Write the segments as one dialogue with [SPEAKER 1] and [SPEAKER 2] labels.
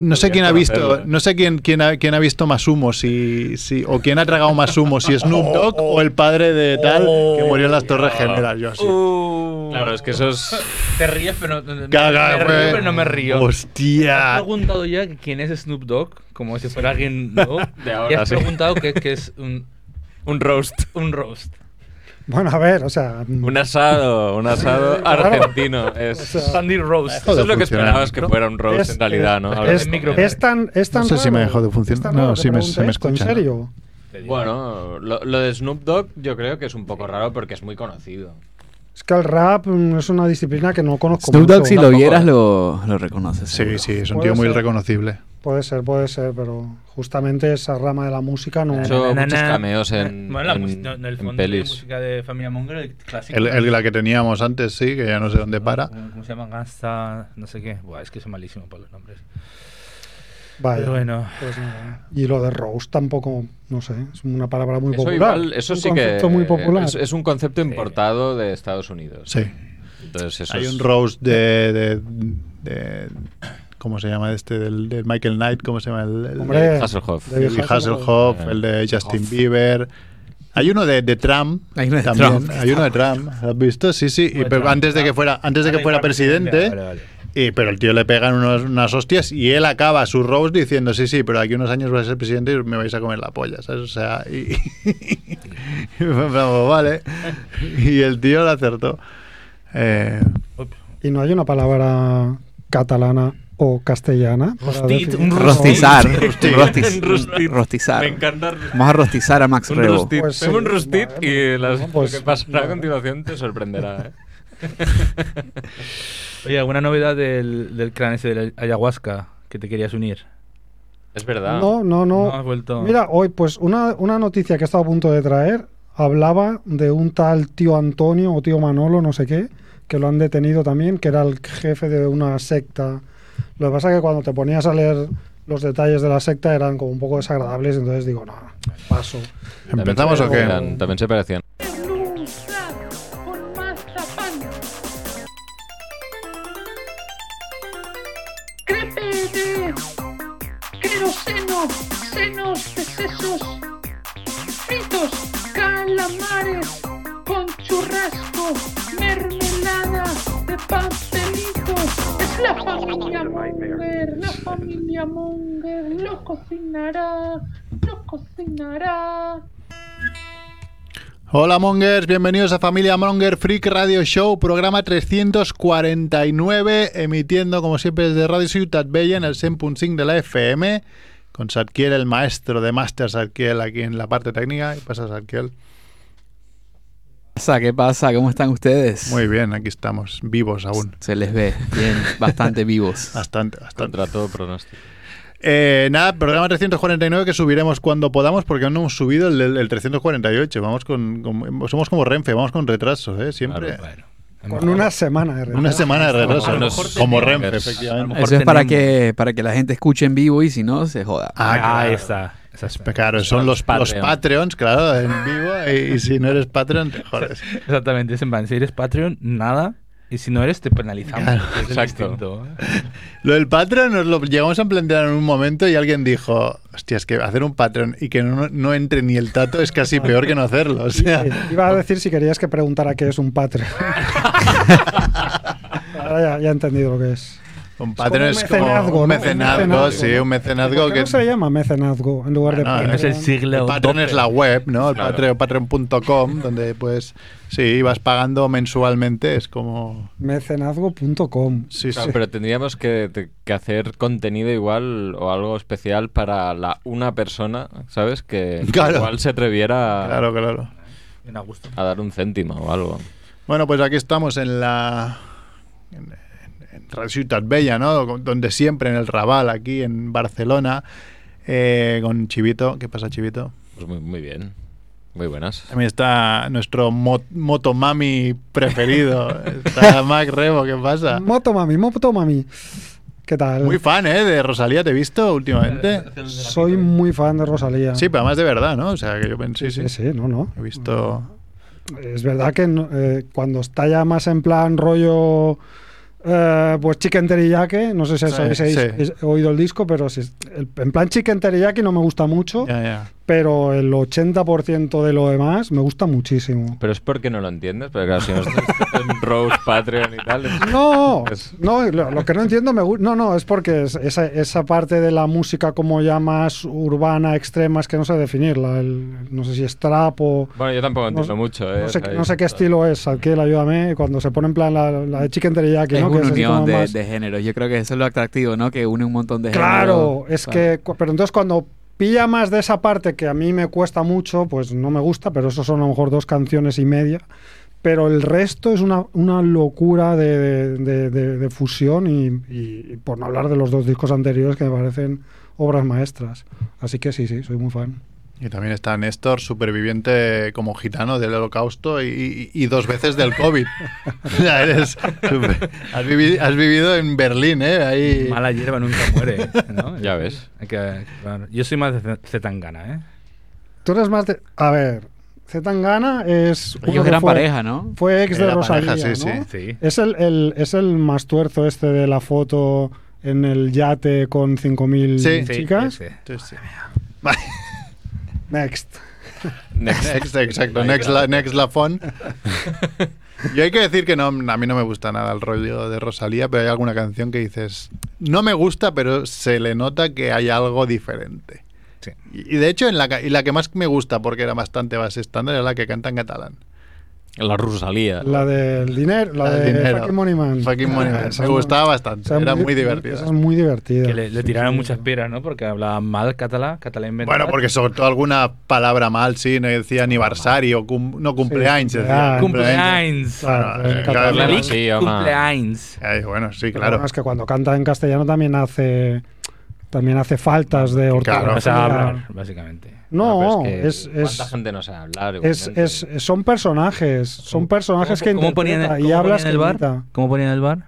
[SPEAKER 1] No sé
[SPEAKER 2] Podrías
[SPEAKER 1] quién ha visto,
[SPEAKER 2] conocerlo, ¿eh?
[SPEAKER 1] no sé quién, quién, ha, quién ha visto más humo, si, si, o quién ha tragado más humo, si Snoop Dogg o el padre de tal que murió en las Torres Gemelas. Yo así.
[SPEAKER 3] Uh,
[SPEAKER 2] Claro, es que eso es.
[SPEAKER 3] Te ríes, pero no,
[SPEAKER 1] Caga,
[SPEAKER 3] me
[SPEAKER 1] fue-
[SPEAKER 3] río, pero no me río. ¿Has
[SPEAKER 1] Hostia.
[SPEAKER 3] preguntado ya quién es Snoop Dogg? Como si fuera alguien nuevo.
[SPEAKER 2] De
[SPEAKER 3] y
[SPEAKER 2] ahora,
[SPEAKER 3] has
[SPEAKER 2] sí.
[SPEAKER 3] preguntado qué qué es un,
[SPEAKER 2] Un roast.
[SPEAKER 3] un roast.
[SPEAKER 4] Bueno, a ver, o sea. mm,
[SPEAKER 2] Un asado. Un asado argentino. Es,
[SPEAKER 4] O sea,
[SPEAKER 3] Sandy Roast.
[SPEAKER 2] eso es lo
[SPEAKER 1] funciona
[SPEAKER 2] que
[SPEAKER 1] el
[SPEAKER 2] esperabas que
[SPEAKER 1] micro.
[SPEAKER 2] fuera un roast
[SPEAKER 4] es-
[SPEAKER 2] en realidad, ¿no?
[SPEAKER 4] es-
[SPEAKER 2] Algo
[SPEAKER 4] Es,
[SPEAKER 2] así.
[SPEAKER 3] micro.
[SPEAKER 4] es tan, es tan
[SPEAKER 1] No sé si me
[SPEAKER 4] raro,
[SPEAKER 1] dejó de funcionar.
[SPEAKER 4] es tan
[SPEAKER 1] No,
[SPEAKER 4] raro que
[SPEAKER 1] sí me-
[SPEAKER 4] pregunte
[SPEAKER 1] se me
[SPEAKER 4] esto,
[SPEAKER 1] escucha.
[SPEAKER 4] ¿En serio?
[SPEAKER 2] Bueno, lo, lo de Snoop Dogg yo creo que es un poco raro porque es muy conocido.
[SPEAKER 4] Es que el rap mm, es una disciplina que no conozco.
[SPEAKER 5] Snoop Dogg,
[SPEAKER 4] mucho.
[SPEAKER 5] si lo
[SPEAKER 2] Tampoco,
[SPEAKER 5] vieras,
[SPEAKER 2] eh.
[SPEAKER 5] lo, lo reconoces.
[SPEAKER 1] Sí,
[SPEAKER 5] seguro.
[SPEAKER 1] sí, es un
[SPEAKER 4] Puede
[SPEAKER 1] tío muy
[SPEAKER 4] ser.
[SPEAKER 1] reconocible.
[SPEAKER 4] Puede ser, puede ser, pero justamente esa rama de la música no.
[SPEAKER 2] Ha hecho
[SPEAKER 3] Na, na, na,
[SPEAKER 2] muchos
[SPEAKER 3] na.
[SPEAKER 2] cameos en,
[SPEAKER 3] Bueno, la
[SPEAKER 2] en-
[SPEAKER 3] música- no, no, el
[SPEAKER 2] en
[SPEAKER 3] fondo de
[SPEAKER 2] pelis.
[SPEAKER 3] música de Familia Monger, el clásico.
[SPEAKER 1] El, el- la que teníamos antes, sí, que ya no sé dónde para.
[SPEAKER 3] ¿Cómo, cómo se llama? Gasta, no sé qué. Buah, es que soy malísimo para los nombres.
[SPEAKER 4] Vaya.
[SPEAKER 3] Pero bueno.
[SPEAKER 4] Pues nada. Y lo de roast tampoco, no sé, es una palabra muy
[SPEAKER 2] Eso
[SPEAKER 4] popular.
[SPEAKER 2] igual- eso
[SPEAKER 4] un
[SPEAKER 2] sí que
[SPEAKER 4] concepto muy popular.
[SPEAKER 2] Es, es un concepto importado de Estados Unidos.
[SPEAKER 1] Sí.
[SPEAKER 2] Entonces eso
[SPEAKER 1] Hay
[SPEAKER 2] es-
[SPEAKER 1] un roast de, de, de- ¿Cómo se llama este? Del, del Michael Knight, ¿cómo se llama? El, el-
[SPEAKER 4] Hombre,
[SPEAKER 2] Hasselhoff.
[SPEAKER 1] el David Hasselhoff,
[SPEAKER 5] eh,
[SPEAKER 2] Hasselhoff.
[SPEAKER 1] el de Justin Bieber. Hay uno de, de Trump.
[SPEAKER 5] Hay uno de
[SPEAKER 1] también.
[SPEAKER 5] Trump.
[SPEAKER 1] Hay uno de Trump. ¿Has visto? Sí, sí. Y
[SPEAKER 3] Uno de
[SPEAKER 1] pero
[SPEAKER 3] Trump.
[SPEAKER 1] antes de que fuera, antes de que fuera presidente.
[SPEAKER 3] Vale, vale.
[SPEAKER 1] Y, pero el tío le pegan unos- unas hostias y él acaba su roast diciendo, sí, sí, pero de aquí unos años vais a ser presidente y me vais a comer la polla, ¿sabes? O sea, y... y vamos, vale. Y el tío lo acertó. Eh,
[SPEAKER 4] Y no hay una palabra catalana o castellana. para
[SPEAKER 3] Rostit,
[SPEAKER 4] definir-
[SPEAKER 3] un
[SPEAKER 5] Rostizar.
[SPEAKER 1] Rostit.
[SPEAKER 5] rostiz-
[SPEAKER 2] Rostit.
[SPEAKER 5] Rostizar.
[SPEAKER 2] Me encanta
[SPEAKER 5] Vamos a rostizar a Max
[SPEAKER 2] un
[SPEAKER 5] Rebo.
[SPEAKER 2] rustit.
[SPEAKER 4] Pues sí,
[SPEAKER 2] Tengo un rustit
[SPEAKER 4] vale,
[SPEAKER 2] y
[SPEAKER 4] bueno,
[SPEAKER 2] las,
[SPEAKER 4] pues,
[SPEAKER 2] lo que pasará a
[SPEAKER 4] vale.
[SPEAKER 2] continuación te sorprenderá. ¿eh?
[SPEAKER 3] Oye, ¿alguna novedad del, del clan ese de la ayahuasca que te querías unir?
[SPEAKER 2] es verdad.
[SPEAKER 4] No, no, no.
[SPEAKER 3] No has vuelto.
[SPEAKER 4] Mira, hoy, pues una, una noticia que estaba a punto de traer hablaba de un tal tío Antonio o tío Manolo, no sé qué, que lo han detenido también, que era el jefe de una secta. Lo que pasa es que cuando te ponías a leer los detalles de la secta eran como un poco desagradables, entonces digo, no, paso.
[SPEAKER 2] También
[SPEAKER 1] ¿Empezamos
[SPEAKER 2] se
[SPEAKER 1] o qué?
[SPEAKER 2] parecían- También se parecían.
[SPEAKER 6] con mazapán. Crepe de queroseno, senos de sesos, fritos, calamares con churrasco, mermelada de pastelitos. Es la familia Munger, la familia Munger, lo cocinará, lo cocinará.
[SPEAKER 1] Hola Mongers, bienvenidos a Familia Monger Freak Radio Show, programa 349, emitiendo como siempre desde Radio Ciutat Bella en el 100.5 de la FM, con Sadkiel, el maestro de Masters Sadkiel aquí en la parte técnica. ¿Qué pasa, Sadkiel?
[SPEAKER 5] ¿Qué pasa? ¿Qué pasa? ¿Cómo están ustedes?
[SPEAKER 1] Muy bien, aquí estamos, vivos aún.
[SPEAKER 5] Se les ve bien, bastante vivos.
[SPEAKER 1] Bastante, bastante.
[SPEAKER 2] Contra todo pronóstico.
[SPEAKER 1] Eh, nada, programa 349 que subiremos cuando podamos porque aún no hemos subido el, el 348. Vamos con, con- somos como Renfe, vamos con retraso, ¿eh? Siempre.
[SPEAKER 3] Bueno.
[SPEAKER 4] Con una semana de retraso.
[SPEAKER 1] Una semana de retraso,
[SPEAKER 2] A lo mejor
[SPEAKER 1] como
[SPEAKER 2] tenía
[SPEAKER 1] Renfe,
[SPEAKER 2] que-
[SPEAKER 1] efectivamente.
[SPEAKER 3] mejor
[SPEAKER 5] Eso es para
[SPEAKER 3] tenemos-
[SPEAKER 5] que, para que la gente escuche en vivo y si no, se joda.
[SPEAKER 1] Ah,
[SPEAKER 3] ahí
[SPEAKER 1] claro.
[SPEAKER 3] está. Esa es-
[SPEAKER 1] Claro, son los, los
[SPEAKER 2] Patreon.
[SPEAKER 1] Patreons, claro, en vivo. Y, y si no eres Patreon, te jodes.
[SPEAKER 3] Exactamente, es en plan, si eres Patreon, nada. Y si no eres, te penalizamos.
[SPEAKER 1] Claro,
[SPEAKER 3] Es el
[SPEAKER 2] exacto.
[SPEAKER 3] distinto, ¿eh?
[SPEAKER 1] Lo del Patreon nos lo llegamos a plantear en un momento y alguien dijo: Hostia, es que hacer un Patreon y que no, no entre ni el tato es casi peor que no hacerlo. O sea,
[SPEAKER 4] I- Iba a decir si querías que preguntara qué es un Patreon. Ahora ya, ya he entendido lo que es.
[SPEAKER 1] un Patreon es como un
[SPEAKER 4] mecenazgo, ¿no?
[SPEAKER 1] mecenazgo,
[SPEAKER 4] Mecenazgo.
[SPEAKER 1] sí, un mecenazgo
[SPEAKER 4] ¿Por qué
[SPEAKER 1] que. Ah,
[SPEAKER 4] no se le llama mecenazgo en lugar de
[SPEAKER 1] No,
[SPEAKER 4] Patreon?
[SPEAKER 3] Es el siglo.
[SPEAKER 1] El Patreon es la web, ¿no? El
[SPEAKER 2] Claro.
[SPEAKER 1] Patreon, patreon.com, donde pues sí, vas pagando mensualmente, es como
[SPEAKER 4] mecenazgo.com.
[SPEAKER 1] sí,
[SPEAKER 2] Claro,
[SPEAKER 1] sí.
[SPEAKER 2] pero tendríamos que, te- que hacer contenido igual o algo especial para la una persona, ¿sabes? Que
[SPEAKER 1] Claro.
[SPEAKER 2] igual se atreviera a-
[SPEAKER 1] Claro, claro.
[SPEAKER 3] En Augusto.
[SPEAKER 2] a dar un céntimo o algo.
[SPEAKER 1] Bueno, pues aquí estamos en la en, en- en Radio Ciutat Bella, ¿no? Donde siempre en el Raval aquí en Barcelona eh, con Chivito, ¿qué pasa Chivito?
[SPEAKER 2] Pues muy, muy bien. Muy buenas.
[SPEAKER 1] También está nuestro mo- motomami preferido, está Mac Rebo, ¿qué pasa?
[SPEAKER 4] Moto mami, moto mami. ¿Qué tal?
[SPEAKER 1] Muy fan, ¿eh? De Rosalía, te he visto últimamente.
[SPEAKER 4] Soy muy fan de Rosalía.
[SPEAKER 1] Sí, pero además de verdad, ¿no? O sea, que yo pensé, sí,
[SPEAKER 4] sí, sí, no, no.
[SPEAKER 1] He visto.
[SPEAKER 4] Es verdad que no- eh, cuando está ya más en plan rollo Eh, pues Chicken Teriyaki, no sé si
[SPEAKER 1] Sí,
[SPEAKER 4] habéis
[SPEAKER 1] sí.
[SPEAKER 4] es- oído el disco, pero sí, el- en plan Chicken Teriyaki no me gusta mucho,
[SPEAKER 1] Ya, ya.
[SPEAKER 4] pero el 80% de lo demás me gusta muchísimo.
[SPEAKER 2] Pero es porque no lo entiendes, pero claro, si nosotros en Rose, Patreon y tal. es-
[SPEAKER 4] No,
[SPEAKER 2] Es-
[SPEAKER 4] no, lo, lo que no entiendo me gusta. No, no, es porque es- esa, esa parte de la música como ya más urbana, extrema, es que no sé definirla. el- no sé si es trap o.
[SPEAKER 2] Bueno, yo tampoco entiendo mucho, ¿eh?
[SPEAKER 4] No sé,
[SPEAKER 2] O sea,
[SPEAKER 4] no sé qué estilo es, Alquiel, ayúdame. Cuando se pone en plan la, la de Chicken Teriyaki,
[SPEAKER 5] Es
[SPEAKER 4] ¿no? Que
[SPEAKER 5] una
[SPEAKER 4] así
[SPEAKER 5] unión
[SPEAKER 4] como
[SPEAKER 5] de,
[SPEAKER 4] más-
[SPEAKER 5] de géneros. Yo creo que eso es lo atractivo, ¿no? Que une un montón de géneros.
[SPEAKER 4] Claro, es
[SPEAKER 5] Claro.
[SPEAKER 4] que. cu- Pero entonces cuando pilla más de esa parte que a mí me cuesta mucho, pues no me gusta, pero eso son a lo mejor dos canciones y media. Pero el resto es una, una locura de, de- de- de- de fusión y, y- y por no hablar de los dos discos anteriores que me parecen obras maestras. Así que sí, sí, soy muy fan.
[SPEAKER 1] Y también está Néstor, superviviente como gitano del holocausto y, y- y dos veces del COVID. O sea, eres super- has, vivi- has vivido en Berlín, ¿eh? Ahí...
[SPEAKER 3] Mala hierba nunca muere. ¿no?
[SPEAKER 2] Ya ves.
[SPEAKER 3] Hay que- claro. Yo soy más de Zetangana, ¿eh?
[SPEAKER 4] Tú eres más de. A ver, Zetangana es. uno
[SPEAKER 5] Ellos
[SPEAKER 4] que
[SPEAKER 5] eran
[SPEAKER 4] fue-
[SPEAKER 5] pareja, ¿no?
[SPEAKER 4] Fue ex de
[SPEAKER 1] Era pareja,
[SPEAKER 4] Rosalía,
[SPEAKER 1] sí,
[SPEAKER 4] ¿no?
[SPEAKER 1] sí.
[SPEAKER 3] Sí.
[SPEAKER 4] Es el, el- es el más tuerzo este de la foto en el yate con 5.000
[SPEAKER 1] Sí.
[SPEAKER 3] Sí,
[SPEAKER 4] chicas.
[SPEAKER 3] ese.
[SPEAKER 1] Sí, sí. Vale.
[SPEAKER 4] Next.
[SPEAKER 2] Next.
[SPEAKER 1] Next, exacto. Next, la, next Lafon. Yo hay que decir que no, a mí no me gusta nada el rollo de Rosalía, pero hay alguna canción que dices, no me gusta, pero se le nota que hay algo diferente.
[SPEAKER 3] Sí.
[SPEAKER 1] Y, y de hecho, en la, ca- y la que más me gusta, porque era bastante más estándar, es la que canta en catalán.
[SPEAKER 2] La Rosalía.
[SPEAKER 4] La del dinero, la,
[SPEAKER 1] del
[SPEAKER 4] de
[SPEAKER 1] dinero.
[SPEAKER 4] Fucking Money Man.
[SPEAKER 1] Fucking Money Man.
[SPEAKER 4] Esa
[SPEAKER 1] Me
[SPEAKER 4] es
[SPEAKER 1] gustaba
[SPEAKER 4] muy-
[SPEAKER 1] bastante,
[SPEAKER 4] esa es
[SPEAKER 1] era Ah, muy divertida.
[SPEAKER 4] Esa es muy divertida.
[SPEAKER 3] Que le, le
[SPEAKER 4] Sí,
[SPEAKER 3] tiraron
[SPEAKER 4] sí.
[SPEAKER 3] muchas piedras, ¿no? Porque hablaba mal catalán, catalán inventado.
[SPEAKER 1] Bueno, porque sobre todo alguna palabra mal, sí, no decía aniversario, cum- no cumpleaños.
[SPEAKER 4] Sí,
[SPEAKER 1] decía,
[SPEAKER 3] Cumpleaños.
[SPEAKER 4] Claro,
[SPEAKER 1] Claro,
[SPEAKER 4] en
[SPEAKER 1] eh,
[SPEAKER 4] catalán.
[SPEAKER 1] claro,
[SPEAKER 2] Claro, sí, home.
[SPEAKER 3] Cumpleaños.
[SPEAKER 1] Ay, bueno, sí,
[SPEAKER 4] Pero
[SPEAKER 1] claro.
[SPEAKER 4] bueno, es que cuando canta en castellano también hace también hace faltas de ortografía.
[SPEAKER 1] Claro.
[SPEAKER 3] O sea, hablar, básicamente.
[SPEAKER 4] No,
[SPEAKER 2] Bueno, pero
[SPEAKER 4] es,
[SPEAKER 2] que
[SPEAKER 4] es,
[SPEAKER 2] ¿Cuánta gente no sabe hablar?
[SPEAKER 4] es,
[SPEAKER 2] igualmente?
[SPEAKER 4] es- son personajes, son personajes que
[SPEAKER 3] ¿Cómo ponían
[SPEAKER 4] interpreta
[SPEAKER 3] el,
[SPEAKER 4] y
[SPEAKER 3] cómo
[SPEAKER 4] hablas
[SPEAKER 3] ponían el
[SPEAKER 4] que
[SPEAKER 3] bar?
[SPEAKER 4] imita.
[SPEAKER 3] ¿Cómo ponían el bar?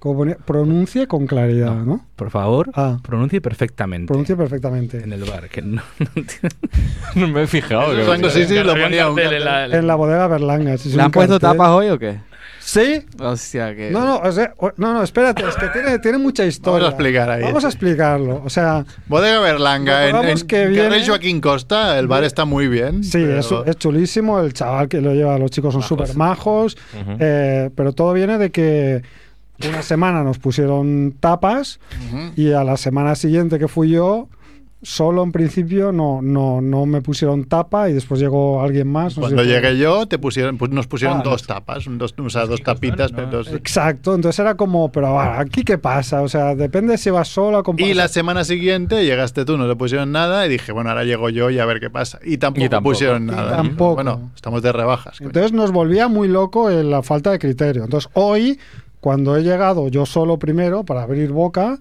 [SPEAKER 4] Como ponía- pronuncie con claridad, ¿no?
[SPEAKER 3] Por favor,
[SPEAKER 4] Ah.
[SPEAKER 3] pronuncie perfectamente.
[SPEAKER 4] Pronuncie perfectamente.
[SPEAKER 3] en el bar, que no, no tiene-
[SPEAKER 2] No me he fijado.
[SPEAKER 1] Esos
[SPEAKER 2] que-
[SPEAKER 1] rangos, sí, sí, lo
[SPEAKER 2] Había un
[SPEAKER 1] ponía un
[SPEAKER 2] cartel en la-
[SPEAKER 4] En la bodega Berlanga. sí, es
[SPEAKER 5] ¿Le
[SPEAKER 4] un
[SPEAKER 5] han puesto
[SPEAKER 4] cartel.
[SPEAKER 5] tapas hoy o qué?
[SPEAKER 4] Sí.
[SPEAKER 5] O sea
[SPEAKER 3] Eh.
[SPEAKER 5] que.
[SPEAKER 4] No, no, o sea, o- no, no, espérate, es que tiene, tiene mucha historia.
[SPEAKER 1] explicar ahí.
[SPEAKER 4] Vamos a explicarlo. O sea,
[SPEAKER 1] Bodega Berlanga, en,
[SPEAKER 4] Recordamos
[SPEAKER 1] en
[SPEAKER 4] que
[SPEAKER 1] carrer
[SPEAKER 4] viene-
[SPEAKER 1] Joaquín Costa, el bar está muy bien.
[SPEAKER 4] sí,
[SPEAKER 1] pero-
[SPEAKER 4] es, es chulísimo. El chaval que lo lleva, los chicos son súper majos.
[SPEAKER 2] Ujú.
[SPEAKER 4] eh, pero todo viene de que una semana nos pusieron tapas
[SPEAKER 1] Ujú.
[SPEAKER 4] y a la semana siguiente que fui yo. Solo en principio no, no, no me pusieron tapa y después llegó alguien más. no sé
[SPEAKER 1] Cuando
[SPEAKER 4] si fue-
[SPEAKER 1] llegué yo, te pusieron, pues nos pusieron
[SPEAKER 4] Ah,
[SPEAKER 1] dos tapas, un dos, o sea, dos tapitas. pero dos-
[SPEAKER 4] Exacto, entonces era como, pero ahora, ¿aquí qué pasa? O sea, depende si vas solo o
[SPEAKER 1] Y la semana siguiente llegaste tú, no te pusieron nada y dije, bueno, ahora llego yo y a ver qué pasa. Y tampoco,
[SPEAKER 2] Y tampoco.
[SPEAKER 1] pusieron
[SPEAKER 4] Y
[SPEAKER 1] nada.
[SPEAKER 4] tampoco.
[SPEAKER 1] Bueno, estamos de rebajas. coño.
[SPEAKER 4] Entonces nos volvía muy loco eh, la falta de criterio. Entonces hoy, cuando he llegado yo solo primero para abrir boca,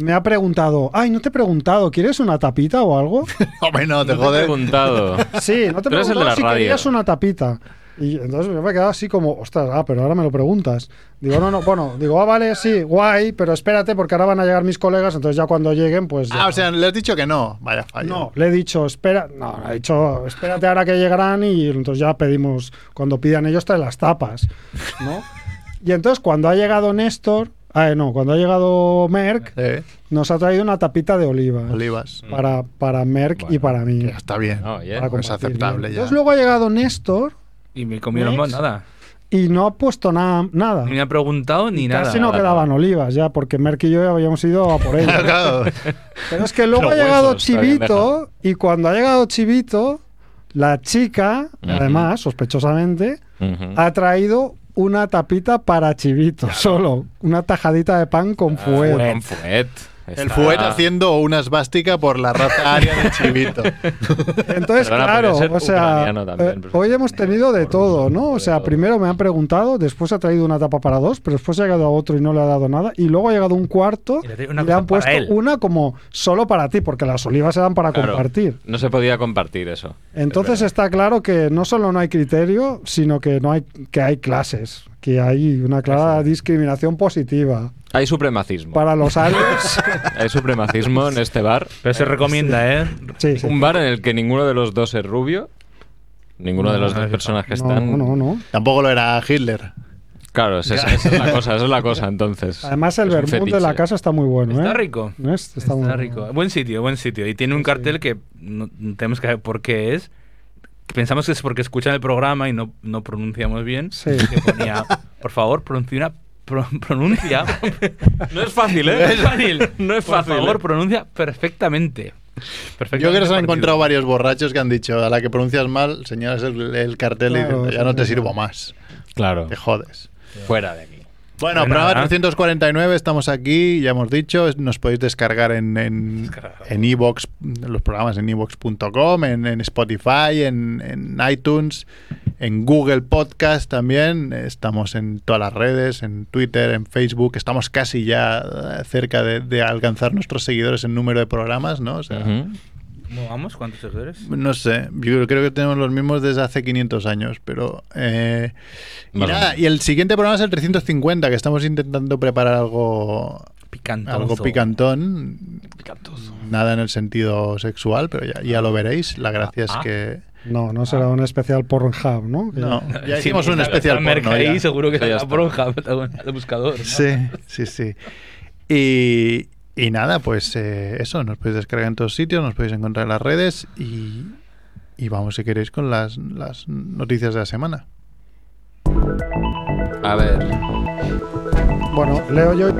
[SPEAKER 4] me ha preguntado, ay, no te he preguntado, ¿quieres una tapita o algo?
[SPEAKER 1] Hombre, no, te
[SPEAKER 2] No te he
[SPEAKER 1] joder.
[SPEAKER 2] preguntado.
[SPEAKER 4] Sí, no te he
[SPEAKER 2] Tú eres el de
[SPEAKER 4] preguntado
[SPEAKER 2] la
[SPEAKER 4] si
[SPEAKER 2] radio.
[SPEAKER 4] querías una tapita. Y entonces yo me he quedado así como, ostras, ah, pero ahora me lo preguntas. Digo, no, no, bueno, digo, ah, vale, sí, guay, pero espérate porque ahora van a llegar mis colegas, entonces ya cuando lleguen, pues... ya-
[SPEAKER 1] Ah, o sea, le has dicho que no. Vaya fallo.
[SPEAKER 4] No, le he dicho, espera, no, le he dicho, espérate ahora que llegarán y entonces ya pedimos, cuando pidan ellos trae las tapas, ¿no? y entonces cuando ha llegado Néstor, ah, no, cuando ha llegado Merck,
[SPEAKER 1] Sí,
[SPEAKER 4] nos ha traído una tapita de oliva
[SPEAKER 1] olivas.
[SPEAKER 4] para, para Merck y
[SPEAKER 2] Bueno,
[SPEAKER 4] para mí.
[SPEAKER 1] Ya está bien.
[SPEAKER 2] Mm. No, oye.
[SPEAKER 4] para
[SPEAKER 1] pues
[SPEAKER 4] compartir
[SPEAKER 1] aceptable
[SPEAKER 4] bien.
[SPEAKER 1] ya.
[SPEAKER 4] Entonces luego ha llegado Néstor
[SPEAKER 3] Y me comieron más
[SPEAKER 4] Next.
[SPEAKER 3] nada.
[SPEAKER 4] y no ha puesto nada, nada.
[SPEAKER 3] Ni me ha preguntado ni nada.
[SPEAKER 4] Casi no
[SPEAKER 2] nada.
[SPEAKER 4] quedaban olivas ya, porque Merck y yo ya habíamos ido a por ella.
[SPEAKER 1] Claro.
[SPEAKER 4] Pero es que luego
[SPEAKER 2] Los
[SPEAKER 4] ha llegado
[SPEAKER 2] huesos, está bien
[SPEAKER 4] Chivito y cuando ha llegado Chivito, la chica, además, sospechosamente,
[SPEAKER 2] Ujú.
[SPEAKER 4] ha traído una tapita para Chivito, solo una tajadita de pan
[SPEAKER 2] Ah,
[SPEAKER 4] con fuego.
[SPEAKER 2] Con fuet.
[SPEAKER 1] El
[SPEAKER 2] Está-
[SPEAKER 1] fuet haciendo una esvástica por la raza aria de Chivito.
[SPEAKER 4] Entonces,
[SPEAKER 2] Perdona,
[SPEAKER 4] claro,
[SPEAKER 2] podría ser
[SPEAKER 4] o sea,
[SPEAKER 2] ucraniano también,
[SPEAKER 4] eh,
[SPEAKER 2] perfecto.
[SPEAKER 4] hoy hemos tenido de
[SPEAKER 2] Por
[SPEAKER 4] todo,
[SPEAKER 2] un-
[SPEAKER 4] ¿no? O
[SPEAKER 2] de
[SPEAKER 4] sea,
[SPEAKER 2] todo.
[SPEAKER 4] primero me han preguntado, después ha traído una tapa para dos, pero después ha llegado a otro y no le ha dado nada, y luego ha llegado un cuarto
[SPEAKER 3] Y le ha
[SPEAKER 4] y le,
[SPEAKER 3] traído una
[SPEAKER 4] han
[SPEAKER 3] cosa para
[SPEAKER 4] puesto
[SPEAKER 3] él.
[SPEAKER 4] una como solo para ti, porque las olivas eran para
[SPEAKER 2] Claro.
[SPEAKER 4] compartir.
[SPEAKER 2] No se podía compartir eso.
[SPEAKER 4] Entonces
[SPEAKER 2] Es
[SPEAKER 4] está claro que no solo no hay criterio, sino que no hay que hay clases, que hay una clara discriminación positiva
[SPEAKER 2] verdad. Hay supremacismo.
[SPEAKER 4] para los aliens.
[SPEAKER 2] Hay supremacismo en este bar.
[SPEAKER 3] Pero se recomienda, ¿eh?
[SPEAKER 4] sí, sí.
[SPEAKER 2] Un bar en el que ninguno de los dos es rubio. Ninguno de las
[SPEAKER 3] No,
[SPEAKER 2] dos
[SPEAKER 3] no,
[SPEAKER 2] personas que
[SPEAKER 4] No,
[SPEAKER 2] están.
[SPEAKER 4] no, no.
[SPEAKER 1] Tampoco lo era Hitler.
[SPEAKER 2] Claro, esa es, esa es la cosa, esa es la cosa, entonces.
[SPEAKER 4] Además, el
[SPEAKER 2] Es un
[SPEAKER 4] vermut de la
[SPEAKER 2] fetiche.
[SPEAKER 4] casa está muy bueno, ¿eh?
[SPEAKER 3] Está rico.
[SPEAKER 4] ¿No es? Está, muy
[SPEAKER 3] Está
[SPEAKER 4] bueno.
[SPEAKER 3] rico. Buen sitio, buen sitio. Y tiene un cartel que no, no tenemos que saber por qué es. Pensamos que es porque escuchan el programa y no, no pronunciamos bien.
[SPEAKER 4] Sí.
[SPEAKER 3] Que ponía, por favor, pronuncia. pro- pronuncia.
[SPEAKER 2] No es fácil, ¿eh?
[SPEAKER 3] No es fácil.
[SPEAKER 2] No es fácil,
[SPEAKER 3] Por
[SPEAKER 2] ¿eh?
[SPEAKER 3] favor, pronuncia perfectamente.
[SPEAKER 1] Yo creo que se han
[SPEAKER 3] partido.
[SPEAKER 1] encontrado varios borrachos que han dicho, a la que pronuncias mal, señalas el, el cartel
[SPEAKER 4] Claro,
[SPEAKER 1] y dices, ya
[SPEAKER 4] sí,
[SPEAKER 1] no te
[SPEAKER 4] sí,
[SPEAKER 1] sirvo
[SPEAKER 4] sí.
[SPEAKER 1] más,
[SPEAKER 2] Claro.
[SPEAKER 1] te jodes.
[SPEAKER 2] Fuera de aquí.
[SPEAKER 1] Bueno,
[SPEAKER 3] Bueno,
[SPEAKER 1] programa
[SPEAKER 3] nada.
[SPEAKER 1] 349, estamos aquí, ya hemos dicho, es- nos podéis descargar en en
[SPEAKER 3] Descargar.
[SPEAKER 1] en iVoox, los programas en evox.com, en, en Spotify, en, en iTunes, en Google Podcast también, estamos en todas las redes, en Twitter, en Facebook, estamos casi ya eh, cerca de, de alcanzar nuestros seguidores en número de programas, ¿no? O sea,
[SPEAKER 2] Ujú.
[SPEAKER 3] ¿Cómo vamos? ¿Cuántos seguidores?
[SPEAKER 1] No sé, yo creo que tenemos los mismos desde hace 500 años, pero... eh, y,
[SPEAKER 2] Más o
[SPEAKER 1] nada,
[SPEAKER 2] menos.
[SPEAKER 1] y el siguiente programa es el 350, que estamos intentando preparar algo,
[SPEAKER 3] Picantoso.
[SPEAKER 1] algo picantón. Nada en el sentido sexual, pero ya, ya lo veréis. La gracia es
[SPEAKER 3] Ah.
[SPEAKER 1] que...
[SPEAKER 4] No, no será un especial Pornhub, ¿no? Que-
[SPEAKER 1] No, ya
[SPEAKER 3] Sí,
[SPEAKER 1] hicimos un
[SPEAKER 3] está-
[SPEAKER 1] especial
[SPEAKER 3] está Merck
[SPEAKER 1] porno
[SPEAKER 3] ahí,
[SPEAKER 1] ya.
[SPEAKER 3] seguro que
[SPEAKER 2] Sí, ya
[SPEAKER 3] la
[SPEAKER 2] está.
[SPEAKER 3] bronca el buscador. ¿no?
[SPEAKER 1] Sí, sí, sí. Y, y nada, pues eh, eso, nos podéis descargar en todos sitios, nos podéis encontrar en las redes y, y vamos, si queréis, con las, las noticias de la semana.
[SPEAKER 2] A ver.
[SPEAKER 4] Bueno, leo yo.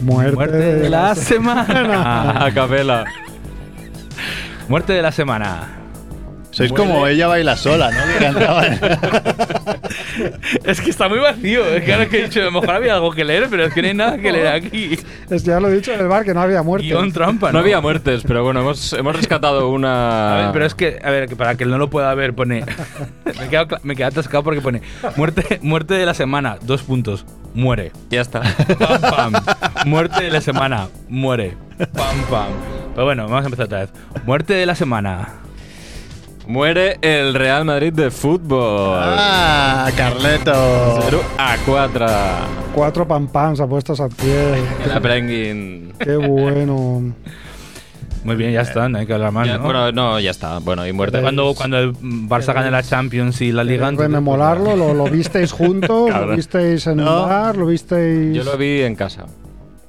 [SPEAKER 4] Muerte,
[SPEAKER 3] Muerte
[SPEAKER 4] de
[SPEAKER 3] de la
[SPEAKER 4] las
[SPEAKER 3] semana.
[SPEAKER 2] Ah, A capela.
[SPEAKER 3] Muerte de la semana.
[SPEAKER 1] Sois como ella baila sola, ¿no? Que cantaban.
[SPEAKER 3] Es que está muy vacío. Es que ahora que he dicho, a lo mejor había algo que leer, pero es que no hay nada que leer aquí.
[SPEAKER 4] Es que ya lo he dicho en el bar que no había muerte.
[SPEAKER 3] Guión trampa,
[SPEAKER 2] No,
[SPEAKER 3] ¿no? Ah.
[SPEAKER 2] había muertes, pero bueno, hemos, hemos rescatado
[SPEAKER 3] A
[SPEAKER 2] una.
[SPEAKER 3] ver, pero es que, a ver, que para que él no lo pueda ver, pone. me, quedo, cla- me quedo atascado porque pone. Muerte, muerte de la semana, dos puntos. Muere.
[SPEAKER 2] Ya está.
[SPEAKER 3] Pam, pam. Muerte de la semana, muere. Pam, pam. Pero bueno, vamos a empezar otra vez. Muerte de la semana.
[SPEAKER 2] Muere el Real Madrid de fútbol.
[SPEAKER 1] ¡Ah, Carleto!
[SPEAKER 2] 0 a 4.
[SPEAKER 4] Cuatro pam pams apuestos a pie.
[SPEAKER 2] El Aprenguin.
[SPEAKER 4] Qué bueno.
[SPEAKER 3] Muy bien, ya está, no hay que hablar más,
[SPEAKER 2] Ya-
[SPEAKER 3] ¿no?
[SPEAKER 2] Bueno, no, ya está. Bueno, y muerte.
[SPEAKER 3] cuando, cuando el Barça gane la Champions y la Liga. entonces-
[SPEAKER 4] Rememorarlo, lo, lo visteis juntos, lo
[SPEAKER 2] Cabrón.
[SPEAKER 4] visteis en
[SPEAKER 1] No.
[SPEAKER 4] un bar, lo visteis.
[SPEAKER 2] Yo lo vi en casa.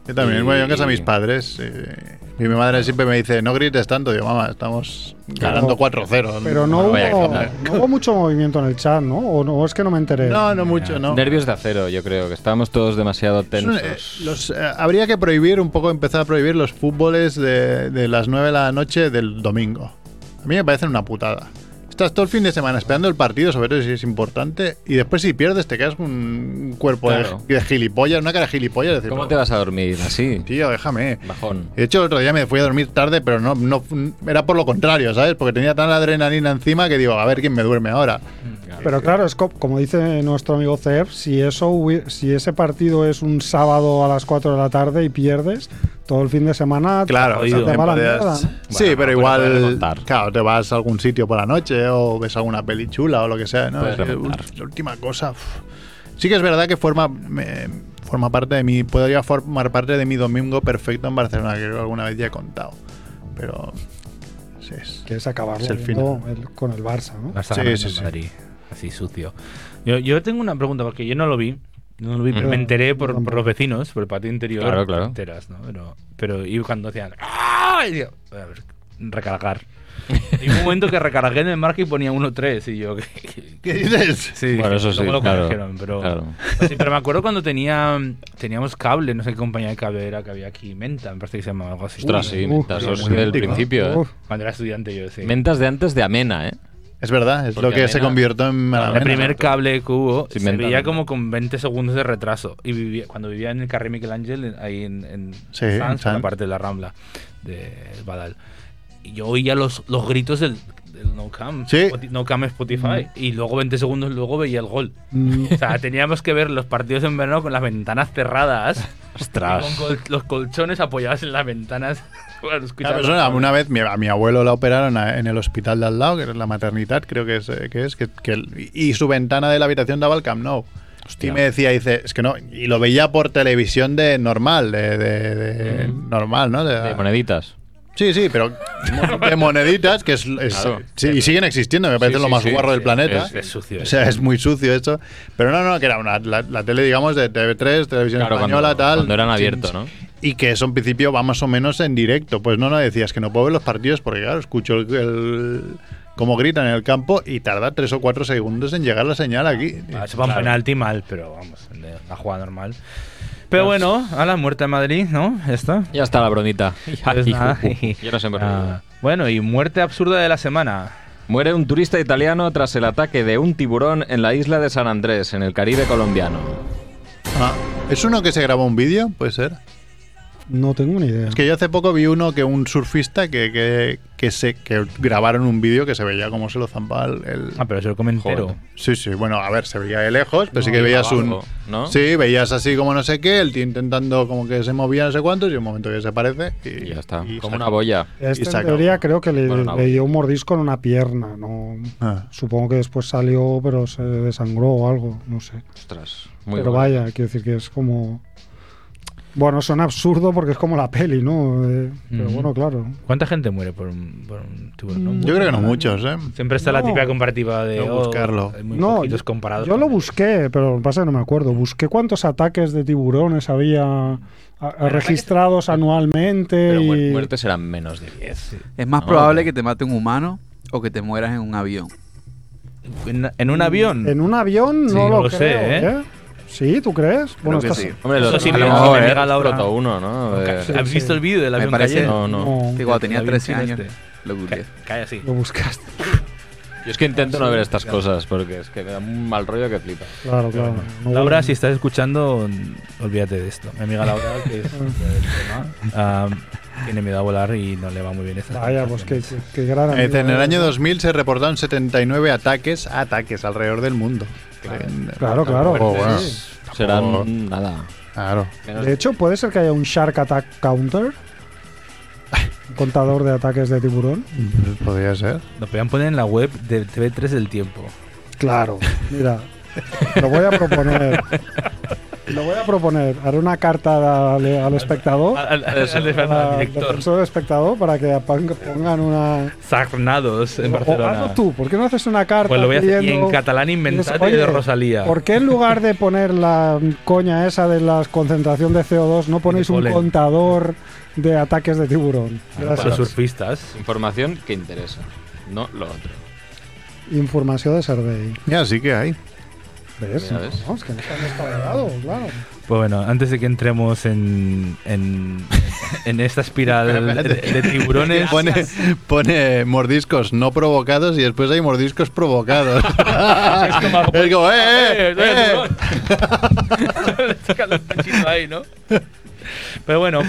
[SPEAKER 1] Yo también, bueno, yo en casa de mis padres. eh, y mi madre siempre me dice, no grites tanto. Digo, mamá, estamos ganando 4-0.
[SPEAKER 4] Pero no,
[SPEAKER 2] Vaya
[SPEAKER 4] hubo,
[SPEAKER 2] ejemplar.
[SPEAKER 4] no hubo mucho movimiento en el chat, ¿no? O no, es que no me enteré.
[SPEAKER 1] No, no mucho, no.
[SPEAKER 2] Nervios de acero, yo creo, que estábamos todos demasiado
[SPEAKER 1] Es un-
[SPEAKER 2] tensos.
[SPEAKER 1] eh, los, eh, habría que prohibir un poco, empezar a prohibir los fútboles de, de las 9 de la noche del domingo. A mí me parecen una putada. Estás todo el fin de semana esperando el partido, sobre todo si es importante, y después si pierdes te quedas con un cuerpo de-
[SPEAKER 2] Claro.
[SPEAKER 1] de, gilipollas, una cara de gilipollas. es Decir,
[SPEAKER 2] ¿Cómo
[SPEAKER 1] pero,
[SPEAKER 2] te vas a dormir así?
[SPEAKER 1] Tío, déjame.
[SPEAKER 2] Bajón.
[SPEAKER 1] De hecho, el otro día me fui a dormir tarde, pero no, no era por lo contrario, ¿sabes? Porque tenía tan adrenalina encima que digo, a ver quién me duerme ahora.
[SPEAKER 4] Pero claro, es co- como dice nuestro amigo Cerf, si, eso, hubi- si ese partido es un sábado a las 4 de la tarde y pierdes, todo el fin de semana.
[SPEAKER 1] Claro,
[SPEAKER 3] Oído.
[SPEAKER 1] también
[SPEAKER 4] Te va la
[SPEAKER 1] podías-
[SPEAKER 4] mierda,
[SPEAKER 1] Sí,
[SPEAKER 2] Bueno,
[SPEAKER 4] ¿no?
[SPEAKER 1] pero
[SPEAKER 2] no puedes
[SPEAKER 1] igual,
[SPEAKER 2] remontar.
[SPEAKER 1] claro, te vas a algún sitio por la noche o ves alguna peli chula o lo que sea, ¿no?
[SPEAKER 2] Puedes
[SPEAKER 1] Es que,
[SPEAKER 2] remontar.
[SPEAKER 1] ul- la última cosa. uf. Sí que es verdad que forma me- forma parte de mi podría formar parte de mi domingo perfecto en Barcelona, que creo que alguna vez ya he contado. Pero sí, es-
[SPEAKER 4] Que es acabarlo
[SPEAKER 1] Es el
[SPEAKER 4] viendo el- con el Barça, ¿no?
[SPEAKER 3] Barça
[SPEAKER 1] Sí,
[SPEAKER 3] ganando
[SPEAKER 1] sí,
[SPEAKER 3] en
[SPEAKER 1] sí.
[SPEAKER 3] Madrid, así sucio. Yo, yo tengo una pregunta, porque yo no lo vi. No lo vi, pero
[SPEAKER 4] Ujú.
[SPEAKER 3] me enteré por, por los vecinos, por el patio interior.
[SPEAKER 2] Claro, claro.
[SPEAKER 3] te enteras, ¿no? Pero, pero y cuando hacían. ¡Ah! Y yo, a ver, recargar. y hubo un momento que recargué en el marca y ponía 1-3. Y yo.
[SPEAKER 1] ¿Qué dices?
[SPEAKER 3] sí,
[SPEAKER 2] Bueno, eso sí,
[SPEAKER 3] luego lo
[SPEAKER 2] claro,
[SPEAKER 3] corrigieron, pero,
[SPEAKER 2] claro.
[SPEAKER 3] pero sí, pero me acuerdo cuando tenía, teníamos cable, no sé qué compañía de cable era que había aquí, Menta, me parece que se llamaba algo así.
[SPEAKER 2] Ostras, sí,
[SPEAKER 4] Uy,
[SPEAKER 2] mentas
[SPEAKER 4] Dios
[SPEAKER 2] os-
[SPEAKER 1] mío.
[SPEAKER 2] del
[SPEAKER 1] Uf.
[SPEAKER 2] principio, ¿eh?
[SPEAKER 4] Uf.
[SPEAKER 3] Cuando era estudiante yo, sí.
[SPEAKER 2] Mentas de antes de amena, ¿eh?
[SPEAKER 1] Es verdad, es
[SPEAKER 2] Porque
[SPEAKER 1] lo que se
[SPEAKER 2] Amena-
[SPEAKER 1] convirtió en
[SPEAKER 3] el
[SPEAKER 1] Malamena.
[SPEAKER 3] primer cable que hubo
[SPEAKER 2] Sí,
[SPEAKER 3] se
[SPEAKER 2] mental,
[SPEAKER 3] veía
[SPEAKER 2] mental.
[SPEAKER 3] como con 20 segundos de retraso. Y vivía, cuando vivía en el carril Miguel Ángel, en- ahí en, en
[SPEAKER 1] Sí, en
[SPEAKER 3] Sants, en la
[SPEAKER 1] Sants.
[SPEAKER 3] parte de la Rambla de Badal. Y yo oía los, los gritos del, del No Cam.
[SPEAKER 1] Sí. Mm.
[SPEAKER 3] Spoti- No Cam Spotify. Y luego 20 segundos luego veía el gol.
[SPEAKER 4] Mm,
[SPEAKER 3] O sea, teníamos que ver los partidos en verano con las ventanas cerradas.
[SPEAKER 2] Ostras.
[SPEAKER 3] y Con col- los colchones apoyados en las ventanas. Bueno, escuchaba
[SPEAKER 1] Claro,
[SPEAKER 3] los
[SPEAKER 1] pero eso era-
[SPEAKER 3] cables.
[SPEAKER 1] una vez mi, a mi abuelo la operaron a- en el hospital de al lado, que es la maternidad, creo que es, eh, que es que, que el- y su ventana de la habitación daba al Camp Nou. Y me decía, dice, es que no, y lo veía por televisión de normal, de, de- de- normal, ¿no? De-
[SPEAKER 2] Mm.
[SPEAKER 1] ah,
[SPEAKER 2] De moneditas.
[SPEAKER 1] Sí, sí, pero de moneditas, que es, es-
[SPEAKER 2] Claro.
[SPEAKER 1] sí, y siguen existiendo, me parece
[SPEAKER 2] Sí,
[SPEAKER 1] lo
[SPEAKER 2] sí,
[SPEAKER 1] más
[SPEAKER 2] sí.
[SPEAKER 1] guarro del planeta.
[SPEAKER 3] Es, es sucio.
[SPEAKER 1] O sea, es muy sucio esto. Pero no, no, que era una, la, la tele, digamos, de TV3, televisión
[SPEAKER 2] Claro, cuando,
[SPEAKER 1] española, tal.
[SPEAKER 2] cuando eran
[SPEAKER 1] sin-
[SPEAKER 2] abiertos, ¿no?
[SPEAKER 1] y que eso en principio va más o menos en directo. Pues no, no decías que no puedo ver los partidos porque, claro, escucho el, el- cómo gritan en el campo y tarda tres o cuatro segundos en llegar la señal aquí.
[SPEAKER 3] Ah, Se va un
[SPEAKER 1] Eh, Claro.
[SPEAKER 3] penalti mal, pero vamos, de la jugada normal. Pero bueno, a la muerte de Madrid, ¿no? Ya está.
[SPEAKER 2] Ya está la bromita.
[SPEAKER 3] Pues nada.
[SPEAKER 2] Ya nos hemos
[SPEAKER 3] Ah,
[SPEAKER 2] reído.
[SPEAKER 3] bueno, y muerte absurda de la semana.
[SPEAKER 2] Muere un turista italiano tras el ataque de un tiburón en la isla de San Andrés, en el Caribe colombiano.
[SPEAKER 1] Ah, ¿Es uno que se grabó un vídeo? Puede ser.
[SPEAKER 4] No tengo ni idea.
[SPEAKER 1] Es que yo hace poco vi uno que un surfista que, que, que se, que grabaron un vídeo que se veía cómo se lo zampaba el... el-
[SPEAKER 3] Ah, pero se lo comento
[SPEAKER 2] Joder.
[SPEAKER 1] Sí, sí, bueno, a ver, se veía de lejos, pero sí que
[SPEAKER 2] iba
[SPEAKER 1] veías un...
[SPEAKER 2] abajo, ¿no?
[SPEAKER 1] Sí, veías así como no sé qué, el tío intentando como que se movía no sé cuántos y un momento que desaparece y...
[SPEAKER 2] Y ya está.
[SPEAKER 1] y
[SPEAKER 2] Como
[SPEAKER 1] saca.
[SPEAKER 2] una boya.
[SPEAKER 1] y
[SPEAKER 4] Este,
[SPEAKER 1] se
[SPEAKER 4] en
[SPEAKER 1] acabó.
[SPEAKER 4] teoría, creo que le,
[SPEAKER 2] Bueno, no.
[SPEAKER 4] le dio un mordisco en una pierna. No,
[SPEAKER 1] Ah.
[SPEAKER 4] Supongo que después salió, pero se desangró o algo, no sé.
[SPEAKER 2] Ostras. Muy
[SPEAKER 4] pero
[SPEAKER 2] bueno.
[SPEAKER 4] vaya, quiero decir que es como... Bueno, son absurdo porque es como la peli, ¿no? Eh, pero
[SPEAKER 3] Ujú.
[SPEAKER 4] bueno, claro.
[SPEAKER 3] ¿Cuánta gente muere por un, por un tiburón? No
[SPEAKER 1] Yo
[SPEAKER 3] mucha,
[SPEAKER 1] creo que no
[SPEAKER 3] ¿verdad?
[SPEAKER 1] muchos, ¿eh?
[SPEAKER 3] Siempre está la
[SPEAKER 4] No.
[SPEAKER 3] típica comparativa de
[SPEAKER 1] No
[SPEAKER 3] oh,
[SPEAKER 1] buscarlo.
[SPEAKER 3] hay muy
[SPEAKER 4] no,
[SPEAKER 3] poquitos
[SPEAKER 4] yo,
[SPEAKER 3] comparados.
[SPEAKER 4] yo lo busqué, pero lo que pasa es que no me acuerdo. Busqué cuántos ataques de tiburones había a- a- registrados anualmente.
[SPEAKER 2] Pero
[SPEAKER 4] y-
[SPEAKER 2] muer- muertes eran menos de 10.
[SPEAKER 5] Es más
[SPEAKER 2] No,
[SPEAKER 5] probable
[SPEAKER 2] no.
[SPEAKER 5] que te mate un humano o que te mueras en un avión.
[SPEAKER 3] En, en un avión.
[SPEAKER 4] En un avión no
[SPEAKER 3] Sí,
[SPEAKER 4] lo,
[SPEAKER 3] no lo sé,
[SPEAKER 4] creo,
[SPEAKER 3] ¿eh?
[SPEAKER 4] ¿eh? ¿Sí? ¿tú crees? Bueno,
[SPEAKER 5] que
[SPEAKER 4] estás-
[SPEAKER 5] sí.
[SPEAKER 2] Hombre, lo,
[SPEAKER 3] Eso sí
[SPEAKER 2] a
[SPEAKER 3] me-
[SPEAKER 2] lo
[SPEAKER 3] eso
[SPEAKER 2] mejor
[SPEAKER 3] me
[SPEAKER 2] era
[SPEAKER 3] pega la hora.
[SPEAKER 2] Proto uno, ¿no? De-
[SPEAKER 4] sí,
[SPEAKER 3] ¿Has
[SPEAKER 4] sí.
[SPEAKER 3] visto el vídeo del
[SPEAKER 5] Me
[SPEAKER 3] avión
[SPEAKER 5] parece-
[SPEAKER 3] cayendo?
[SPEAKER 2] no, no.
[SPEAKER 4] No.
[SPEAKER 5] Que cuando tenía
[SPEAKER 3] El avión
[SPEAKER 5] 13 años
[SPEAKER 3] celeste.
[SPEAKER 5] lo googleé.
[SPEAKER 3] Calla así.
[SPEAKER 4] Lo buscaste.
[SPEAKER 2] Yo es que intento no ver estas cosas porque es que me da un mal rollo que flipa.
[SPEAKER 4] Claro, claro. No
[SPEAKER 3] Laura,
[SPEAKER 4] voy-
[SPEAKER 3] si estás escuchando, mm, olvídate de esto. Mi amiga Laura, que es ah, tiene miedo a volar y no le va muy bien esta.
[SPEAKER 4] Vaya, pues qué, qué- qué gran
[SPEAKER 1] Eh,
[SPEAKER 4] amigo.
[SPEAKER 1] En el año 2000 se reportaron 79 ataques, ataques alrededor del mundo.
[SPEAKER 4] Claro, claro.
[SPEAKER 2] Oh,
[SPEAKER 1] Tampoco, bueno,
[SPEAKER 4] Sí.
[SPEAKER 2] Serán
[SPEAKER 1] tampoco-
[SPEAKER 2] nada.
[SPEAKER 1] Claro.
[SPEAKER 2] Menos
[SPEAKER 4] De hecho, puede ser que haya un Shark Attack Counter. Un contador de ataques de tiburón.
[SPEAKER 1] Podría ser.
[SPEAKER 3] Lo podían poner en la web de TV3 del tiempo.
[SPEAKER 4] Claro. Mira, lo voy a proponer. Lo voy a proponer. Haré una carta al, al espectador.
[SPEAKER 3] Al, al- al- al- al
[SPEAKER 4] al
[SPEAKER 3] director.
[SPEAKER 4] defensor del espectador para que pon- pongan una.
[SPEAKER 3] Sarnados en
[SPEAKER 4] o- o
[SPEAKER 3] Barcelona.
[SPEAKER 4] hazlo tú, ¿por qué no haces una carta?
[SPEAKER 3] Pues lo voy a hacer. Y
[SPEAKER 4] pidiendo-
[SPEAKER 3] en catalán
[SPEAKER 4] Dices,
[SPEAKER 3] inventate
[SPEAKER 4] "Oye,
[SPEAKER 3] de Rosalía.
[SPEAKER 4] ¿Por qué en lugar de poner la coña esa de la concentración de CO2 no ponéis un
[SPEAKER 3] polen.
[SPEAKER 4] contador de ataques de tiburón?
[SPEAKER 3] Los
[SPEAKER 4] Gracias.
[SPEAKER 3] surfistas.
[SPEAKER 2] Información que interesa, no lo otro.
[SPEAKER 4] Información de Sardey.
[SPEAKER 1] Ya, sí que hay.
[SPEAKER 4] ¿Ves?
[SPEAKER 2] Mira, ¿ves?
[SPEAKER 4] No, es que no están despabilados, claro.
[SPEAKER 3] Pues bueno, antes de que entremos en, en, en esta espiral de, de tiburones.
[SPEAKER 1] Pone, pone mordiscos no provocados y después hay mordiscos provocados. es
[SPEAKER 3] como-
[SPEAKER 1] como, ¡eh, eh,
[SPEAKER 3] ¡Eh, eh,
[SPEAKER 1] eh!
[SPEAKER 3] tiburón! Le sacan los pechitos ahí, ¿no? Pero bueno,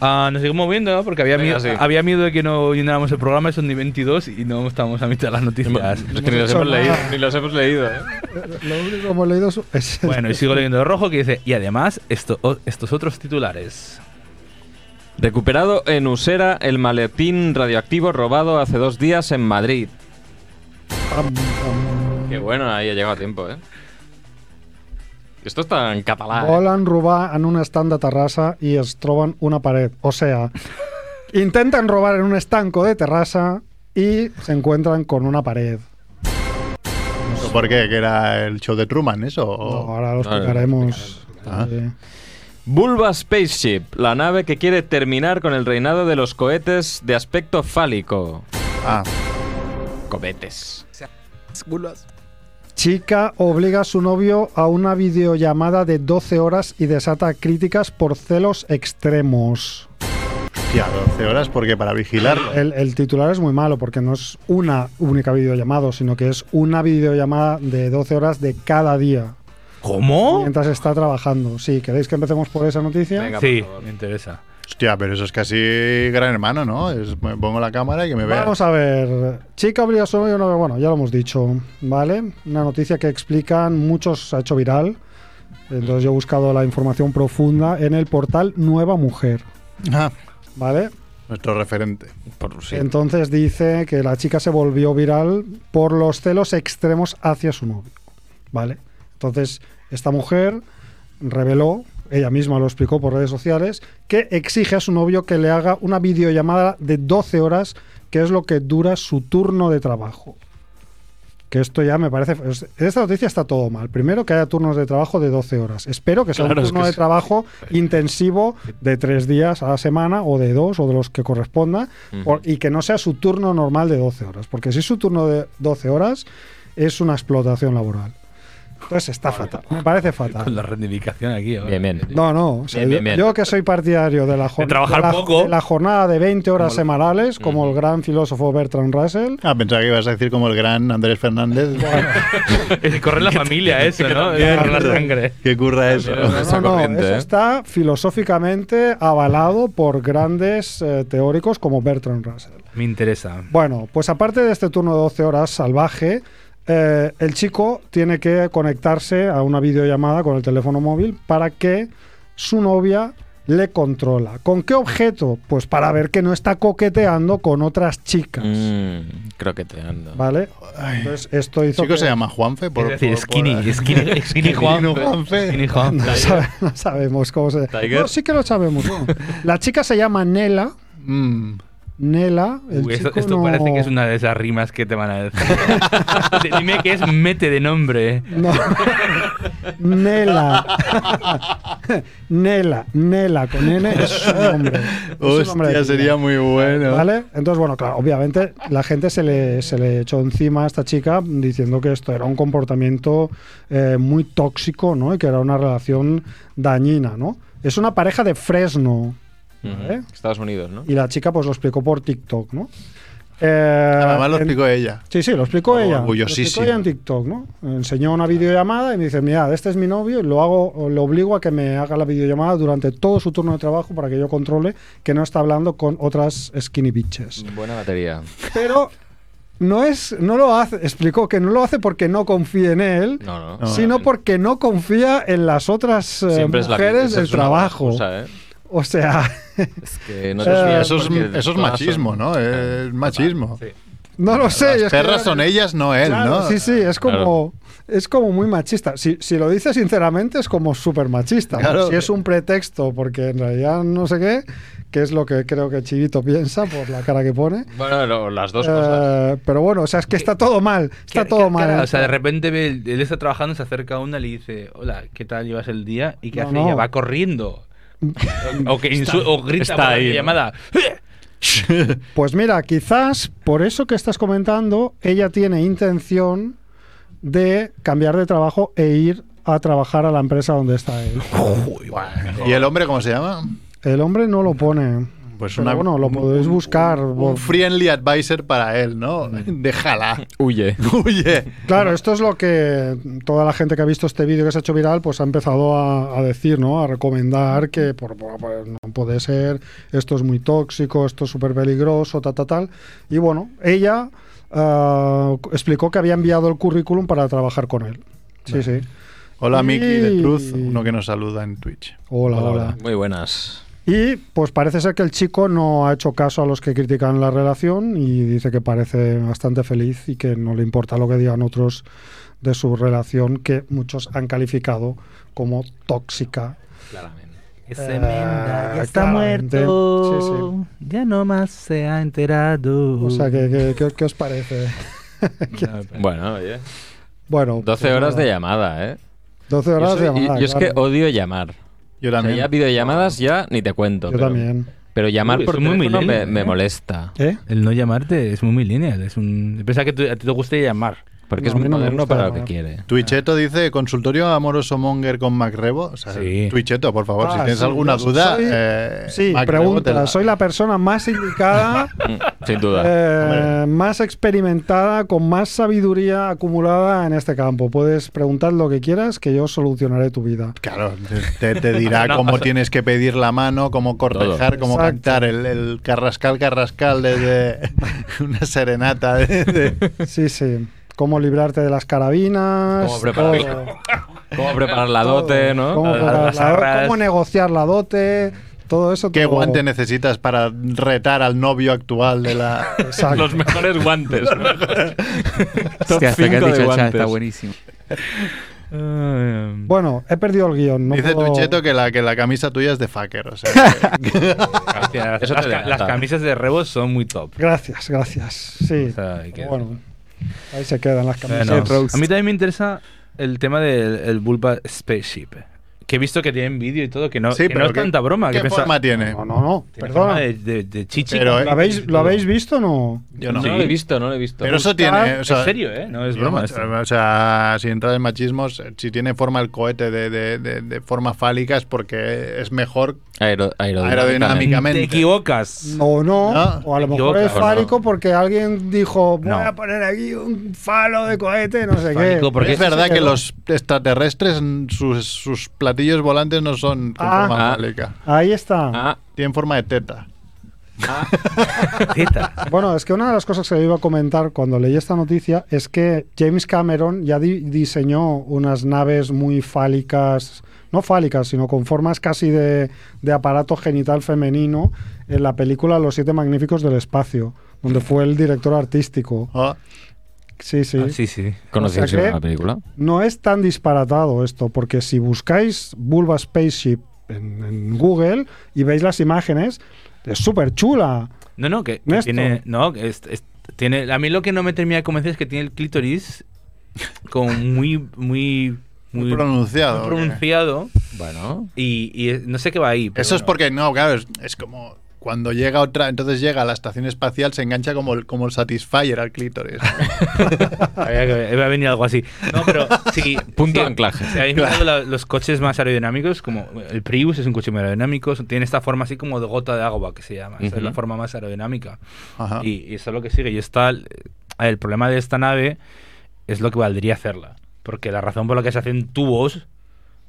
[SPEAKER 3] ah, nos seguimos moviendo, ¿no? Porque había,
[SPEAKER 2] Venga,
[SPEAKER 3] miedo,
[SPEAKER 2] sí.
[SPEAKER 3] había miedo de que no llenáramos el programa, son ni 22 y no estamos a mitad de las noticias.
[SPEAKER 2] Es que ni los
[SPEAKER 4] hecho
[SPEAKER 2] hemos
[SPEAKER 4] nada.
[SPEAKER 2] leído, ni los hemos leído, ¿eh?
[SPEAKER 4] Lo único que hemos leído es- es.
[SPEAKER 3] Bueno, y sigo leyendo de rojo que dice, y además esto, o- estos otros titulares.
[SPEAKER 2] Recuperado en Usera el maletín radioactivo robado hace dos días en Madrid. Qué bueno, ahí ha llegado a tiempo, ¿eh? Esto está en catalán. ¿eh?
[SPEAKER 4] Volen robar en un stand de terrassa y es troben una pared. O sea, intentan robar en un estanco de terraza y se encuentran con una pared.
[SPEAKER 1] ¿Por qué? ¿Que era el show de Truman, eso?
[SPEAKER 4] No,
[SPEAKER 1] ¿O-
[SPEAKER 4] ahora lo
[SPEAKER 2] Vale.
[SPEAKER 4] explicaremos.
[SPEAKER 1] Ah.
[SPEAKER 4] Eh,
[SPEAKER 2] Vulva Spaceship, la nave que quiere terminar con el reinado de los cohetes de aspecto fálico.
[SPEAKER 1] Ah,
[SPEAKER 2] Cohetes.
[SPEAKER 4] Chica obliga a su novio a una videollamada de 12 horas y desata críticas por celos extremos.
[SPEAKER 1] hostia, 12 horas porque para vigilarlo.
[SPEAKER 4] El, el titular es muy malo porque no es una única videollamada, sino que es una videollamada de 12 horas de cada día
[SPEAKER 3] ¿Cómo?
[SPEAKER 4] mientras está trabajando. Sí, ¿queréis que empecemos por esa noticia?
[SPEAKER 2] Venga,
[SPEAKER 3] Sí,
[SPEAKER 2] por favor.
[SPEAKER 3] me interesa.
[SPEAKER 1] Hostia, pero eso es casi gran hermano, ¿no? Es- me pongo la cámara y que me vea.
[SPEAKER 4] Vamos a ver. Chica obliga a su novio a una- Bueno, ya lo hemos dicho, ¿vale? Una noticia que explican, muchos se ha hecho viral. Entonces yo he buscado la información profunda en el portal Nueva Mujer,
[SPEAKER 1] Ah,
[SPEAKER 4] ¿vale?
[SPEAKER 1] nuestro referente.
[SPEAKER 2] Por- sí.
[SPEAKER 4] Entonces dice que la chica se volvió viral por los celos extremos hacia su novio. ¿Vale? Entonces Esta mujer reveló, ella misma lo explicó por redes sociales, que exige a su novio que le haga una videollamada de 12 horas, que es lo que dura su turno de trabajo. Que esto ya me parece. es- En esta noticia está todo mal. Primero, que haya turnos de trabajo de 12 horas. Espero que sea
[SPEAKER 1] Claro,
[SPEAKER 4] un
[SPEAKER 1] es
[SPEAKER 4] turno
[SPEAKER 1] que
[SPEAKER 4] de
[SPEAKER 1] sí.
[SPEAKER 4] trabajo intensivo de tres días a la semana, o de dos, o de los que corresponda,
[SPEAKER 2] Ujú.
[SPEAKER 4] o- y que no sea su turno normal de 12 horas. Porque si es su turno de 12 horas, es una explotación laboral. Entonces está fatal. Me parece fatal.
[SPEAKER 3] Con la reivindicación aquí. ahora.
[SPEAKER 2] Bien, bien.
[SPEAKER 4] No, no. o sea,
[SPEAKER 2] Bien, bien, bien.
[SPEAKER 4] Yo, yo que soy partidario de la, jor-
[SPEAKER 3] De trabajar
[SPEAKER 4] la-
[SPEAKER 3] poco.
[SPEAKER 4] de la jornada de 20 horas
[SPEAKER 3] Como
[SPEAKER 4] semanales, como el gran filósofo Bertrand Russell.
[SPEAKER 1] Ah, pensaba que ibas a decir como el gran Andrés Fernández.
[SPEAKER 3] Es correr la familia eso, ¿no? Es correr la sangre.
[SPEAKER 1] ¿Qué curra eso?
[SPEAKER 2] Pero no, esa
[SPEAKER 4] No, no,
[SPEAKER 2] corriente,
[SPEAKER 4] eso
[SPEAKER 2] ¿eh?
[SPEAKER 4] está filosóficamente avalado por grandes eh, teóricos como Bertrand Russell.
[SPEAKER 3] Me interesa.
[SPEAKER 4] Bueno, pues aparte de este turno de 12 horas salvaje, eh, el chico tiene que conectarse a una videollamada con el teléfono móvil para que su novia le controla. ¿Con qué objeto? Pues para ver que no está coqueteando con otras chicas.
[SPEAKER 2] Mm, creo que te ando.
[SPEAKER 4] ¿Vale? Entonces esto
[SPEAKER 1] El
[SPEAKER 4] hizo
[SPEAKER 1] chico
[SPEAKER 4] que-
[SPEAKER 1] se llama Juanfe. Por,
[SPEAKER 3] Es decir,
[SPEAKER 1] por-
[SPEAKER 3] skinny,
[SPEAKER 1] por-
[SPEAKER 3] skinny, skinny Juan.
[SPEAKER 1] Juanfe.
[SPEAKER 3] Skinny Juan.
[SPEAKER 4] No, sabe- no sabemos cómo se...
[SPEAKER 2] Tiger.
[SPEAKER 4] No, sí que lo sabemos. ¿no? La chica se llama Nela.
[SPEAKER 1] Mm.
[SPEAKER 4] Nela. El
[SPEAKER 3] Uy, esto
[SPEAKER 4] chico
[SPEAKER 3] esto
[SPEAKER 4] no-
[SPEAKER 3] parece que es una de esas rimas que te van a decir. Dime que es mete de nombre.
[SPEAKER 4] No. Nela. Nela. Nela con N es su nombre. Es su nombre de
[SPEAKER 1] Hostia,
[SPEAKER 4] pila,
[SPEAKER 1] sería muy bueno.
[SPEAKER 4] ¿Vale? Entonces, bueno, claro, obviamente la gente se le, se le echó encima a esta chica diciendo que esto era un comportamiento eh, muy tóxico, ¿no? Y que era una relación dañina, ¿no? Es una pareja de Fresno.
[SPEAKER 2] Ujú.
[SPEAKER 4] ¿eh?
[SPEAKER 2] Estados Unidos, ¿no?
[SPEAKER 4] Y la chica pues lo explicó por TikTok, ¿no? Eh,
[SPEAKER 1] Además lo
[SPEAKER 4] en-
[SPEAKER 1] explicó ella.
[SPEAKER 4] Sí, sí, lo explicó
[SPEAKER 1] Oh,
[SPEAKER 4] ella. Lo explicó
[SPEAKER 1] orgullosísima.
[SPEAKER 4] ella en TikTok, ¿no? Enseñó una videollamada y me dice, mira, este es mi novio y lo hago, o le obligo a que me haga la videollamada durante todo su turno de trabajo para que yo controle que no está hablando con otras skinny bitches.
[SPEAKER 2] Buena batería.
[SPEAKER 4] Pero no es, no lo hace, explicó que no lo hace porque no confía en él,
[SPEAKER 2] No, no.
[SPEAKER 1] No,
[SPEAKER 4] sino porque no confía en las otras eh,
[SPEAKER 2] Siempre es la-
[SPEAKER 4] mujeres
[SPEAKER 2] esa
[SPEAKER 4] del
[SPEAKER 2] es una
[SPEAKER 4] trabajo.
[SPEAKER 2] excusa, ¿eh?
[SPEAKER 4] O sea,
[SPEAKER 2] Es que no
[SPEAKER 4] Eso
[SPEAKER 2] te
[SPEAKER 4] es-
[SPEAKER 2] fías
[SPEAKER 1] Eso es,
[SPEAKER 2] porque
[SPEAKER 1] eso es
[SPEAKER 2] todas
[SPEAKER 1] machismo,
[SPEAKER 2] son-
[SPEAKER 1] ¿no? Es machismo.
[SPEAKER 3] Sí.
[SPEAKER 4] no lo sé.
[SPEAKER 1] Las
[SPEAKER 4] es que-
[SPEAKER 1] perras son ellas, no él,
[SPEAKER 4] Claro,
[SPEAKER 1] ¿no?
[SPEAKER 4] Sí, sí, es como, es como muy machista. Si, si lo dices sinceramente, es como súper machista.
[SPEAKER 1] Claro.
[SPEAKER 4] Si es un pretexto, porque en realidad no sé qué, que es lo que creo que Chivito piensa por la cara que pone.
[SPEAKER 2] Bueno, lo- las dos cosas.
[SPEAKER 4] Eh, pero bueno, o sea, es que está todo mal. Está
[SPEAKER 3] ¿Qué-
[SPEAKER 4] todo
[SPEAKER 3] qué
[SPEAKER 4] mal.
[SPEAKER 3] hará? O sea, de repente ve, el- él está trabajando, se acerca a una y le dice, hola, ¿qué tal llevas el día? ¿Y qué
[SPEAKER 4] No,
[SPEAKER 3] hace
[SPEAKER 4] no.
[SPEAKER 3] ella? Va corriendo. o, que insu- o grita
[SPEAKER 2] está
[SPEAKER 3] por la
[SPEAKER 2] ahí, ¿no?
[SPEAKER 3] llamada.
[SPEAKER 4] Eh, Pues mira, quizás por eso que estás comentando, ella tiene intención de cambiar de trabajo e ir a trabajar a la empresa donde está él.
[SPEAKER 1] ¿Y el hombre cómo se llama?
[SPEAKER 4] El hombre no lo pone.
[SPEAKER 1] Pues
[SPEAKER 4] Pero
[SPEAKER 1] una-
[SPEAKER 4] bueno, lo
[SPEAKER 1] un-
[SPEAKER 4] podéis buscar.
[SPEAKER 1] Un
[SPEAKER 4] por-
[SPEAKER 1] friendly advisor para él, ¿no? Déjala.
[SPEAKER 2] Huye.
[SPEAKER 1] Huye.
[SPEAKER 4] Claro, esto es lo que toda la gente que ha visto este vídeo que se ha hecho viral, pues ha empezado a, a decir, ¿no? A recomendar que por, por- por- no puede ser, esto es muy tóxico, esto es súper peligroso, tal, tal, tal. Y bueno, ella ah, explicó que había enviado el currículum para trabajar con él. Sí, sí.
[SPEAKER 1] Hola, Miki de
[SPEAKER 4] Y-
[SPEAKER 1] Cruz, uno que nos saluda en Twitch.
[SPEAKER 4] Hola, hola.
[SPEAKER 2] Muy buenas.
[SPEAKER 4] Y pues parece ser que el chico no ha hecho caso a los que critican la relación y dice que parece bastante feliz y que no le importa lo que digan otros de su relación que muchos han calificado como tóxica.
[SPEAKER 2] Claramente.
[SPEAKER 4] Eh, claramente. Sí,
[SPEAKER 3] Ya no más se ha enterado.
[SPEAKER 4] sí. O sea, ¿qué, qué, qué- qué os parece?
[SPEAKER 2] Bueno, oye.
[SPEAKER 4] Bueno,
[SPEAKER 2] 12 horas de llamada, ¿eh?
[SPEAKER 4] 12
[SPEAKER 2] Yo,
[SPEAKER 4] Pues horas
[SPEAKER 2] soy-
[SPEAKER 4] de
[SPEAKER 2] yo-
[SPEAKER 4] llamada,
[SPEAKER 2] yo es que
[SPEAKER 4] claro.
[SPEAKER 2] odio llamar.
[SPEAKER 1] Yo
[SPEAKER 2] O sea,
[SPEAKER 1] también.
[SPEAKER 2] ya videollamadas ya ni te cuento.
[SPEAKER 4] Yo
[SPEAKER 2] pero,
[SPEAKER 4] también.
[SPEAKER 2] Pero llamar
[SPEAKER 3] Uy,
[SPEAKER 2] por
[SPEAKER 3] soy muy
[SPEAKER 2] teléfono me,
[SPEAKER 3] millennial,
[SPEAKER 2] me
[SPEAKER 3] ¿eh?
[SPEAKER 2] molesta.
[SPEAKER 4] ¿Eh?
[SPEAKER 3] El no llamarte es muy millennial. Es un... Pensaba que tú- a ti te guste llamar.
[SPEAKER 2] Porque
[SPEAKER 4] No,
[SPEAKER 2] es
[SPEAKER 4] a mí
[SPEAKER 2] muy
[SPEAKER 4] no me
[SPEAKER 2] moderno
[SPEAKER 4] gusta
[SPEAKER 2] para lo que
[SPEAKER 4] llamar.
[SPEAKER 2] quiere.
[SPEAKER 1] Twitcheto dice, consultorio amoroso monger con Macrebo. O sea,
[SPEAKER 3] Sí.
[SPEAKER 1] Twitcheto, por favor,
[SPEAKER 4] Ah,
[SPEAKER 1] si tienes
[SPEAKER 4] sí,
[SPEAKER 1] alguna
[SPEAKER 4] yo
[SPEAKER 1] duda...
[SPEAKER 4] soy-
[SPEAKER 1] eh,
[SPEAKER 4] Sí,
[SPEAKER 1] Macrebo te
[SPEAKER 4] pregunta.
[SPEAKER 1] la-
[SPEAKER 4] Soy la persona más indicada
[SPEAKER 2] Mm, Sin duda.
[SPEAKER 4] Eh, más experimentada, con más sabiduría acumulada en este campo. Puedes preguntar lo que quieras, que yo solucionaré tu vida.
[SPEAKER 1] Claro, te, te dirá cómo tienes que pedir la mano, cómo cortejar, cómo
[SPEAKER 4] Exacto.
[SPEAKER 1] cantar el, el carrascal, carrascal de, de- una serenata. de- de-
[SPEAKER 4] Sí, sí. Cómo librarte de las carabinas.
[SPEAKER 2] Cómo preparar-
[SPEAKER 4] todo,
[SPEAKER 2] ¿Cómo preparar la
[SPEAKER 4] todo.
[SPEAKER 2] dote, no?
[SPEAKER 4] Cómo,
[SPEAKER 2] Las-
[SPEAKER 4] preparar
[SPEAKER 3] las
[SPEAKER 4] la-
[SPEAKER 3] arras.
[SPEAKER 4] cómo negociar la dote. Todo eso.
[SPEAKER 1] ¿Qué
[SPEAKER 4] todo.
[SPEAKER 1] guante necesitas para retar al novio actual de la...
[SPEAKER 4] Exacto.
[SPEAKER 2] Los mejores guantes. ¿no? Top
[SPEAKER 5] Hostia, hasta que
[SPEAKER 2] cinco
[SPEAKER 5] has
[SPEAKER 2] de
[SPEAKER 5] dicho, "Cha,
[SPEAKER 2] guantes.
[SPEAKER 5] está buenísimo.
[SPEAKER 3] Bueno,
[SPEAKER 4] Bueno, he perdido el guión. No
[SPEAKER 1] Dice
[SPEAKER 4] puedo-
[SPEAKER 1] Tucheto que la, que la camisa tuya es de fucker, o sea. que-
[SPEAKER 3] las,
[SPEAKER 2] Eso te
[SPEAKER 3] las ca-
[SPEAKER 2] delata.
[SPEAKER 3] las camisas de Rebos son muy top.
[SPEAKER 4] Gracias, gracias. Sí.
[SPEAKER 3] O sea, hay que-
[SPEAKER 4] Bueno, ahí se quedan las
[SPEAKER 3] Bueno,
[SPEAKER 4] camisetas.
[SPEAKER 3] a mí también me interesa el tema del el Bulba Spaceship. eh, Que he visto que tienen vídeo y todo, que no,
[SPEAKER 1] sí,
[SPEAKER 3] que no es
[SPEAKER 1] ¿qué-
[SPEAKER 3] tanta broma.
[SPEAKER 1] ¿Qué
[SPEAKER 3] que pensa-
[SPEAKER 1] forma tiene?
[SPEAKER 4] No, no, no.
[SPEAKER 3] Tiene forma
[SPEAKER 4] Perdona.
[SPEAKER 3] De, de, de chichi.
[SPEAKER 1] Pero,
[SPEAKER 3] con-
[SPEAKER 1] eh,
[SPEAKER 4] ¿Lo habéis, lo habéis visto o no?
[SPEAKER 1] Yo no.
[SPEAKER 2] No lo he visto, no lo he visto.
[SPEAKER 1] Pero eso tiene. O sea,
[SPEAKER 3] en serio, ¿eh? No es
[SPEAKER 1] yo,
[SPEAKER 3] broma. esto.
[SPEAKER 1] macho, O sea, si entras en machismos, eh, si tiene forma el cohete de, de- de- de forma fálica es porque es mejor.
[SPEAKER 2] Aero- aerodinámicamente.
[SPEAKER 1] Aerodinámica.
[SPEAKER 3] Te equivocas.
[SPEAKER 4] O no,
[SPEAKER 1] No.
[SPEAKER 4] o a lo
[SPEAKER 3] Te
[SPEAKER 4] mejor
[SPEAKER 3] equivocas.
[SPEAKER 4] es fálico porque alguien dijo, voy
[SPEAKER 3] No.
[SPEAKER 4] a poner aquí un falo de cohete, no sé
[SPEAKER 3] Fálico
[SPEAKER 4] qué.
[SPEAKER 3] porque-
[SPEAKER 1] es verdad
[SPEAKER 4] se
[SPEAKER 1] que
[SPEAKER 4] quedó.
[SPEAKER 1] los extraterrestres, mm, sus, sus platillos volantes no son con
[SPEAKER 4] Ah.
[SPEAKER 1] forma
[SPEAKER 2] Ah.
[SPEAKER 1] fálica.
[SPEAKER 4] Ahí está.
[SPEAKER 2] Ah,
[SPEAKER 1] Tienen forma de teta.
[SPEAKER 3] Zeta.
[SPEAKER 4] Bueno, es que una de las cosas que iba a comentar cuando leí esta noticia es que James Cameron ya di- diseñó unas naves muy fálicas, no fálicas, sino con formas casi de, de aparato genital femenino en la película Los Siete Magníficos del Espacio, donde fue el director artístico.
[SPEAKER 1] Oh,
[SPEAKER 4] Sí, sí.
[SPEAKER 3] Ah, sí, sí.
[SPEAKER 2] ¿conocéis
[SPEAKER 4] O sea que-
[SPEAKER 2] la película?
[SPEAKER 4] No es tan disparatado esto, porque si buscáis Vulva Spaceship en, en Google y veis las imágenes, es súper chula.
[SPEAKER 3] No, no, que, que
[SPEAKER 4] Néstor.
[SPEAKER 3] tiene. No, que es- es- tiene. A mí lo que no me termina de convencer es que tiene el clítoris como muy, muy,
[SPEAKER 1] muy pronunciado. ¿o qué?
[SPEAKER 3] pronunciado.
[SPEAKER 2] Bueno.
[SPEAKER 3] Y, y es- no sé qué va ahí. pero
[SPEAKER 1] Eso es
[SPEAKER 3] bueno.
[SPEAKER 1] porque, no, claro, es, es como cuando llega otra, entonces llega a la estación espacial, se engancha como el, como el Satisfyer al clítoris.
[SPEAKER 3] Había que- Iba a venir algo así. No, pero sí.
[SPEAKER 2] Punto
[SPEAKER 3] sí,
[SPEAKER 2] anclaje.
[SPEAKER 3] Si habéis mirado la- los coches más aerodinámicos, como el Prius es un coche muy aerodinámico, tiene esta forma así como de gota de agua que se llama. Esa es la
[SPEAKER 2] Ujú.
[SPEAKER 3] forma más aerodinámica.
[SPEAKER 1] Ajá.
[SPEAKER 3] Y, y eso es lo que sigue. Y está. El el problema de esta nave es lo que valdría hacerla. Porque la razón por la que se hacen tubos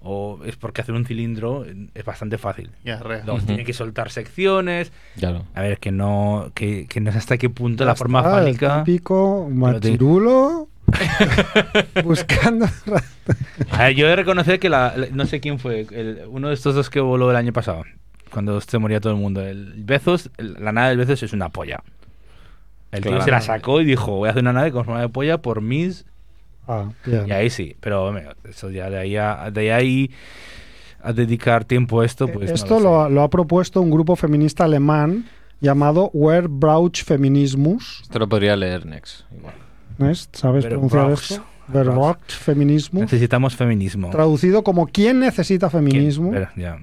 [SPEAKER 3] o es porque hacer un cilindro es bastante fácil.
[SPEAKER 1] Diarrea.
[SPEAKER 3] Luego
[SPEAKER 2] Ujú.
[SPEAKER 3] Tiene que soltar secciones.
[SPEAKER 2] Claro.
[SPEAKER 3] A ver, que no, que, que no sé hasta qué punto la
[SPEAKER 4] Ya
[SPEAKER 3] forma
[SPEAKER 4] está, el
[SPEAKER 3] fálica.
[SPEAKER 4] típico
[SPEAKER 3] Pero te-
[SPEAKER 4] machirulo buscando.
[SPEAKER 3] A ver, Ah, yo he de reconocer que la, la- no sé quién fue, el- uno de estos dos que voló el año pasado, cuando se moría todo el mundo. El Bezos, el- la nave del Bezos es una polla. El tío se la
[SPEAKER 2] Claramente.
[SPEAKER 3] sacó y dijo, voy a hacer una nave con forma de polla por mis...
[SPEAKER 4] Ah, bien.
[SPEAKER 3] Y ahí sí, pero hombre, eso ya de ahí a, de ahí a dedicar tiempo a esto, pues... no
[SPEAKER 4] Eh, Esto
[SPEAKER 3] lo,
[SPEAKER 4] lo,
[SPEAKER 3] sé.
[SPEAKER 4] ha- lo ha propuesto un grupo feminista alemán llamado Where Brauch Feminismus.
[SPEAKER 2] Esto lo podría leer Next. Igual.
[SPEAKER 4] ¿No es? ¿Sabes
[SPEAKER 3] Verbrauch.
[SPEAKER 4] pronunciar esto? Verbrauch Feminismus.
[SPEAKER 3] Necesitamos feminismo.
[SPEAKER 4] Traducido como ¿Quién necesita
[SPEAKER 3] ¿Quién?
[SPEAKER 4] feminismo?
[SPEAKER 3] Espera, ya.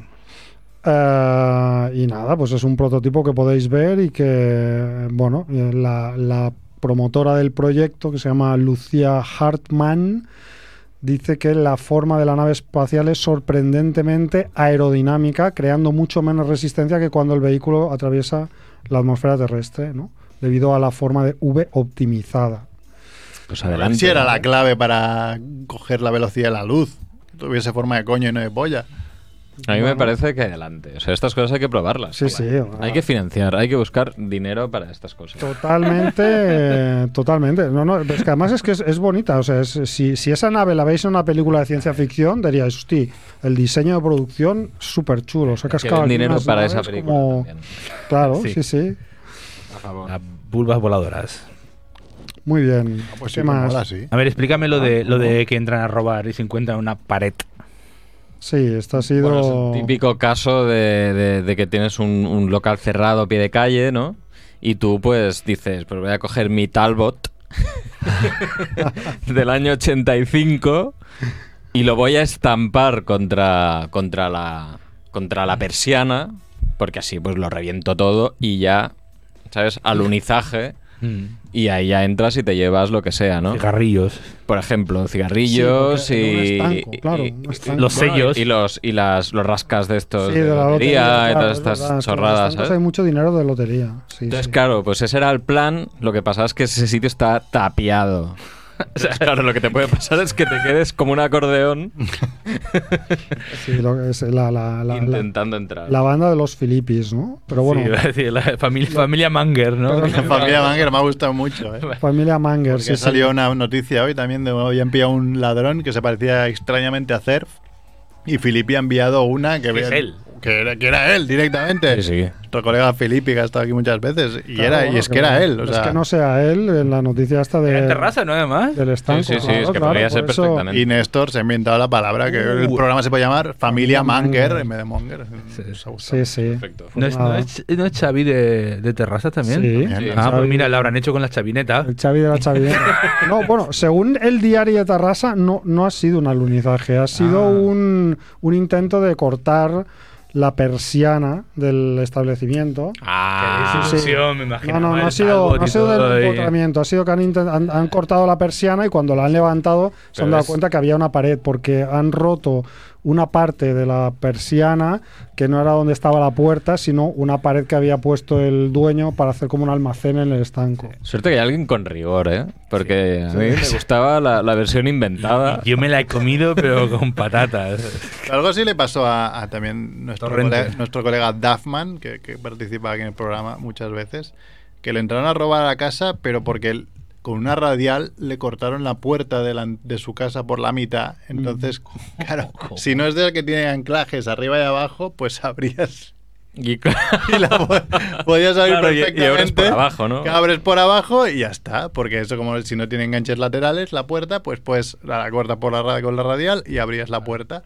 [SPEAKER 4] Eh, y nada, pues es un prototipo que podéis ver y que, bueno, eh, la, la promotora del proyecto, que se llama Lucia Hartmann, dice que la forma de la nave espacial es sorprendentemente aerodinámica, creando mucho menos resistencia que cuando el vehículo atraviesa la atmósfera terrestre, ¿no? Debido a la forma de V optimizada.
[SPEAKER 2] Pues
[SPEAKER 1] A ver
[SPEAKER 2] adelante.
[SPEAKER 1] si era la clave para coger la velocidad de la luz. Que tuviese forma de coño y no de polla.
[SPEAKER 2] A
[SPEAKER 4] Ah,
[SPEAKER 2] mí me
[SPEAKER 4] Bueno.
[SPEAKER 2] parece que adelante. O sea, estas cosas hay que probarlas.
[SPEAKER 4] Sí, sí.
[SPEAKER 2] Hay que financiar, hay que buscar dinero para estas cosas.
[SPEAKER 4] Totalmente, eh, totalmente. No, no, es que además es que es, es bonita. O sea, es- si, si esa nave la veis en una película de ciencia ficción, diríais, hosti, el diseño de producción súper chulo. Se ha
[SPEAKER 2] Hay que
[SPEAKER 4] cascado
[SPEAKER 2] den
[SPEAKER 4] aquí
[SPEAKER 2] dinero
[SPEAKER 4] unas
[SPEAKER 2] para esa
[SPEAKER 4] naves
[SPEAKER 2] película
[SPEAKER 4] como-
[SPEAKER 2] también.
[SPEAKER 4] Claro,
[SPEAKER 3] Sí.
[SPEAKER 4] sí. sí,
[SPEAKER 2] A favor.
[SPEAKER 3] Las bulbas voladoras.
[SPEAKER 4] Muy bien.
[SPEAKER 2] Ah,
[SPEAKER 1] Pues
[SPEAKER 4] ¿Qué
[SPEAKER 1] sí,
[SPEAKER 4] más?
[SPEAKER 1] mola, sí.
[SPEAKER 3] A ver, explícame lo de, lo de que entran a robar y se encuentran una pared.
[SPEAKER 4] Sí, esto ha sido.
[SPEAKER 2] Bueno, es el típico caso de, de- de que tienes un, un local cerrado a pie de calle, ¿no? Y tú pues dices, pues voy a coger mi Talbot del año 85 y lo voy a estampar contra, contra, la, contra la persiana, porque así pues lo reviento todo y ya, ¿sabes? Alunizaje. Y ahí ya entras y te llevas lo que sea, ¿no?
[SPEAKER 3] Cigarrillos.
[SPEAKER 2] Por ejemplo, cigarrillos
[SPEAKER 4] Sí, porque en un
[SPEAKER 2] y,
[SPEAKER 4] estanco, claro,
[SPEAKER 2] y-
[SPEAKER 4] un estanco.
[SPEAKER 3] los
[SPEAKER 2] Bueno,
[SPEAKER 3] sellos.
[SPEAKER 2] Y los, y las, los rascas de estos.
[SPEAKER 4] Sí,
[SPEAKER 2] de
[SPEAKER 4] de la
[SPEAKER 2] lotería
[SPEAKER 4] lotería.
[SPEAKER 2] y
[SPEAKER 4] claro,
[SPEAKER 2] todas
[SPEAKER 4] es
[SPEAKER 2] estas
[SPEAKER 4] verdad, que en los
[SPEAKER 2] chorradas,
[SPEAKER 4] bancos
[SPEAKER 2] ¿sabes?
[SPEAKER 4] Hay mucho dinero de lotería. Sí,
[SPEAKER 2] Entonces,
[SPEAKER 4] sí.
[SPEAKER 2] claro, pues ese era el plan. Lo que pasa es que ese sitio está tapiado. O sea, claro, lo que te puede pasar es que te quedes como un acordeón
[SPEAKER 4] Sí, lo que es la- la- la- la,
[SPEAKER 2] intentando entrar.
[SPEAKER 4] la banda de los Filipis, ¿no? Pero bueno.
[SPEAKER 3] Sí, iba a decir, la familia, familia Manger, ¿no?
[SPEAKER 4] Pero-
[SPEAKER 1] La familia Manger me ha gustado mucho. ¿eh?
[SPEAKER 4] Familia Manger,
[SPEAKER 1] Porque
[SPEAKER 4] sí, sí.
[SPEAKER 1] salió una noticia hoy también de habían pillado un ladrón que se parecía extrañamente a Cerf. Y Filipe ha enviado una que
[SPEAKER 3] Es
[SPEAKER 1] vean-
[SPEAKER 3] él.
[SPEAKER 1] que era, que era él directamente.
[SPEAKER 2] Sí, sí.
[SPEAKER 1] Nuestro colega Felipe, que ha estado aquí muchas veces, y,
[SPEAKER 4] Claro,
[SPEAKER 1] era, y
[SPEAKER 4] bueno,
[SPEAKER 1] es que era
[SPEAKER 4] no-
[SPEAKER 1] él. O
[SPEAKER 4] es
[SPEAKER 1] sea,
[SPEAKER 4] que no sea él en la noticia esta de,
[SPEAKER 3] En terraza, ¿no? Además.
[SPEAKER 4] del estanco.
[SPEAKER 2] Sí, sí, sí,
[SPEAKER 4] claro,
[SPEAKER 2] es que
[SPEAKER 4] claro,
[SPEAKER 2] podría
[SPEAKER 4] por
[SPEAKER 2] ser
[SPEAKER 4] eso-
[SPEAKER 2] perfectamente.
[SPEAKER 1] Y Néstor se ha inventado la palabra que el
[SPEAKER 3] Uh.
[SPEAKER 1] programa se puede llamar Familia Manger en vez de Monger. Nos ha gustado.
[SPEAKER 4] Sí, sí.
[SPEAKER 2] Perfecto.
[SPEAKER 3] ¿No es, no es- no es Xavi de, de terraza también?
[SPEAKER 4] Sí.
[SPEAKER 1] También.
[SPEAKER 3] Ah, pues mira, la habrán hecho con la chavineta.
[SPEAKER 4] El Xavi de la Chavineta. No, bueno, según el diario de Tarrasa, no, no ha sido un alunizaje, ha sido
[SPEAKER 3] Ah.
[SPEAKER 4] un, un intento de cortar la persiana del establecimiento.
[SPEAKER 2] Ah,
[SPEAKER 4] sí, sí.
[SPEAKER 3] Succión, me imagino.
[SPEAKER 4] No, no, no
[SPEAKER 3] el
[SPEAKER 4] ha sido,
[SPEAKER 3] talbot
[SPEAKER 4] no ha
[SPEAKER 3] y
[SPEAKER 4] sido
[SPEAKER 3] todo,
[SPEAKER 4] del
[SPEAKER 3] y-
[SPEAKER 4] empotramiento, ha sido que han, inten- han- han cortado la persiana y cuando la han levantado se han
[SPEAKER 2] Pero
[SPEAKER 4] dado
[SPEAKER 2] es-
[SPEAKER 4] cuenta que había una pared porque han roto una parte de la persiana que no era donde estaba la puerta, sino una pared que había puesto el dueño para hacer como un almacén en el estanco.
[SPEAKER 2] Suerte que hay alguien con rigor, ¿eh? Porque a mí me gustaba la, la versión inventada.
[SPEAKER 3] Yo me la he comido, pero con patatas.
[SPEAKER 1] Algo así le pasó a, a también nuestro
[SPEAKER 3] Torrente.
[SPEAKER 1] colega, nuestro colega Duffman, que, que participa aquí en el programa muchas veces, que le entraron a robar a la casa, pero porque él- con una radial le cortaron la puerta de, la- de su casa por la mitad. Entonces,
[SPEAKER 2] Mm.
[SPEAKER 1] claro, si no es de la que tiene anclajes arriba y abajo, pues abrías
[SPEAKER 2] Y,
[SPEAKER 1] y la po- podías abrir
[SPEAKER 2] Claro, y- y abres
[SPEAKER 1] perfectamente.
[SPEAKER 2] por abajo, ¿no?
[SPEAKER 1] Que abres por abajo y ya está, porque eso como si no tiene enganches laterales la puerta, pues pues la cortas por la ra- con la radial y abrías la puerta.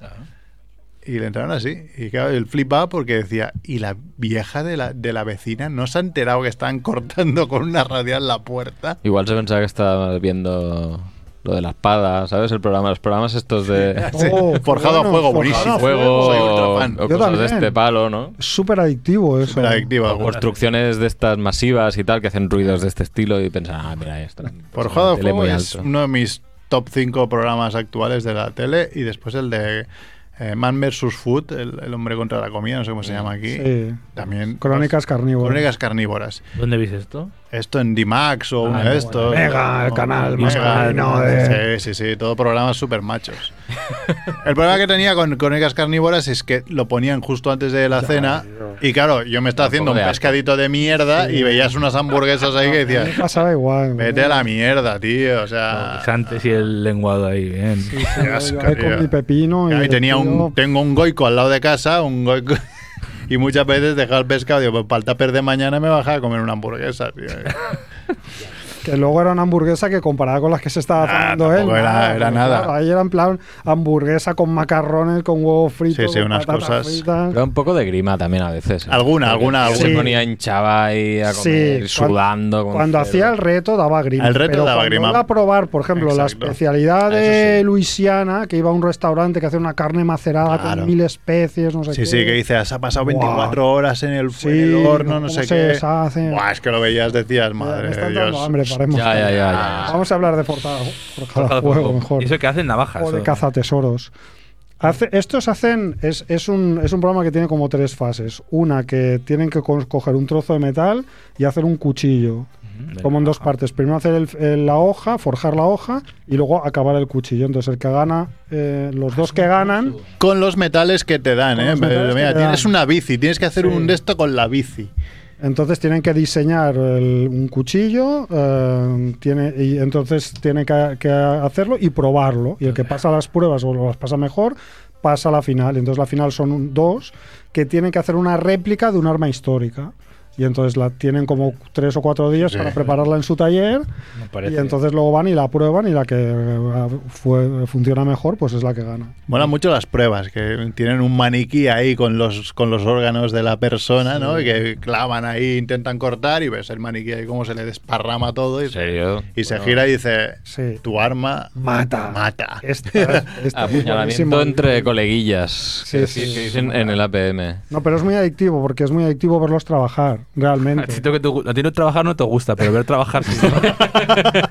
[SPEAKER 1] Y le entraron así. Y claro, él flipaba porque decía, y la vieja de la, de la vecina no se ha enterado que estaban cortando con una radial la puerta.
[SPEAKER 2] Igual se pensaba que estaba viendo lo de la espada, ¿sabes? El programa, los programas estos de
[SPEAKER 1] Sí,
[SPEAKER 4] Oh, qué
[SPEAKER 1] forjado
[SPEAKER 4] bueno,
[SPEAKER 1] a fuego,
[SPEAKER 4] forjado a
[SPEAKER 1] buenísimo.
[SPEAKER 2] fuego
[SPEAKER 1] Soy
[SPEAKER 2] o,
[SPEAKER 1] ultra fan.
[SPEAKER 2] o
[SPEAKER 4] Yo
[SPEAKER 2] cosas de
[SPEAKER 4] también.
[SPEAKER 2] este palo, ¿no?
[SPEAKER 4] Súper adictivo eso.
[SPEAKER 1] Súper adictiva.
[SPEAKER 2] O construcciones de estas masivas y tal que hacen ruidos de este estilo y pensan, ah, mira esto.
[SPEAKER 1] Forjado a
[SPEAKER 2] Tele
[SPEAKER 1] fuego
[SPEAKER 2] muy
[SPEAKER 1] es
[SPEAKER 2] alto.
[SPEAKER 1] uno de mis top 5 programas actuales de la tele y después el de eh, Man vs. Food, el, el hombre contra la comida, no sé cómo se llama aquí.
[SPEAKER 4] Sí.
[SPEAKER 1] También pues,
[SPEAKER 4] Crónicas carnívoras.
[SPEAKER 1] Crónicas carnívoras.
[SPEAKER 3] ¿Dónde viste esto?
[SPEAKER 1] Esto en D-Max o uno de estos.
[SPEAKER 4] Ah, Mega, el canal
[SPEAKER 1] Mega,
[SPEAKER 4] masculino de-
[SPEAKER 1] Sí, sí, sí, todo programas super machos. el problema que tenía con Crónicas carnívoras es que lo ponían justo antes de la cena y claro, yo me estaba haciendo
[SPEAKER 2] poco
[SPEAKER 1] un
[SPEAKER 2] de asco.
[SPEAKER 1] pescadito de mierda y veías unas hamburguesas ahí que
[SPEAKER 4] A mí me
[SPEAKER 1] decías,
[SPEAKER 4] pasaba igual. eh.
[SPEAKER 1] vete a la mierda, tío, o sea...
[SPEAKER 3] Los antes Ah, y el lenguado ahí, bien.
[SPEAKER 4] Sí, sí,
[SPEAKER 1] Qué
[SPEAKER 4] yo
[SPEAKER 1] asco,
[SPEAKER 4] ahí con
[SPEAKER 1] tío.
[SPEAKER 4] mi pepino.
[SPEAKER 1] Ahí
[SPEAKER 4] y
[SPEAKER 1] tenía un,
[SPEAKER 4] tío,
[SPEAKER 1] tengo un goico al lado de casa, un goico. Y muchas veces dejaba el pescado, digo, pues para el tupper de mañana me bajaba a comer una hamburguesa, tío.
[SPEAKER 4] Que luego era una hamburguesa que comparada con las que se
[SPEAKER 1] Ah,
[SPEAKER 4] estaba haciendo él.
[SPEAKER 1] tampoco era-
[SPEAKER 4] nada,
[SPEAKER 1] era
[SPEAKER 4] claro,
[SPEAKER 1] nada.
[SPEAKER 4] ahí era en plan hamburguesa con macarrones, con huevo frito.
[SPEAKER 1] Sí, sí,
[SPEAKER 4] con
[SPEAKER 1] unas
[SPEAKER 4] patatas
[SPEAKER 1] cosas-
[SPEAKER 4] fritas.
[SPEAKER 2] Pero un poco de grima también a veces. ¿eh?
[SPEAKER 1] Alguna,
[SPEAKER 2] Porque
[SPEAKER 1] alguna,
[SPEAKER 2] Se
[SPEAKER 1] alguna.
[SPEAKER 2] ponía hinchaba ahí a comer,
[SPEAKER 4] Sí, cuan-
[SPEAKER 2] sudando. como un
[SPEAKER 4] Cuando
[SPEAKER 2] cerdo.
[SPEAKER 4] hacía el reto daba grima.
[SPEAKER 1] El reto
[SPEAKER 4] pero
[SPEAKER 1] daba
[SPEAKER 4] cuando
[SPEAKER 1] grima.
[SPEAKER 4] iba a probar, por ejemplo, la
[SPEAKER 1] Exacto.
[SPEAKER 4] especialidad
[SPEAKER 2] Eso
[SPEAKER 4] de
[SPEAKER 2] sí.
[SPEAKER 4] Luisiana, que iba a un restaurante que hacía una carne macerada
[SPEAKER 1] Claro.
[SPEAKER 4] con mil especies, no sé
[SPEAKER 1] Sí,
[SPEAKER 4] qué.
[SPEAKER 1] sí, que dices, ha pasado
[SPEAKER 4] Buah.
[SPEAKER 1] 24 horas en el,
[SPEAKER 4] Sí,
[SPEAKER 1] en el horno, no
[SPEAKER 4] ¿cómo
[SPEAKER 1] sé
[SPEAKER 4] se
[SPEAKER 1] qué.
[SPEAKER 4] deshace?
[SPEAKER 1] Buah, es que lo veías, decías,
[SPEAKER 4] Ya,
[SPEAKER 1] madre
[SPEAKER 4] me está
[SPEAKER 1] de
[SPEAKER 4] entrando
[SPEAKER 1] Dios.
[SPEAKER 4] hambre, paremos.
[SPEAKER 2] Ya, ya, ya, ya.
[SPEAKER 4] Vamos a hablar de Forjado Forjado
[SPEAKER 3] Forjado
[SPEAKER 4] Fuego,
[SPEAKER 3] fuego.
[SPEAKER 4] mejor.
[SPEAKER 3] ¿Y eso que hacen navajas?
[SPEAKER 4] o de
[SPEAKER 3] o-
[SPEAKER 4] cazatesoros. Hace, estos hacen, es, es un, es un programa que tiene como tres fases. Una que tienen que co- coger un trozo de metal y hacer un cuchillo,
[SPEAKER 3] de
[SPEAKER 4] como en dos
[SPEAKER 3] navaja.
[SPEAKER 4] partes. Primero hacer el- el- la hoja, forjar la hoja y luego acabar el cuchillo. Entonces el que gana, eh, los dos que ganan,
[SPEAKER 1] Con los metales que te dan,
[SPEAKER 4] Con
[SPEAKER 1] ¿eh?
[SPEAKER 4] los metales
[SPEAKER 1] Mira,
[SPEAKER 4] que te
[SPEAKER 1] tienes
[SPEAKER 4] dan.
[SPEAKER 1] una bici, tienes que hacer
[SPEAKER 4] Sí.
[SPEAKER 1] un de esto con la bici.
[SPEAKER 4] entonces tienen que diseñar el- un cuchillo, eh, tiene, y entonces tiene que, que hacerlo y probarlo. Y el que pasa las pruebas o las pasa mejor, pasa a la final. Entonces la final son un- dos que tienen que hacer una réplica de un arma histórica. Y entonces la tienen como tres o cuatro días para prepararla en su taller.
[SPEAKER 3] Me parece.
[SPEAKER 4] Y entonces luego van y la prueban y la que eh, fue- funciona mejor, pues es la que gana.
[SPEAKER 1] Mola mucho las pruebas, que tienen un maniquí ahí con los, con los órganos de la persona, ¿no? Y que clavan ahí, intentan cortar y ves el maniquí ahí cómo se le desparrama todo y,
[SPEAKER 2] ¿En serio?
[SPEAKER 1] y se gira y dice,
[SPEAKER 4] Sí.
[SPEAKER 1] tu arma
[SPEAKER 4] Mata.
[SPEAKER 1] mata.
[SPEAKER 4] Esta- esta es buenísima.
[SPEAKER 2] Apuñalamiento entre coleguillas. que,
[SPEAKER 4] este sí,
[SPEAKER 2] dic- que
[SPEAKER 4] sí.
[SPEAKER 2] dicen en el APM.
[SPEAKER 4] No, pero es muy adictivo porque es muy adictivo verlos trabajar,
[SPEAKER 3] A ti,
[SPEAKER 4] realmente.
[SPEAKER 3] te- que te- a ti no trabajar no te gusta, pero ver trabajar sí.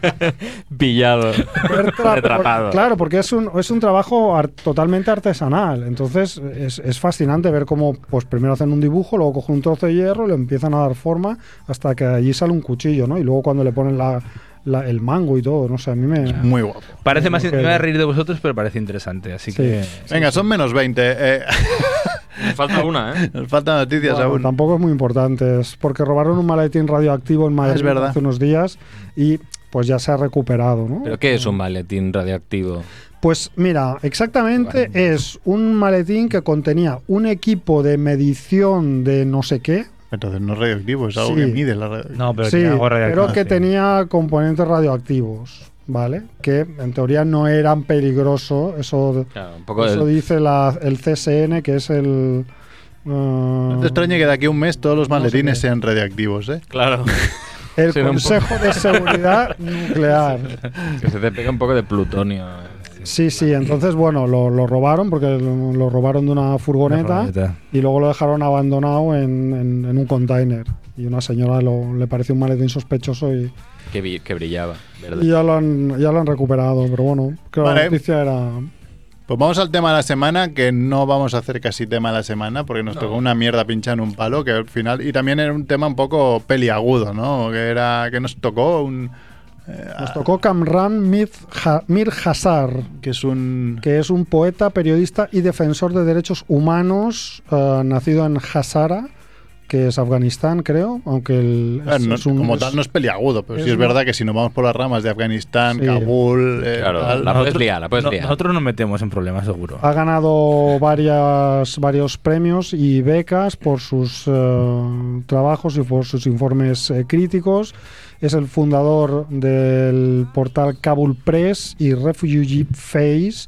[SPEAKER 2] Pillado.
[SPEAKER 4] Ver tra-
[SPEAKER 2] Retrapado.
[SPEAKER 4] por- claro, porque es un, es un trabajo ar- totalmente artesanal. Entonces es, es fascinante ver cómo pues primero hacen un dibujo, luego cogen un trozo de hierro, le empiezan a dar forma hasta que allí sale un cuchillo, ¿no? Y luego cuando le ponen la- la- el mango y todo, no sé, a mí me...
[SPEAKER 1] Muy guapo.
[SPEAKER 3] Parece más.
[SPEAKER 4] Ok.
[SPEAKER 3] Me voy a reír de vosotros, pero parece interesante. Así
[SPEAKER 4] Sí.
[SPEAKER 3] que.
[SPEAKER 1] Venga, son menos 20. eh,
[SPEAKER 2] Me falta una, ¿eh?
[SPEAKER 1] nos faltan noticias
[SPEAKER 4] Bueno,
[SPEAKER 1] aún.
[SPEAKER 4] Tampoco es muy importante, es porque robaron un maletín radioactivo en Madrid
[SPEAKER 1] Ah, es verdad.
[SPEAKER 4] hace unos días y pues ya se ha recuperado, ¿no?
[SPEAKER 2] ¿Pero qué es un maletín radioactivo?
[SPEAKER 4] Pues mira, exactamente es un maletín que contenía un equipo de medición de no sé qué.
[SPEAKER 1] Entonces no es radioactivo, es algo
[SPEAKER 4] Sí.
[SPEAKER 1] que mide la radioactividad.
[SPEAKER 3] No, pero
[SPEAKER 4] sí,
[SPEAKER 3] tenía gorra de
[SPEAKER 4] pero
[SPEAKER 3] alcance.
[SPEAKER 4] que tenía componentes radioactivos, ¿vale? Que en teoría no eran peligrosos. Eso,
[SPEAKER 2] Claro, un poco
[SPEAKER 4] eso
[SPEAKER 2] del-
[SPEAKER 4] dice la- el CSN, que es el... uh,
[SPEAKER 1] No te extrañe que de aquí a un mes todos los maletines
[SPEAKER 4] qué.
[SPEAKER 1] sean radioactivos, ¿eh?
[SPEAKER 2] Claro.
[SPEAKER 4] el
[SPEAKER 2] será un poco-
[SPEAKER 4] Consejo de Seguridad Nuclear.
[SPEAKER 2] que se te pega un poco de plutonio.
[SPEAKER 4] Sí, sí, entonces, bueno, lo, lo robaron porque lo lo robaron de una
[SPEAKER 3] Una
[SPEAKER 4] furgoneta,
[SPEAKER 3] furgoneta.
[SPEAKER 4] y luego lo dejaron abandonado en, en- en un container. Y una señora lo- le pareció un maletín sospechoso y,
[SPEAKER 2] Que, vi- que brillaba, ¿verdad?
[SPEAKER 4] y ya, lo han, ya lo han recuperado. Pero bueno, creo que
[SPEAKER 1] Vale.
[SPEAKER 4] la noticia era.
[SPEAKER 1] Pues vamos al tema de la semana, que no vamos a hacer casi tema de la semana, porque nos tocó una mierda pincha en un palo, que al final... Y también era un tema un poco peliagudo, ¿no? Que era que nos tocó un... eh,
[SPEAKER 4] Nos tocó Kamran Mir, Ha- Mir Hassar,
[SPEAKER 1] que es un...
[SPEAKER 4] que es un poeta, periodista y defensor de derechos humanos, eh, nacido en Hazara, que es Afganistán, creo, aunque el,
[SPEAKER 1] Ah, no-
[SPEAKER 4] es un-
[SPEAKER 1] como
[SPEAKER 4] es-
[SPEAKER 1] tal no es peliagudo, pero
[SPEAKER 4] es
[SPEAKER 1] sí es
[SPEAKER 4] una-
[SPEAKER 1] verdad que si nos vamos por las ramas de Afganistán,
[SPEAKER 4] Sí.
[SPEAKER 1] Kabul... eh,
[SPEAKER 2] Claro,
[SPEAKER 1] tal,
[SPEAKER 2] la puedes
[SPEAKER 3] Nosotros-
[SPEAKER 2] liar, la puedes
[SPEAKER 3] no-
[SPEAKER 2] liar.
[SPEAKER 3] Nosotros nos metemos en problemas, seguro.
[SPEAKER 4] Ha ganado varias, varios premios y becas por sus eh, trabajos y por sus informes eh, críticos. Es el fundador del portal Kabul Press y Refugee Face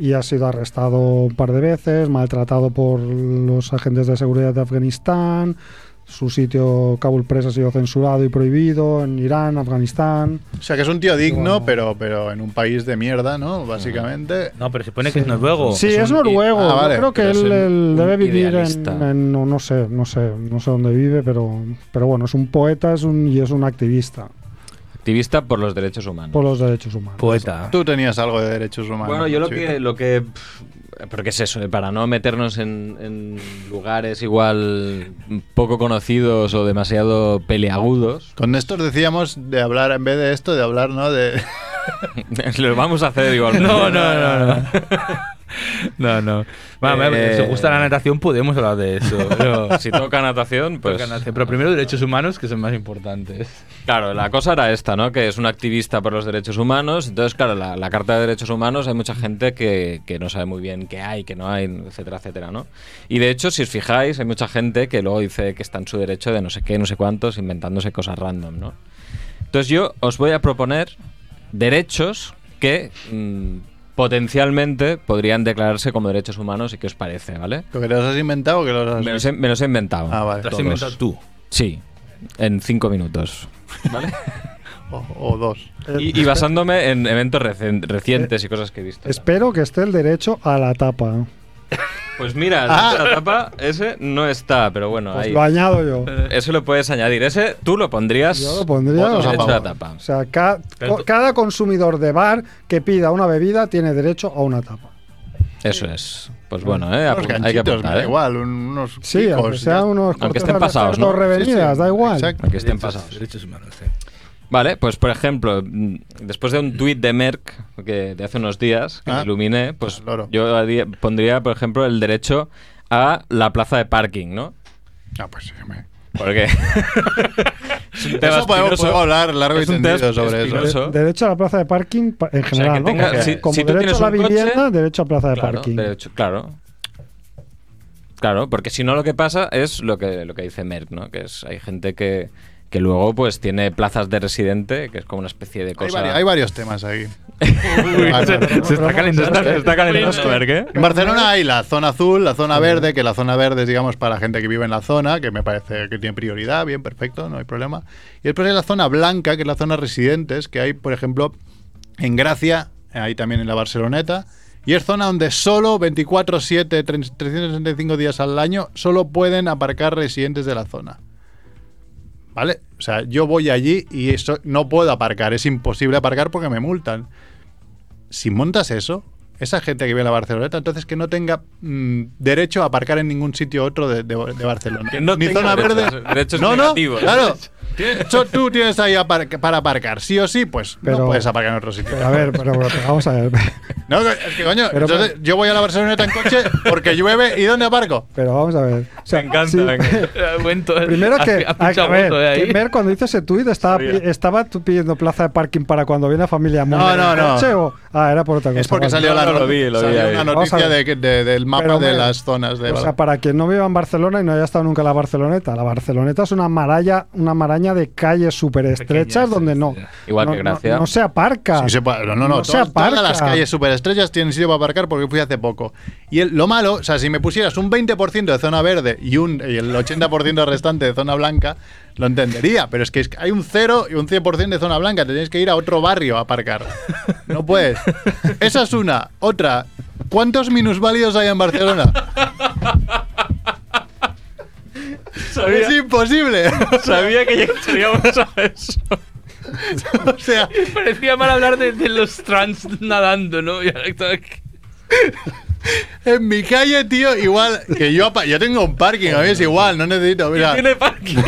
[SPEAKER 4] y ha sido arrestado un par de veces, maltratado por los agentes de seguridad de Afganistán. Su sitio Kabul Press ha sido censurado y prohibido en Irán, Afganistán.
[SPEAKER 1] O sea, que es un tío digno,
[SPEAKER 4] bueno.
[SPEAKER 1] pero, pero en un país de mierda, ¿no? Básicamente.
[SPEAKER 3] No, pero se pone que es noruego.
[SPEAKER 4] Sí,
[SPEAKER 1] Es
[SPEAKER 4] es,
[SPEAKER 1] un i-
[SPEAKER 4] noruego.
[SPEAKER 1] Ah, vale,
[SPEAKER 4] Yo creo que
[SPEAKER 2] Eh, pero es
[SPEAKER 4] él,
[SPEAKER 2] un-
[SPEAKER 4] él
[SPEAKER 2] un
[SPEAKER 4] debe vivir en,
[SPEAKER 2] idealista.
[SPEAKER 4] en- no, no sé, no sé, no sé dónde vive, pero, pero bueno, es un poeta, es un y es un activista
[SPEAKER 2] Activista por los derechos humanos.
[SPEAKER 4] por los derechos humanos.
[SPEAKER 2] Pues-
[SPEAKER 3] Poeta.
[SPEAKER 1] Tú tenías algo de derechos humanos.
[SPEAKER 2] Bueno, yo lo
[SPEAKER 1] sí.
[SPEAKER 2] que, lo que. pff, Pero qué es eso, eh, para no meternos en, en lugares igual poco conocidos o demasiado peleagudos.
[SPEAKER 1] Con Néstor decíamos de hablar, en vez de esto, de hablar, ¿no? De...
[SPEAKER 2] lo vamos a hacer igual.
[SPEAKER 3] No, no, no, no. No, no. Bueno,
[SPEAKER 2] Eh, Pues
[SPEAKER 3] Si os gusta la natación, podemos hablar de eso. Pero,
[SPEAKER 2] si toca natación, pues.
[SPEAKER 3] pero primero derechos humanos, que son más importantes.
[SPEAKER 2] Claro, la cosa era esta, ¿no? Que es un activista por los derechos humanos. Entonces, claro, la, la Carta de Derechos Humanos hay mucha gente que, que no sabe muy bien qué hay, qué no hay, etcétera, etcétera, ¿no? Y de hecho, si os fijáis, hay mucha gente que luego dice que está en su derecho de no sé qué, no sé cuántos, inventándose cosas random, ¿no? Entonces yo os voy a proponer derechos que mm, potencialmente podrían declararse como derechos humanos y qué os parece, ¿vale?
[SPEAKER 1] ¿Lo que te los has inventado o que los has...
[SPEAKER 2] Me los he, me los he inventado.
[SPEAKER 1] Ah, vale.
[SPEAKER 3] Te has
[SPEAKER 2] Todos.
[SPEAKER 3] inventado tú.
[SPEAKER 2] Sí, en cinco minutos. ¿Vale?
[SPEAKER 1] O, o dos.
[SPEAKER 2] Y, y basándome en eventos recen- recientes y cosas que he visto.
[SPEAKER 4] Espero que esté el derecho a la tapa.
[SPEAKER 2] Pues mira,
[SPEAKER 1] Ah.
[SPEAKER 2] la tapa ese no está, pero bueno,
[SPEAKER 4] Pues
[SPEAKER 2] ahí.
[SPEAKER 4] lo añado yo.
[SPEAKER 2] Eso lo puedes añadir. Ese tú lo pondrías.
[SPEAKER 4] Yo lo pondría,
[SPEAKER 2] Pues otro
[SPEAKER 4] o sea,
[SPEAKER 2] derecho a la tapa.
[SPEAKER 4] O sea, ca-
[SPEAKER 3] Pero
[SPEAKER 4] co-
[SPEAKER 3] tú-
[SPEAKER 4] cada consumidor de bar que pida una bebida tiene derecho a una tapa.
[SPEAKER 2] Eso es. Pues bueno, eh,
[SPEAKER 1] unos
[SPEAKER 2] apu- hay que
[SPEAKER 1] ganchitos, me
[SPEAKER 2] apuntar,
[SPEAKER 1] da
[SPEAKER 2] eh.
[SPEAKER 1] igual, un- unos
[SPEAKER 4] Sí,
[SPEAKER 1] picos,
[SPEAKER 4] aunque
[SPEAKER 1] ya
[SPEAKER 4] sea
[SPEAKER 1] está.
[SPEAKER 4] unos
[SPEAKER 2] pues Aunque
[SPEAKER 4] cortes
[SPEAKER 2] estén
[SPEAKER 4] de
[SPEAKER 2] pasados,
[SPEAKER 4] cerdo
[SPEAKER 2] ¿no? Sí,
[SPEAKER 4] revenidas,
[SPEAKER 1] sí,
[SPEAKER 4] da igual.
[SPEAKER 1] exacto.
[SPEAKER 2] Aunque estén
[SPEAKER 3] Derechos-
[SPEAKER 2] pasados.
[SPEAKER 3] Derechos humanos,
[SPEAKER 2] eh.
[SPEAKER 3] sí.
[SPEAKER 2] Vale, pues por ejemplo, mm, después de un tuit de Merck que de hace unos días que
[SPEAKER 1] Ah.
[SPEAKER 2] me iluminé, pues
[SPEAKER 1] Al loro.
[SPEAKER 2] yo haría- pondría, por ejemplo, el derecho a la plaza de parking, ¿no?
[SPEAKER 1] Ah, pues sí, me-
[SPEAKER 2] Porque es un tema
[SPEAKER 1] Eso podemos,
[SPEAKER 2] espinoso.
[SPEAKER 1] podemos hablar largo y
[SPEAKER 2] Es un tema
[SPEAKER 1] tendido sobre
[SPEAKER 4] De-
[SPEAKER 1] eso.
[SPEAKER 2] espinoso.
[SPEAKER 4] derecho a la plaza de parking pa- en general,
[SPEAKER 2] que
[SPEAKER 4] ¿no?
[SPEAKER 2] tenga-
[SPEAKER 4] Porque
[SPEAKER 2] si-
[SPEAKER 4] como
[SPEAKER 2] si tú
[SPEAKER 4] derecho
[SPEAKER 2] tienes
[SPEAKER 4] a la
[SPEAKER 2] un coche,
[SPEAKER 4] vivienda, derecho a plaza de parking.
[SPEAKER 2] derecho- claro. Claro, porque si no lo que pasa es lo que, lo que dice Merck, ¿no? Que es hay gente que, que luego pues tiene plazas de residente, que es como una especie de
[SPEAKER 1] Hay,
[SPEAKER 2] cosa.
[SPEAKER 1] vari- hay varios temas ahí.
[SPEAKER 4] Ah,
[SPEAKER 3] Uy, se, se está calentando.
[SPEAKER 2] Se está calentando Merck, ¿eh?
[SPEAKER 1] En Barcelona hay la zona azul, la zona verde, que la zona verde es, digamos, para gente que vive en la zona, que me parece que tiene prioridad, bien, perfecto, no hay problema. Y después hay la zona blanca, que es la zona residentes, que hay, por ejemplo, en Gracia, ahí también en la Barceloneta, y es zona donde solo 24, 7, 365 días al año, solo pueden aparcar residentes de la zona. ¿Vale? O sea, yo voy allí y eso, no puedo aparcar, es imposible aparcar porque me multan si montas eso, esa gente que vive en la Barceloneta, entonces que no tenga mm, derecho a aparcar en ningún sitio otro de, de- de Barcelona.
[SPEAKER 2] Que no
[SPEAKER 1] Ni
[SPEAKER 2] tenga
[SPEAKER 1] zona
[SPEAKER 2] derechos,
[SPEAKER 1] verde.
[SPEAKER 2] derechos
[SPEAKER 1] no, no,
[SPEAKER 2] negativos.
[SPEAKER 1] claro. Tienes- so- tú tienes ahí apar- para aparcar, sí o sí, pues no
[SPEAKER 4] Pero-
[SPEAKER 1] puedes aparcar en otro sitio.
[SPEAKER 4] Pero a ver, pero, pero vamos a ver.
[SPEAKER 1] No, es que coño,
[SPEAKER 4] Pero- pues
[SPEAKER 1] entonces yo voy a la Barceloneta en coche porque llueve y ¿dónde aparco?
[SPEAKER 4] Pero vamos a ver. O sea,
[SPEAKER 2] Me encanta.
[SPEAKER 4] sí,
[SPEAKER 2] venga.
[SPEAKER 3] eh.
[SPEAKER 4] Primero que,
[SPEAKER 3] Has,
[SPEAKER 4] a,
[SPEAKER 3] pinchado
[SPEAKER 4] a ver,
[SPEAKER 3] voto, eh, ahí.
[SPEAKER 4] que ver, cuando hice ese tuit estaba, pi- estaba tú pidiendo plaza de parking para cuando viene la familia
[SPEAKER 1] No,
[SPEAKER 4] Monger
[SPEAKER 1] no,
[SPEAKER 4] en
[SPEAKER 1] no.
[SPEAKER 4] coche o- ah, era por otra cosa.
[SPEAKER 1] Es porque
[SPEAKER 4] vale.
[SPEAKER 1] salió
[SPEAKER 2] No,
[SPEAKER 1] la
[SPEAKER 2] no, lo vi, lo vi
[SPEAKER 1] salió
[SPEAKER 2] ahí.
[SPEAKER 1] una
[SPEAKER 4] Vamos a
[SPEAKER 1] noticia de,
[SPEAKER 4] ver.
[SPEAKER 1] de- del mapa
[SPEAKER 4] Pero, pues
[SPEAKER 1] de
[SPEAKER 4] hombre,
[SPEAKER 1] las zonas de
[SPEAKER 4] O sea, para quien no viva en Barcelona y no haya estado nunca en la Barceloneta, la Barceloneta es una maraña, una maraña de calles súper
[SPEAKER 3] Pequeñas,
[SPEAKER 4] estrechas donde no.
[SPEAKER 3] sí,
[SPEAKER 2] Igual
[SPEAKER 4] no-
[SPEAKER 2] que Gracia.
[SPEAKER 4] No, no se aparca.
[SPEAKER 1] Sí, se puede- no, no,
[SPEAKER 4] No
[SPEAKER 1] no.
[SPEAKER 4] se
[SPEAKER 1] todas, todas
[SPEAKER 4] aparca.
[SPEAKER 1] las calles superestrellas tienen sitio para aparcar porque fui hace poco. Y el- lo malo, o sea, si me pusieras un 20% de zona verde y, un, y el 80% restante de zona blanca, lo entendería. Pero es que es- hay un 0 y un 100% de zona blanca. Te tienes que ir a otro barrio a aparcar. No puedes. Esa es una. Otra. ¿Cuántos minusválidos hay en Barcelona? Es imposible.
[SPEAKER 2] Sabía que llegaríamos a eso.
[SPEAKER 1] o sea,
[SPEAKER 3] Parecía mal hablar de, de los trans nadando, ¿no? Y ahora está aquí.
[SPEAKER 1] en mi calle, tío, igual que yo, apa- yo tengo un parking, a mí es igual, no necesito.
[SPEAKER 2] Ah.
[SPEAKER 1] mira.
[SPEAKER 3] Tiene parking.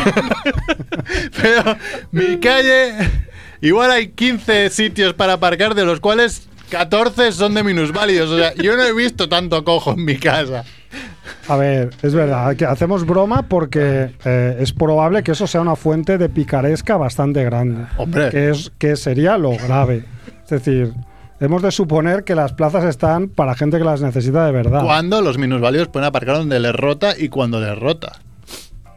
[SPEAKER 1] Pero mi calle, igual hay 15 sitios para aparcar, de los cuales 14 son de minusválidos. O sea, yo no he visto tanto cojo en mi casa.
[SPEAKER 4] A ver, es verdad, que hacemos broma porque eh, es probable que eso sea una fuente de picaresca bastante grande.
[SPEAKER 1] Hombre.
[SPEAKER 4] Que, es, que sería lo grave. Es decir, hemos de suponer que las plazas están para gente que las necesita de
[SPEAKER 3] Ah.
[SPEAKER 4] verdad.
[SPEAKER 1] Cuando los minusválidos pueden aparcar donde les rota y cuando les rota.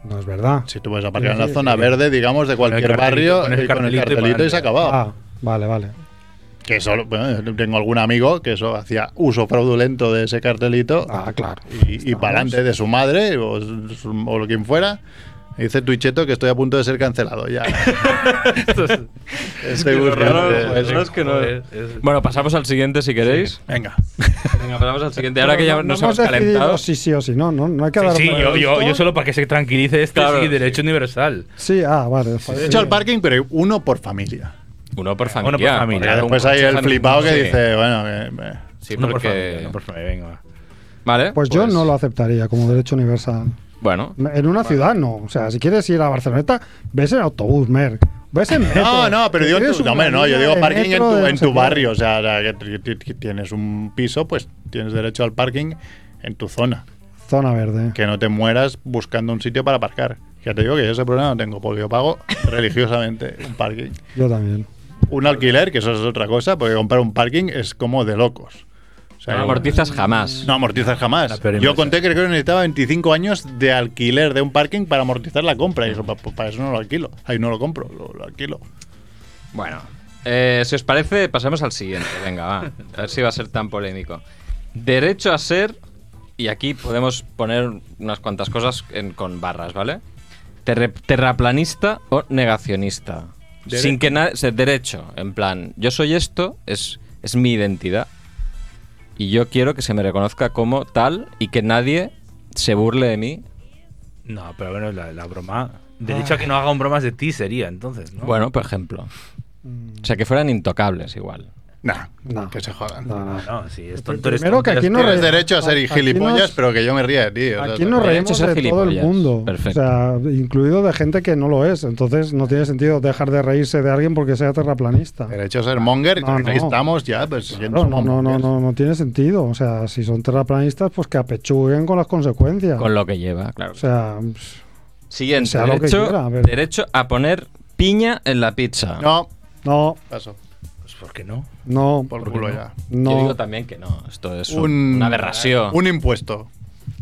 [SPEAKER 4] No es verdad.
[SPEAKER 1] Si tú puedes aparcar en
[SPEAKER 4] Sí,
[SPEAKER 1] la
[SPEAKER 4] sí,
[SPEAKER 1] zona
[SPEAKER 4] sí.
[SPEAKER 1] verde, digamos, de cualquier
[SPEAKER 3] cartelito,
[SPEAKER 1] barrio,
[SPEAKER 3] con el
[SPEAKER 1] y con el
[SPEAKER 3] cartelito y
[SPEAKER 1] cartelito y se ha
[SPEAKER 3] pa'lante.
[SPEAKER 1] acabado.
[SPEAKER 4] Ah, vale, vale.
[SPEAKER 1] Que solo, bueno, tengo algún amigo que eso hacía uso fraudulento de ese cartelito.
[SPEAKER 4] Ah, claro.
[SPEAKER 1] y, y para adelante de su madre o, su- o lo quien fuera. Y Dice Twitcheto que estoy a punto de ser cancelado ya. Estoy buscando-
[SPEAKER 2] es
[SPEAKER 1] eso.
[SPEAKER 2] raro. que no-
[SPEAKER 3] Joder, es-
[SPEAKER 2] Bueno, pasamos al siguiente si queréis.
[SPEAKER 1] Venga.
[SPEAKER 2] Venga, pasamos al siguiente. Ahora
[SPEAKER 4] Pero
[SPEAKER 2] que ya
[SPEAKER 4] no- no
[SPEAKER 2] nos hemos
[SPEAKER 4] decidido
[SPEAKER 2] calentado.
[SPEAKER 4] Sí, sí o sí, no, no, no hay que dar
[SPEAKER 3] Sí,
[SPEAKER 4] por
[SPEAKER 3] yo, yo,
[SPEAKER 4] esto.
[SPEAKER 3] yo solo para que se tranquilice este
[SPEAKER 2] Claro,
[SPEAKER 3] sí, derecho universal.
[SPEAKER 4] Sí, ah, vale. pues
[SPEAKER 1] De
[SPEAKER 4] sí.
[SPEAKER 1] hecho, al parking, pero uno por familia.
[SPEAKER 2] Uno por familia.
[SPEAKER 3] por familia.
[SPEAKER 1] Porque
[SPEAKER 2] porque
[SPEAKER 1] después
[SPEAKER 2] un
[SPEAKER 1] hay
[SPEAKER 2] coche
[SPEAKER 1] el flipado que
[SPEAKER 2] sí.
[SPEAKER 1] dice, bueno, que- eh,
[SPEAKER 2] Sí,
[SPEAKER 3] Uno por
[SPEAKER 2] porque.
[SPEAKER 3] familia, uno por familia, venga. va.
[SPEAKER 2] Vale.
[SPEAKER 4] Pues yo no lo aceptaría como derecho universal.
[SPEAKER 2] Bueno.
[SPEAKER 4] En una ciudad no. O sea, si quieres ir a Barceloneta, ves en autobús, Mer. Ves en metro.
[SPEAKER 1] No, no, pero
[SPEAKER 4] Si
[SPEAKER 1] digo,
[SPEAKER 4] quieres
[SPEAKER 1] tú-
[SPEAKER 4] una
[SPEAKER 1] no, hombre, no, yo
[SPEAKER 4] línea
[SPEAKER 1] digo
[SPEAKER 4] de
[SPEAKER 1] parking en
[SPEAKER 4] metro
[SPEAKER 1] tu,
[SPEAKER 4] de
[SPEAKER 1] en
[SPEAKER 4] no sé
[SPEAKER 1] tu
[SPEAKER 4] qué.
[SPEAKER 1] barrio. O sea, la que t- t- t- tienes un piso, pues tienes derecho al parking en tu zona.
[SPEAKER 4] Zona verde.
[SPEAKER 1] Que no te mueras buscando un sitio para aparcar. Ya te digo que yo ese problema no tengo, porque yo pago religiosamente un parking.
[SPEAKER 4] Yo también.
[SPEAKER 1] Un alquiler, que eso es otra cosa, porque comprar un parking es como de locos. O sea,
[SPEAKER 2] No amortizas jamás.
[SPEAKER 1] no amortizas jamás.
[SPEAKER 3] La peor
[SPEAKER 1] Yo
[SPEAKER 3] inversión.
[SPEAKER 1] conté que creo que necesitaba 25 años de alquiler de un parking para amortizar la compra. Y eso, pa- para eso no lo alquilo. Ahí no lo compro, lo, lo alquilo.
[SPEAKER 2] Bueno. eh, si os parece, pasemos al siguiente. Venga, va. A ver si va a ser tan polémico. Derecho a ser. Y aquí podemos poner unas cuantas cosas en- con barras, ¿vale? Terre- terraplanista o negacionista.
[SPEAKER 1] Dere-
[SPEAKER 2] Sin que nada. Derecho. En plan, yo soy esto, es, es mi identidad. Y yo quiero que se me reconozca como tal y que nadie se burle de mí
[SPEAKER 3] No, pero bueno, la, la broma. De hecho, a que no hagan bromas de ti sería entonces, ¿no?
[SPEAKER 2] Bueno, por ejemplo. O sea, que fueran intocables igual.
[SPEAKER 1] Nah,
[SPEAKER 4] No.
[SPEAKER 1] que se jodan.
[SPEAKER 4] No, no.
[SPEAKER 3] No, sí, es
[SPEAKER 4] Pero
[SPEAKER 3] tonto. eres
[SPEAKER 4] primero que
[SPEAKER 3] tonto,
[SPEAKER 4] aquí
[SPEAKER 3] eres
[SPEAKER 4] no
[SPEAKER 3] tonto.
[SPEAKER 1] Tienes
[SPEAKER 4] re-
[SPEAKER 1] derecho a ser
[SPEAKER 4] aquí
[SPEAKER 1] gilipollas,
[SPEAKER 4] nos-
[SPEAKER 1] pero que yo me ría, tío. O sea,
[SPEAKER 4] Aquí nos
[SPEAKER 2] Derecho
[SPEAKER 4] reímos
[SPEAKER 2] a ser
[SPEAKER 4] de todo el
[SPEAKER 2] gilipollas.
[SPEAKER 4] mundo.
[SPEAKER 2] Perfecto.
[SPEAKER 4] O sea, incluido de gente que no lo es. Entonces no tiene sentido dejar de reírse de alguien porque sea terraplanista.
[SPEAKER 1] Derecho a ser monger,
[SPEAKER 4] No,
[SPEAKER 1] ahí
[SPEAKER 4] no.
[SPEAKER 1] estamos ya, pues siendo
[SPEAKER 4] No, no, no, no,
[SPEAKER 1] mongers.
[SPEAKER 4] no, no tiene sentido. O sea, si son terraplanistas, pues que apechuguen con las consecuencias.
[SPEAKER 2] Con lo que lleva, claro.
[SPEAKER 4] O sea, pff,
[SPEAKER 2] Siguiente.
[SPEAKER 4] sea lo que
[SPEAKER 2] derecho,
[SPEAKER 4] quiera, a ver.
[SPEAKER 2] derecho a poner piña en la pizza.
[SPEAKER 1] No,
[SPEAKER 4] no,
[SPEAKER 1] paso.
[SPEAKER 3] Pues, ¿Por qué no?
[SPEAKER 4] no,
[SPEAKER 1] Por culo ya.
[SPEAKER 2] Yo
[SPEAKER 4] no.
[SPEAKER 2] digo también que no. Esto es un-
[SPEAKER 1] Un-
[SPEAKER 2] una aberración.
[SPEAKER 1] Un impuesto.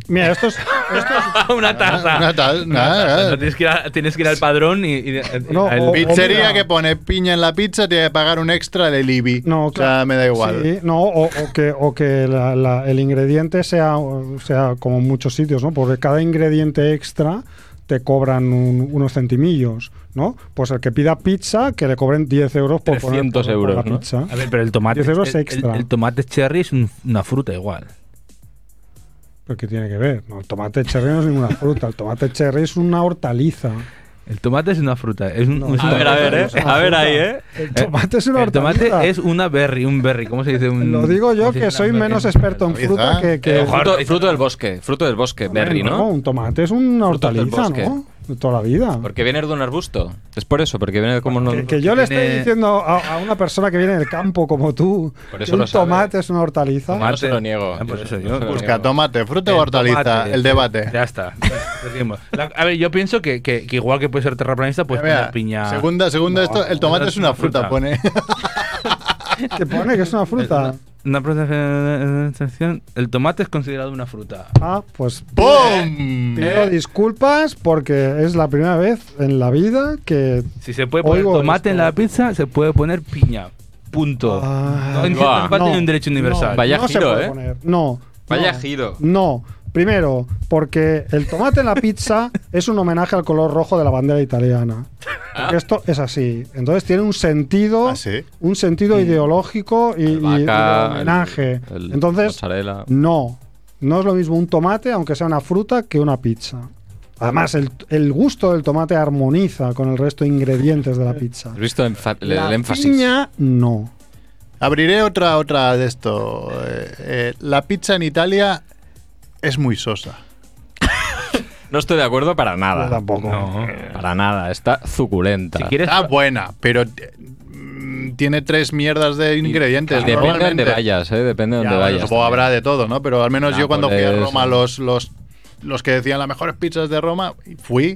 [SPEAKER 4] Mira, esto es,
[SPEAKER 3] Ah. una taza.
[SPEAKER 1] Una tal- nada,
[SPEAKER 3] O sea,
[SPEAKER 1] nada.
[SPEAKER 3] no tienes, que ir a- tienes que ir al padrón y. y- y-
[SPEAKER 4] No,
[SPEAKER 3] al-
[SPEAKER 4] o-
[SPEAKER 1] Pizzería
[SPEAKER 4] mira.
[SPEAKER 1] que pone piña en la pizza tiene que pagar un extra del IBI.
[SPEAKER 4] No,
[SPEAKER 1] O sea,
[SPEAKER 4] claro.
[SPEAKER 1] me da igual.
[SPEAKER 4] Sí, no, o, o que, o que la- la- el ingrediente sea, o sea como en muchos sitios, ¿no? Porque cada ingrediente extra te cobran un- unos centimillos, ¿no? Pues el que pida pizza, que le cobren 10 euros por poner
[SPEAKER 2] 300
[SPEAKER 4] por- por
[SPEAKER 2] euros,
[SPEAKER 4] la
[SPEAKER 2] ¿no?
[SPEAKER 4] pizza.
[SPEAKER 3] A ver, pero el tomate.
[SPEAKER 4] 10 euros
[SPEAKER 3] el,
[SPEAKER 4] extra.
[SPEAKER 3] El, el tomate cherry es un- una fruta igual.
[SPEAKER 4] ¿Pero qué tiene que ver? No, el tomate cherry no es ninguna fruta, el tomate cherry es una hortaliza.
[SPEAKER 3] El tomate es una fruta. Es un, es
[SPEAKER 2] A
[SPEAKER 3] una
[SPEAKER 2] ver, a ver,
[SPEAKER 3] fruta.
[SPEAKER 2] eh. A ver ahí, eh.
[SPEAKER 4] El tomate es una
[SPEAKER 3] El
[SPEAKER 4] hortaliza.
[SPEAKER 3] tomate es una berry, un berry. ¿Cómo se dice? Un-
[SPEAKER 4] Lo digo yo
[SPEAKER 3] ¿cómo se
[SPEAKER 4] que
[SPEAKER 3] dice?
[SPEAKER 4] soy
[SPEAKER 3] Una berry,
[SPEAKER 4] menos
[SPEAKER 3] un-
[SPEAKER 4] experto en
[SPEAKER 1] hortaliza.
[SPEAKER 2] Eh,
[SPEAKER 4] fruta que... que
[SPEAKER 2] fruto, fruto del bosque. Fruto del bosque, berry, ¿no?
[SPEAKER 4] Un tomate es una
[SPEAKER 2] Frutos del
[SPEAKER 4] hortaliza,
[SPEAKER 2] bosque.
[SPEAKER 4] ¿no? de toda la vida.
[SPEAKER 2] Porque viene de un arbusto. Es por eso, porque viene de como un.
[SPEAKER 4] Que yo le
[SPEAKER 3] Tiene-
[SPEAKER 4] estoy diciendo a, a una persona que viene del campo como tú
[SPEAKER 2] Por
[SPEAKER 4] que
[SPEAKER 2] eso lo
[SPEAKER 4] un
[SPEAKER 2] sabe.
[SPEAKER 4] tomate es una hortaliza.
[SPEAKER 2] Tomate. se lo niego.
[SPEAKER 3] Ah, por eso
[SPEAKER 2] Yo
[SPEAKER 3] yo-
[SPEAKER 2] se lo
[SPEAKER 3] Busca
[SPEAKER 1] Busca tomate, fruta o hortaliza,
[SPEAKER 3] tomate,
[SPEAKER 1] el debate.
[SPEAKER 3] Ya está. Seguimos. La- a ver, yo pienso que, que- que igual que puede ser terraplanista, pues
[SPEAKER 1] Mira,
[SPEAKER 3] poner piña.
[SPEAKER 1] Segunda, segunda esto, el tomate es una fruta, pone.
[SPEAKER 4] Te pone que es una fruta.
[SPEAKER 3] Una protección- El tomate es considerado una fruta.
[SPEAKER 4] Ah, pues
[SPEAKER 1] ¡Pum!
[SPEAKER 4] pido disculpas porque es la primera vez en la vida que
[SPEAKER 3] Si se puede poner
[SPEAKER 4] Oigo
[SPEAKER 3] tomate
[SPEAKER 4] esto.
[SPEAKER 3] en la pizza, se puede poner piña. Punto.
[SPEAKER 4] Ah,
[SPEAKER 3] no
[SPEAKER 2] va.
[SPEAKER 3] intenta
[SPEAKER 4] No,
[SPEAKER 3] tiene un derecho
[SPEAKER 4] no,
[SPEAKER 3] universal.
[SPEAKER 2] Vaya
[SPEAKER 4] no se
[SPEAKER 2] giro,
[SPEAKER 4] puede
[SPEAKER 2] ¿eh?
[SPEAKER 4] poner. No.
[SPEAKER 2] Vaya
[SPEAKER 4] no,
[SPEAKER 2] giro.
[SPEAKER 4] No. Primero, porque el tomate en la pizza es un homenaje al color rojo de la bandera italiana.
[SPEAKER 2] Ah.
[SPEAKER 4] Porque esto es así. Entonces tiene un sentido,
[SPEAKER 1] ¿Ah, sí?
[SPEAKER 4] un sentido ideológico y, y- y de
[SPEAKER 2] Albahaca, Mm. el-
[SPEAKER 4] homenaje.
[SPEAKER 2] el
[SPEAKER 4] Entonces,
[SPEAKER 2] mozzarella.
[SPEAKER 4] no. No es lo mismo un tomate, aunque sea una fruta, que una pizza. Además, el, el gusto del tomate armoniza con el resto de ingredientes de la pizza.
[SPEAKER 2] ¿Has visto enfa- el,
[SPEAKER 4] La
[SPEAKER 2] el énfasis?
[SPEAKER 4] piña, no.
[SPEAKER 1] Abriré otra, otra de esto. Eh, eh, la pizza en Italia es muy sosa.
[SPEAKER 2] No estoy de acuerdo para nada.
[SPEAKER 4] Yo tampoco.
[SPEAKER 3] No.
[SPEAKER 2] Para nada. Está suculenta.
[SPEAKER 3] Si quieres.
[SPEAKER 1] Está buena, pero t- mm, tiene tres mierdas de ingredientes.
[SPEAKER 2] Ah, Depende de
[SPEAKER 1] normalmente.
[SPEAKER 2] donde vayas, ¿eh? Depende
[SPEAKER 1] Ya,
[SPEAKER 2] de donde
[SPEAKER 1] bueno,
[SPEAKER 2] vayas. pues,
[SPEAKER 1] supongo habrá de todo, ¿no? Pero al menos yo cuando fui a
[SPEAKER 2] Nápoles,
[SPEAKER 1] Roma,
[SPEAKER 2] ¿no?
[SPEAKER 1] los, los, los que decían las mejores pizzas de Roma, fui.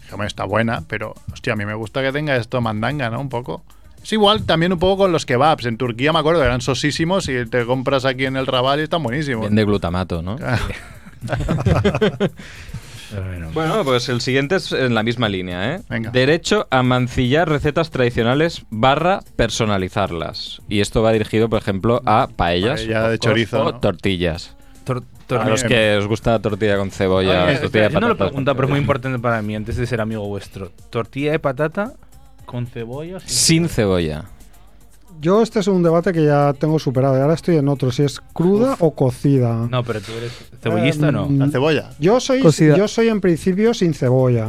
[SPEAKER 1] Dije, "Hombre, está buena, pero hostia, a mí me gusta que tenga esto mandanga, ¿no? Un poco. Es igual también un poco con los kebabs. En Turquía me acuerdo que eran sosísimos y te compras aquí en el Raval y están buenísimos.
[SPEAKER 2] Bien de glutamato, ¿no?
[SPEAKER 3] Bueno,
[SPEAKER 2] Bueno, pues el siguiente es en la misma línea, ¿eh?
[SPEAKER 1] Venga.
[SPEAKER 2] Derecho a mancillar recetas tradicionales barra personalizarlas. Y esto va dirigido, por ejemplo, a paellas
[SPEAKER 1] Paella
[SPEAKER 2] of
[SPEAKER 1] de
[SPEAKER 2] course,
[SPEAKER 1] chorizo,
[SPEAKER 2] o
[SPEAKER 1] ¿no?
[SPEAKER 2] tortillas.
[SPEAKER 3] tor- tor-
[SPEAKER 2] A los
[SPEAKER 1] bien.
[SPEAKER 2] que os gusta la tortilla con cebolla,
[SPEAKER 3] Oye,
[SPEAKER 2] tortilla
[SPEAKER 3] espera,
[SPEAKER 2] de
[SPEAKER 3] yo no lo
[SPEAKER 2] patatas
[SPEAKER 3] he preguntado,
[SPEAKER 2] con
[SPEAKER 3] pero es muy
[SPEAKER 2] cebolla.
[SPEAKER 3] importante para mí, antes de ser amigo vuestro. ¿Tortilla de patata con cebolla? o
[SPEAKER 2] Sin cebolla.
[SPEAKER 4] Yo este es un debate que ya tengo superado. y Ahora estoy en otro, si es cruda o cocida.
[SPEAKER 3] No, pero tú eres cebollista o no.
[SPEAKER 4] Mm,
[SPEAKER 1] La cebolla.
[SPEAKER 4] Yo soy,
[SPEAKER 5] Cocida.
[SPEAKER 4] yo soy en principio sin cebolla.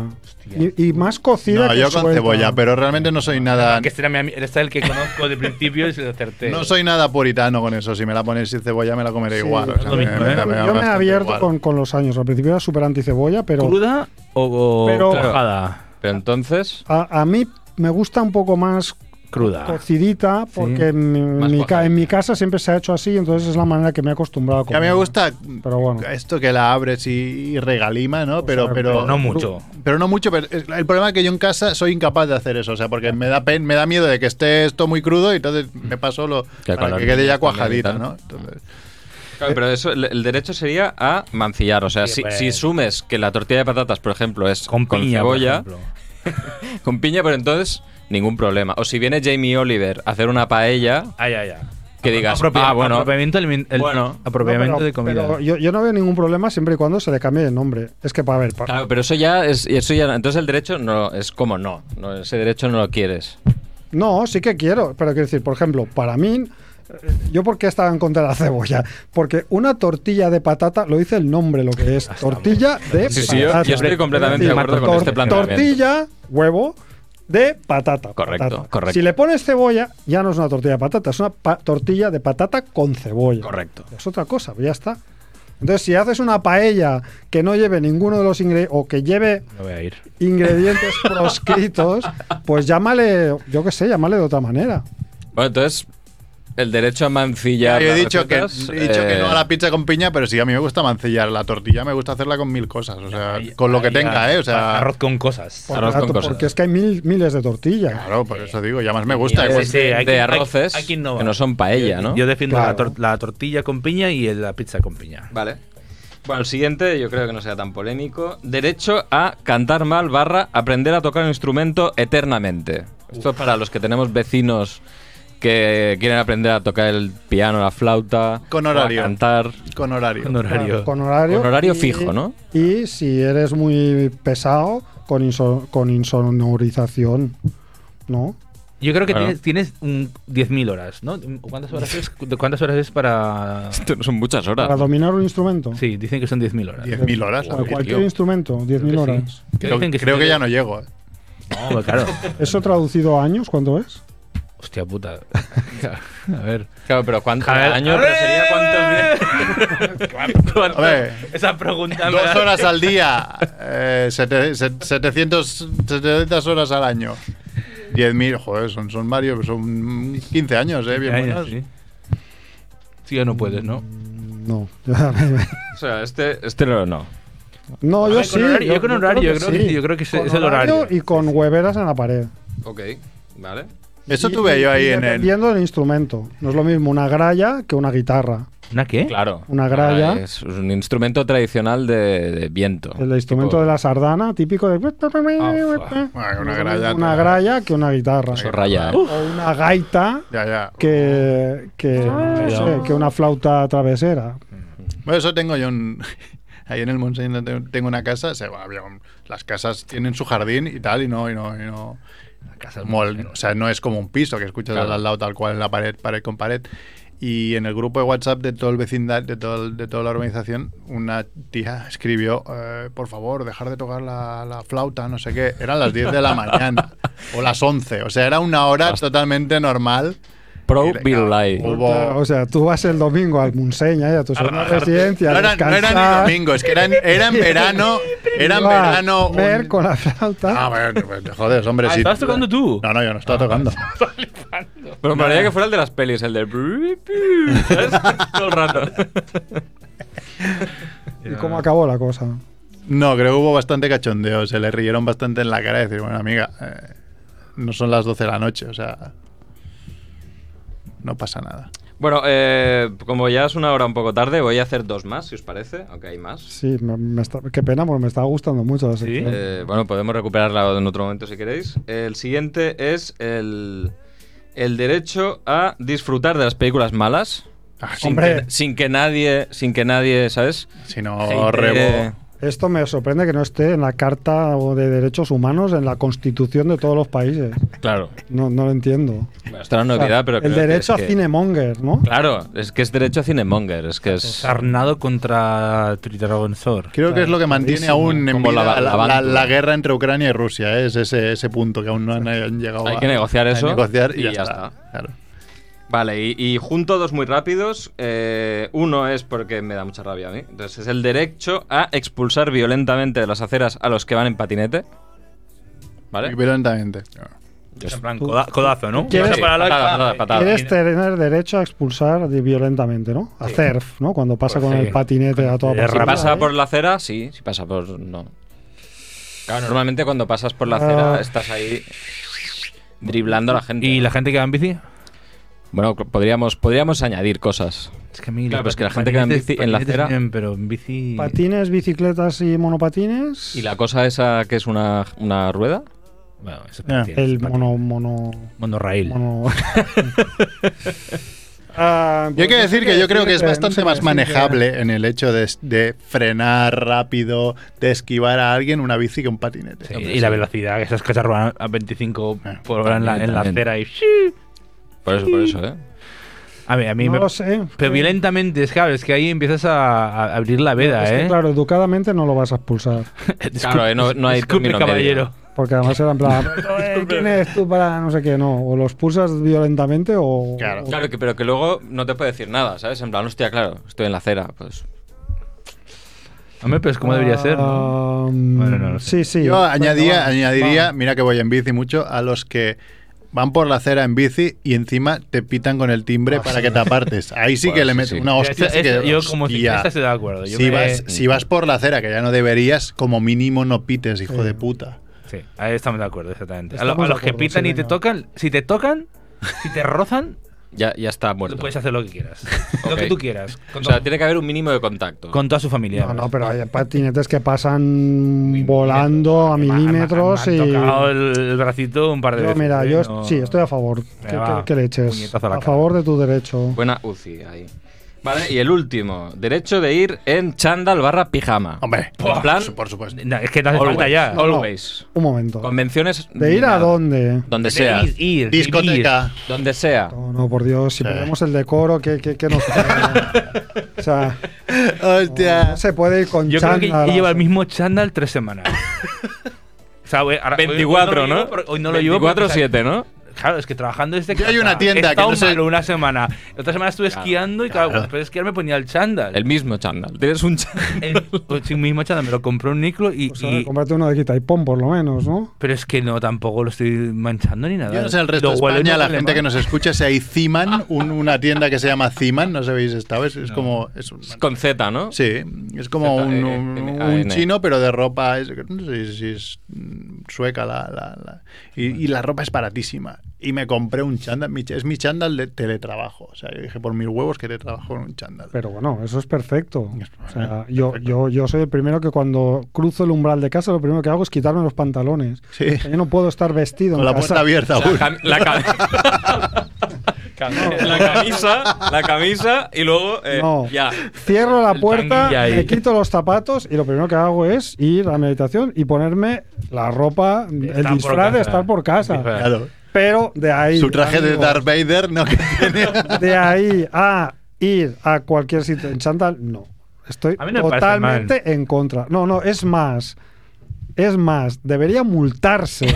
[SPEAKER 4] Y, y más cocida
[SPEAKER 1] No,
[SPEAKER 4] que
[SPEAKER 1] yo con
[SPEAKER 4] suelta.
[SPEAKER 1] cebolla, pero realmente no
[SPEAKER 2] Ah,
[SPEAKER 1] soy nada.
[SPEAKER 3] Que este era, mi ami- este era el que conozco de principio y se lo acerté.
[SPEAKER 1] No soy nada puritano con eso. Si me la pones sin cebolla, me la comeré
[SPEAKER 4] Sí,
[SPEAKER 1] igual.
[SPEAKER 4] es
[SPEAKER 1] O sea,
[SPEAKER 3] lo
[SPEAKER 1] me-
[SPEAKER 3] mismo,
[SPEAKER 1] me-
[SPEAKER 3] ¿eh?
[SPEAKER 1] me- me da
[SPEAKER 4] Yo me he
[SPEAKER 1] bastante
[SPEAKER 4] abierto
[SPEAKER 1] igual.
[SPEAKER 4] con, con los años. Al principio era súper anticebolla, pero
[SPEAKER 3] ¿Cruda o, o
[SPEAKER 4] Pero-
[SPEAKER 3] trabajada?
[SPEAKER 2] Pero entonces,
[SPEAKER 4] a, a mí me gusta un poco más
[SPEAKER 1] Ah.
[SPEAKER 3] Cruda.
[SPEAKER 4] cocidita porque en, mi- en
[SPEAKER 2] Más
[SPEAKER 4] mi,
[SPEAKER 2] cuajada.
[SPEAKER 4] ca- en mi casa siempre se ha hecho así, entonces es la manera que me he acostumbrado a
[SPEAKER 1] Que a
[SPEAKER 4] comer.
[SPEAKER 1] mí me gusta
[SPEAKER 4] Pero bueno.
[SPEAKER 3] Eh,
[SPEAKER 1] esto que la abres y, y regalima, ¿no? Pero,
[SPEAKER 4] sea,
[SPEAKER 1] pero,
[SPEAKER 4] pero
[SPEAKER 3] No mucho.
[SPEAKER 1] pero no mucho. Pero es- el problema es que yo en casa soy incapaz de hacer eso. O sea, porque me da pen, me da miedo de que esté esto muy crudo y entonces me paso lo
[SPEAKER 2] Que
[SPEAKER 1] para
[SPEAKER 2] con
[SPEAKER 1] que
[SPEAKER 2] la-
[SPEAKER 1] quede ya
[SPEAKER 2] con la
[SPEAKER 1] cuajadita,
[SPEAKER 2] mitad.
[SPEAKER 1] ¿no? Entonces,
[SPEAKER 2] Claro, pero eso, el, el derecho sería a mancillar. O sea,
[SPEAKER 3] Sí,
[SPEAKER 2] si,
[SPEAKER 3] pues.
[SPEAKER 2] si sumes que la tortilla de patatas, por ejemplo, es
[SPEAKER 3] Con
[SPEAKER 2] con,
[SPEAKER 3] piña, por
[SPEAKER 2] cebolla,
[SPEAKER 3] ejemplo.
[SPEAKER 2] con piña, pero entonces ningún problema. O si viene Jamie Oliver a hacer una paella,
[SPEAKER 3] Ay, ay, ay.
[SPEAKER 2] que digas,
[SPEAKER 3] Apropia-
[SPEAKER 2] ah, bueno,
[SPEAKER 3] Apropiamiento, alimen- el-
[SPEAKER 2] Bueno.
[SPEAKER 3] apropiamiento
[SPEAKER 4] No, pero-
[SPEAKER 3] de comida.
[SPEAKER 4] pero yo, yo no veo ningún problema siempre y cuando se le cambie el nombre. Es que, para ver, pa-
[SPEAKER 2] Claro, pero eso ya es, eso ya, entonces el derecho no es como no, no, ese derecho no lo quieres.
[SPEAKER 4] No, sí que quiero, pero quiero decir, por ejemplo, para mí, eh, yo por qué estaba en contra de la cebolla, porque una tortilla de patata, lo dice el nombre, lo que es tortilla de
[SPEAKER 2] Sí, sí, yo-
[SPEAKER 4] patata.
[SPEAKER 2] yo estoy completamente
[SPEAKER 4] Es
[SPEAKER 2] de
[SPEAKER 4] decir,
[SPEAKER 2] acuerdo con este planteamiento.
[SPEAKER 4] Tortilla, huevo de patata.
[SPEAKER 2] Correcto,
[SPEAKER 4] patata.
[SPEAKER 2] correcto.
[SPEAKER 4] Si le pones cebolla, ya no es una tortilla de patata, es una pa- tortilla de patata con cebolla.
[SPEAKER 2] Correcto.
[SPEAKER 4] Es otra cosa, pues ya está. Entonces, si haces una paella que no lleve ninguno de los ingredientes, o que lleve
[SPEAKER 3] No voy a ir.
[SPEAKER 4] ingredientes proscritos, pues llámale, yo qué sé, llámale de otra manera.
[SPEAKER 2] Bueno, entonces el derecho a mancillar.
[SPEAKER 1] yo he
[SPEAKER 2] las
[SPEAKER 1] dicho, que,
[SPEAKER 2] recetas,
[SPEAKER 1] he dicho que
[SPEAKER 2] eh,
[SPEAKER 1] no a la pizza con piña, pero sí, a mí me gusta mancillar la tortilla, me gusta hacerla con mil cosas. O sea, con lo que
[SPEAKER 3] Ay,
[SPEAKER 1] tenga,
[SPEAKER 3] ay,
[SPEAKER 1] ¿eh? O sea,
[SPEAKER 3] Arroz con cosas.
[SPEAKER 2] Arroz con
[SPEAKER 4] Porque-
[SPEAKER 2] cosas.
[SPEAKER 4] Porque es que hay mil, miles de tortillas.
[SPEAKER 1] claro, por eso digo, y además me gusta. eh,
[SPEAKER 3] Sí,
[SPEAKER 1] igual-
[SPEAKER 3] sí,
[SPEAKER 2] de
[SPEAKER 3] hay quien-
[SPEAKER 2] arroces
[SPEAKER 3] hay- hay quien va.
[SPEAKER 2] que no son paella, ¿no?
[SPEAKER 3] Yo defiendo
[SPEAKER 4] Claro.
[SPEAKER 3] la, tor- la tortilla con piña y la pizza con piña.
[SPEAKER 2] Vale. Bueno, el siguiente yo creo que no sea tan polémico. Derecho a cantar mal barra aprender a tocar un instrumento eternamente. Esto es para los que tenemos vecinos que quieren aprender a tocar el piano, la flauta,
[SPEAKER 1] Con
[SPEAKER 2] o a
[SPEAKER 1] horario.
[SPEAKER 2] cantar.
[SPEAKER 1] Con horario.
[SPEAKER 3] Con horario.
[SPEAKER 4] Claro, Con horario.
[SPEAKER 2] Con horario fijo, ¿no?
[SPEAKER 4] Y si eres muy pesado, con, inso- con insonorización, ¿no?
[SPEAKER 3] Yo creo que
[SPEAKER 2] Claro.
[SPEAKER 3] tienes, tienes un 10.000 horas, ¿no? ¿Cuántas horas es, de cuántas horas es para...?
[SPEAKER 2] Esto no son muchas horas.
[SPEAKER 4] Para dominar un instrumento.
[SPEAKER 3] Sí, dicen que son 10.000 horas.
[SPEAKER 1] 10.000 horas.
[SPEAKER 4] O sea,
[SPEAKER 1] David.
[SPEAKER 4] cualquier
[SPEAKER 2] tío.
[SPEAKER 4] instrumento, 10.000
[SPEAKER 3] Creo que
[SPEAKER 4] horas.
[SPEAKER 3] sí.
[SPEAKER 1] Creo,
[SPEAKER 3] Dicen que sí.
[SPEAKER 1] creo que ya no llego. ¿eh?
[SPEAKER 3] No, pero claro.
[SPEAKER 4] ¿Eso traducido a años? ¿Cuánto es?
[SPEAKER 3] Hostia puta. A ver.
[SPEAKER 2] Claro, pero ¿cuántos
[SPEAKER 3] A ver.
[SPEAKER 2] años? Pero sería cuántos días.
[SPEAKER 3] ¿Cuánto-
[SPEAKER 1] Hombre.
[SPEAKER 3] Esa pregunta me
[SPEAKER 1] Dos
[SPEAKER 3] da-
[SPEAKER 1] horas al día, eh, sete- set- 700, 700 horas al año. 10.000, joder, son, son varios, son 15 años, ¿eh? Bien
[SPEAKER 3] Años,
[SPEAKER 1] buenos.
[SPEAKER 3] sí. Sí, ya no puedes, ¿no?
[SPEAKER 4] No, ya me-
[SPEAKER 2] O sea, este, este no, no.
[SPEAKER 4] no yo
[SPEAKER 3] con
[SPEAKER 4] sí.
[SPEAKER 3] horario, yo con horario, yo creo que
[SPEAKER 4] sí.
[SPEAKER 3] yo creo que es-
[SPEAKER 4] Con
[SPEAKER 3] es el horario.
[SPEAKER 4] Y con hueveras en la pared.
[SPEAKER 2] Ok, vale.
[SPEAKER 1] Eso
[SPEAKER 4] Y-
[SPEAKER 1] tuve
[SPEAKER 4] y-
[SPEAKER 1] yo ahí
[SPEAKER 4] y
[SPEAKER 1] en el...
[SPEAKER 4] Dependiendo del instrumento. No es lo mismo una gralla que una guitarra.
[SPEAKER 3] ¿Una qué?
[SPEAKER 2] Claro.
[SPEAKER 4] Una gralla.
[SPEAKER 2] Ah, Es un instrumento tradicional de, de viento.
[SPEAKER 4] El instrumento
[SPEAKER 2] Tipo
[SPEAKER 4] de la sardana, típico de.
[SPEAKER 3] Ah,
[SPEAKER 1] Bueno, una gralla.
[SPEAKER 4] Una gralla que una guitarra.
[SPEAKER 2] eso raya, ¿eh?
[SPEAKER 4] O una gaita
[SPEAKER 1] Ya, ya.
[SPEAKER 4] que, que, no sé, que una flauta travesera.
[SPEAKER 1] Bueno, eso tengo yo un... Ahí en el Monseñor te- tengo una casa, se, bueno, había un- las casas tienen su jardín y tal, y no, y no, y no. Como el- o sea, no es como un piso que escuchas
[SPEAKER 2] Claro.
[SPEAKER 1] al lado tal cual en la pared, pared con pared. Y en el grupo de WhatsApp de todo el vecindario, de, todo el- de toda la urbanización, una tía escribió, eh, por favor, dejar de tocar la, la flauta, no sé qué. Eran las 10 de la mañana o las 11. O sea, era una hora totalmente normal.
[SPEAKER 2] Pro
[SPEAKER 1] Y le-
[SPEAKER 2] Bill
[SPEAKER 1] Hubo-
[SPEAKER 4] O sea, tú vas el domingo al Munseña y a tu segunda residencia.
[SPEAKER 1] No
[SPEAKER 4] a
[SPEAKER 1] era, no era
[SPEAKER 4] descansar,
[SPEAKER 1] ni domingo, es que era en, era en verano. Era en
[SPEAKER 4] ibas a
[SPEAKER 1] verano. un-
[SPEAKER 4] comer con la flauta.
[SPEAKER 1] Ah, bueno, bueno, joder, hombre.
[SPEAKER 3] Ah,
[SPEAKER 1] sí.
[SPEAKER 3] ¿estabas tocando tú?
[SPEAKER 1] No, no, yo no estaba tocando.
[SPEAKER 2] Pero me gustaría que fuera el de las pelis, el del. ¿sabes? Todo el rato.
[SPEAKER 4] ¿Y cómo acabó la cosa?
[SPEAKER 1] No, creo que hubo bastante cachondeo. Se le rieron bastante en la cara. Decir, bueno, amiga, eh, no son las 12 de la noche, o sea. No pasa nada.
[SPEAKER 2] Bueno, eh, como ya es una hora un poco tarde, voy a hacer dos más, si os parece, aunque hay más.
[SPEAKER 4] Sí, me, me está- qué pena, porque me estaba gustando mucho la sección.
[SPEAKER 2] Eh, bueno, podemos recuperarla en otro momento si queréis. El siguiente es el, el derecho a disfrutar de las películas malas.
[SPEAKER 1] Ah,
[SPEAKER 2] Sin
[SPEAKER 4] Hombre.
[SPEAKER 2] que, sin que nadie, sin que nadie, ¿sabes?
[SPEAKER 1] Si no,
[SPEAKER 2] Gente-
[SPEAKER 1] Oh, rebo.
[SPEAKER 4] Esto me sorprende que no esté en la Carta o de Derechos Humanos, en la Constitución de todos los países.
[SPEAKER 2] Claro.
[SPEAKER 4] No, no lo entiendo.
[SPEAKER 2] Bueno, esto era una
[SPEAKER 4] O sea,
[SPEAKER 2] novedad, pero
[SPEAKER 4] el
[SPEAKER 2] creo que
[SPEAKER 4] derecho
[SPEAKER 2] es
[SPEAKER 4] a
[SPEAKER 2] que-
[SPEAKER 4] cinemonger, ¿no?
[SPEAKER 2] Claro, es que es derecho a cinemonger, es que es...
[SPEAKER 3] Sarnado contra Tritaragonsor.
[SPEAKER 1] Creo que es lo que mantiene aún en
[SPEAKER 2] Como
[SPEAKER 1] vida
[SPEAKER 2] la-
[SPEAKER 1] la,
[SPEAKER 2] la-
[SPEAKER 1] la- la guerra entre Ucrania y Rusia. eh, Es ese, ese punto que aún no han, han llegado
[SPEAKER 2] Hay que negociar
[SPEAKER 1] a
[SPEAKER 2] eso
[SPEAKER 1] negociar y,
[SPEAKER 2] y
[SPEAKER 1] ya,
[SPEAKER 2] ya
[SPEAKER 1] está.
[SPEAKER 2] está.
[SPEAKER 1] Claro.
[SPEAKER 2] Vale, y, y junto dos muy rápidos. Eh, uno es porque me da mucha rabia a mí. Entonces es el derecho a expulsar violentamente de las aceras a los que van en patinete. ¿Vale?
[SPEAKER 1] Violentamente.
[SPEAKER 3] En plan, coda- codazo, ¿no?
[SPEAKER 4] ¿Quieres-
[SPEAKER 3] Vas a parar la-
[SPEAKER 2] Patada, patada, patada.
[SPEAKER 4] Quieres tener derecho a expulsar de- violentamente, ¿no? A CERF, ¿no? Cuando pasa
[SPEAKER 3] Pues
[SPEAKER 4] con
[SPEAKER 3] sí.
[SPEAKER 4] el patinete a toda
[SPEAKER 3] Si
[SPEAKER 2] Si
[SPEAKER 4] pastilla,
[SPEAKER 2] pasa
[SPEAKER 4] ¿eh?
[SPEAKER 2] por la acera, sí. Si pasa por... no. Claro, normalmente cuando pasas por la acera
[SPEAKER 4] Ah.
[SPEAKER 2] estás ahí driblando a la gente.
[SPEAKER 3] ¿Y la gente que va en bici?
[SPEAKER 2] Bueno, podríamos, podríamos añadir cosas.
[SPEAKER 3] Es que a mí
[SPEAKER 2] Claro, pero
[SPEAKER 3] los
[SPEAKER 2] es que la
[SPEAKER 3] pat-
[SPEAKER 2] gente que va en
[SPEAKER 3] patinetes-
[SPEAKER 2] bici en la
[SPEAKER 3] patinetes
[SPEAKER 2] acera-
[SPEAKER 3] bien, pero en bici...
[SPEAKER 4] Patines, bicicletas y monopatines.
[SPEAKER 2] ¿Y la cosa esa que es una, una rueda?
[SPEAKER 3] Bueno, eso
[SPEAKER 1] Ah.
[SPEAKER 3] es
[SPEAKER 4] el mono, mono,
[SPEAKER 3] Monorraíl.
[SPEAKER 4] mono. Ah,
[SPEAKER 1] Yo hay
[SPEAKER 4] pues
[SPEAKER 1] que
[SPEAKER 4] no sé
[SPEAKER 1] decir
[SPEAKER 4] qué
[SPEAKER 1] que yo creo que es
[SPEAKER 4] decirte, no
[SPEAKER 1] bastante
[SPEAKER 4] sé qué
[SPEAKER 1] más
[SPEAKER 4] decirte.
[SPEAKER 1] manejable en el hecho de, de frenar rápido, de esquivar a alguien una bici que un patinete.
[SPEAKER 3] Sí, Ah, y la velocidad, esas casas ruedan a 25 por hora en la, en la
[SPEAKER 2] También,
[SPEAKER 3] acera y...
[SPEAKER 2] Por eso, por eso, ¿eh?
[SPEAKER 3] A mí, a mí
[SPEAKER 4] No
[SPEAKER 3] me-
[SPEAKER 4] lo sé.
[SPEAKER 3] Pero violentamente, es que, es que ahí empiezas a, a abrir la veda,
[SPEAKER 4] Es que,
[SPEAKER 3] ¿eh?
[SPEAKER 4] claro, educadamente no lo vas a expulsar.
[SPEAKER 3] Disculpe-
[SPEAKER 2] Claro, eh, no- no hay
[SPEAKER 3] disculpe,
[SPEAKER 2] término
[SPEAKER 3] caballero.
[SPEAKER 4] Porque además era en plan, "Eh, ¿quién eres tú para no sé qué? No, o lo expulsas violentamente o...
[SPEAKER 1] Claro.
[SPEAKER 4] o-
[SPEAKER 2] Claro, que, pero que luego no te puede decir nada, ¿sabes? En plan, hostia, claro, estoy en la acera, pues...
[SPEAKER 3] Hombre, pero es como debería ser, ¿no?
[SPEAKER 4] Um,
[SPEAKER 3] Bueno, no lo sé.
[SPEAKER 4] Sí, sí.
[SPEAKER 1] Yo
[SPEAKER 4] Venga,
[SPEAKER 1] añadía,
[SPEAKER 4] va,
[SPEAKER 1] añadiría,
[SPEAKER 4] va.
[SPEAKER 1] mira que voy en bici mucho, a los que van por la acera en bici y encima te pitan con el timbre para que te apartes. Ahí sí que
[SPEAKER 2] Bueno,
[SPEAKER 1] le
[SPEAKER 2] sí,
[SPEAKER 1] metes
[SPEAKER 2] sí.
[SPEAKER 1] una hostia.
[SPEAKER 3] Eso-
[SPEAKER 1] que,
[SPEAKER 3] eso- este yo como
[SPEAKER 1] hostia.
[SPEAKER 3] ciclista estoy de acuerdo. Yo
[SPEAKER 1] si,
[SPEAKER 3] me-
[SPEAKER 1] vas, si vas por la acera, que ya no deberías, como mínimo no pites, hijo
[SPEAKER 4] Sí.
[SPEAKER 1] de puta.
[SPEAKER 3] Sí, ahí estamos de acuerdo, exactamente. A, lo- a
[SPEAKER 4] Estamos de
[SPEAKER 3] los que
[SPEAKER 4] acuerdo,
[SPEAKER 3] pitan
[SPEAKER 4] sí,
[SPEAKER 3] y te
[SPEAKER 4] venga.
[SPEAKER 3] tocan, si te tocan, si te rozan,
[SPEAKER 2] Ya, ya está muerto.
[SPEAKER 3] puedes hacer lo que quieras. Lo
[SPEAKER 2] Ok.
[SPEAKER 3] que tú quieras. Con,
[SPEAKER 2] o sea,
[SPEAKER 3] to-
[SPEAKER 2] tiene que haber un mínimo de contacto.
[SPEAKER 3] con toda su familia.
[SPEAKER 4] No, no, pero hay patinetes que pasan volando a
[SPEAKER 3] Me ha- me ha-
[SPEAKER 4] milímetros
[SPEAKER 3] me
[SPEAKER 4] y...
[SPEAKER 3] han tocado el, el bracito un par de
[SPEAKER 4] Yo,
[SPEAKER 3] veces.
[SPEAKER 4] mira,
[SPEAKER 3] ¿eh?
[SPEAKER 4] yo
[SPEAKER 3] No-
[SPEAKER 4] sí, estoy a favor.
[SPEAKER 3] Venga,
[SPEAKER 4] Que,
[SPEAKER 3] va.
[SPEAKER 4] que- que le eches.
[SPEAKER 3] Puñetazo a la
[SPEAKER 4] A
[SPEAKER 3] cara.
[SPEAKER 4] favor de tu derecho.
[SPEAKER 2] Buena UCI, ahí. Vale, y el último, derecho de ir en chándal barra pijama.
[SPEAKER 1] Hombre,
[SPEAKER 2] En plan,
[SPEAKER 1] por supuesto.
[SPEAKER 3] No, es que te hace falta
[SPEAKER 2] always,
[SPEAKER 3] ya.
[SPEAKER 2] always.
[SPEAKER 4] Un momento.
[SPEAKER 2] Convenciones...
[SPEAKER 4] ¿De ir a
[SPEAKER 2] nada.
[SPEAKER 4] dónde?
[SPEAKER 2] Donde sea.
[SPEAKER 3] Ir, ir,
[SPEAKER 1] Discoteca.
[SPEAKER 2] Donde sea.
[SPEAKER 4] No, no, por Dios,
[SPEAKER 1] Sí.
[SPEAKER 4] si perdemos el decoro, ¿qué, qué, qué nos queda? O sea,
[SPEAKER 1] Hostia.
[SPEAKER 4] no se puede ir con
[SPEAKER 3] Yo creo que
[SPEAKER 4] chándal,
[SPEAKER 3] lleva
[SPEAKER 4] o
[SPEAKER 3] el
[SPEAKER 4] sea.
[SPEAKER 3] mismo chándal tres semanas. O sea, güey, ahora- hoy- hoy
[SPEAKER 2] 24,
[SPEAKER 3] lo
[SPEAKER 2] ¿no?
[SPEAKER 3] llevo por- Hoy no lo llevo porque-
[SPEAKER 2] 24-7, ¿no?
[SPEAKER 3] Claro, es que trabajando desde
[SPEAKER 1] Yo hay
[SPEAKER 3] casa,
[SPEAKER 1] una tienda
[SPEAKER 3] he
[SPEAKER 1] que
[SPEAKER 3] estado
[SPEAKER 1] no sé-
[SPEAKER 3] malo una semana. La otra semana estuve esquiando y claro,
[SPEAKER 1] claro.
[SPEAKER 3] después de esquiar me ponía el chándal.
[SPEAKER 2] El mismo chándal. Tienes un chándal.
[SPEAKER 3] El- pues sí, mismo chándal, me lo compró un Niclo y...
[SPEAKER 4] O sea,
[SPEAKER 3] y-
[SPEAKER 4] Pues cómprate uno de quitaipón, por lo menos, ¿no?
[SPEAKER 3] pero es que no, tampoco lo estoy manchando ni nada.
[SPEAKER 1] Yo no sé, el resto
[SPEAKER 3] Lo
[SPEAKER 1] de
[SPEAKER 3] huelo y
[SPEAKER 1] España,
[SPEAKER 3] no
[SPEAKER 1] la
[SPEAKER 3] huele
[SPEAKER 1] gente
[SPEAKER 3] mal.
[SPEAKER 1] que nos escucha, si hay
[SPEAKER 2] Ah.
[SPEAKER 1] Ziman, un- una tienda que se llama Ziman, no sabéis esta vez, es como... Es un-
[SPEAKER 2] Con Z, ¿no?
[SPEAKER 1] sí, es como
[SPEAKER 2] Z,
[SPEAKER 1] un,
[SPEAKER 2] E,
[SPEAKER 1] un-
[SPEAKER 2] N,
[SPEAKER 1] un
[SPEAKER 2] A, N.
[SPEAKER 1] chino, pero de ropa, es- no sé si es mm, sueca la... la- la- y, y la ropa es baratísima. Y me compré un chándal, mi ch- es mi chándal de teletrabajo. O sea, yo dije, por mis huevos que teletrabajo en un chándal.
[SPEAKER 4] Pero bueno, eso es perfecto.
[SPEAKER 1] Es-
[SPEAKER 4] O sea, yo, yo, yo soy el primero que cuando cruzo el umbral de casa, lo primero que hago es quitarme los pantalones.
[SPEAKER 1] Sí.
[SPEAKER 4] O sea, yo no puedo estar vestido
[SPEAKER 1] Con
[SPEAKER 4] en
[SPEAKER 1] la
[SPEAKER 4] casa.
[SPEAKER 1] puerta abierta
[SPEAKER 2] La,
[SPEAKER 1] aún.
[SPEAKER 2] cam- la cam- la camisa, la camisa y luego eh,
[SPEAKER 4] No.
[SPEAKER 2] ya.
[SPEAKER 4] Cierro la
[SPEAKER 2] El
[SPEAKER 4] puerta,
[SPEAKER 3] tanguilla ahí.
[SPEAKER 4] me quito los zapatos y lo primero que hago es ir a la meditación y ponerme la ropa, el
[SPEAKER 3] Estar por
[SPEAKER 4] disfraz de
[SPEAKER 3] casa.
[SPEAKER 4] estar por casa.
[SPEAKER 3] Disfraz.
[SPEAKER 1] Claro.
[SPEAKER 4] Pero de ahí.
[SPEAKER 1] Su traje de
[SPEAKER 4] amigos,
[SPEAKER 1] Darth Vader, ¿no? Que tiene...
[SPEAKER 4] De ahí a ir a cualquier sitio en chándal, no. Estoy
[SPEAKER 3] A mí no me parece
[SPEAKER 4] totalmente en contra. No, no, es más. Es más, debería multarse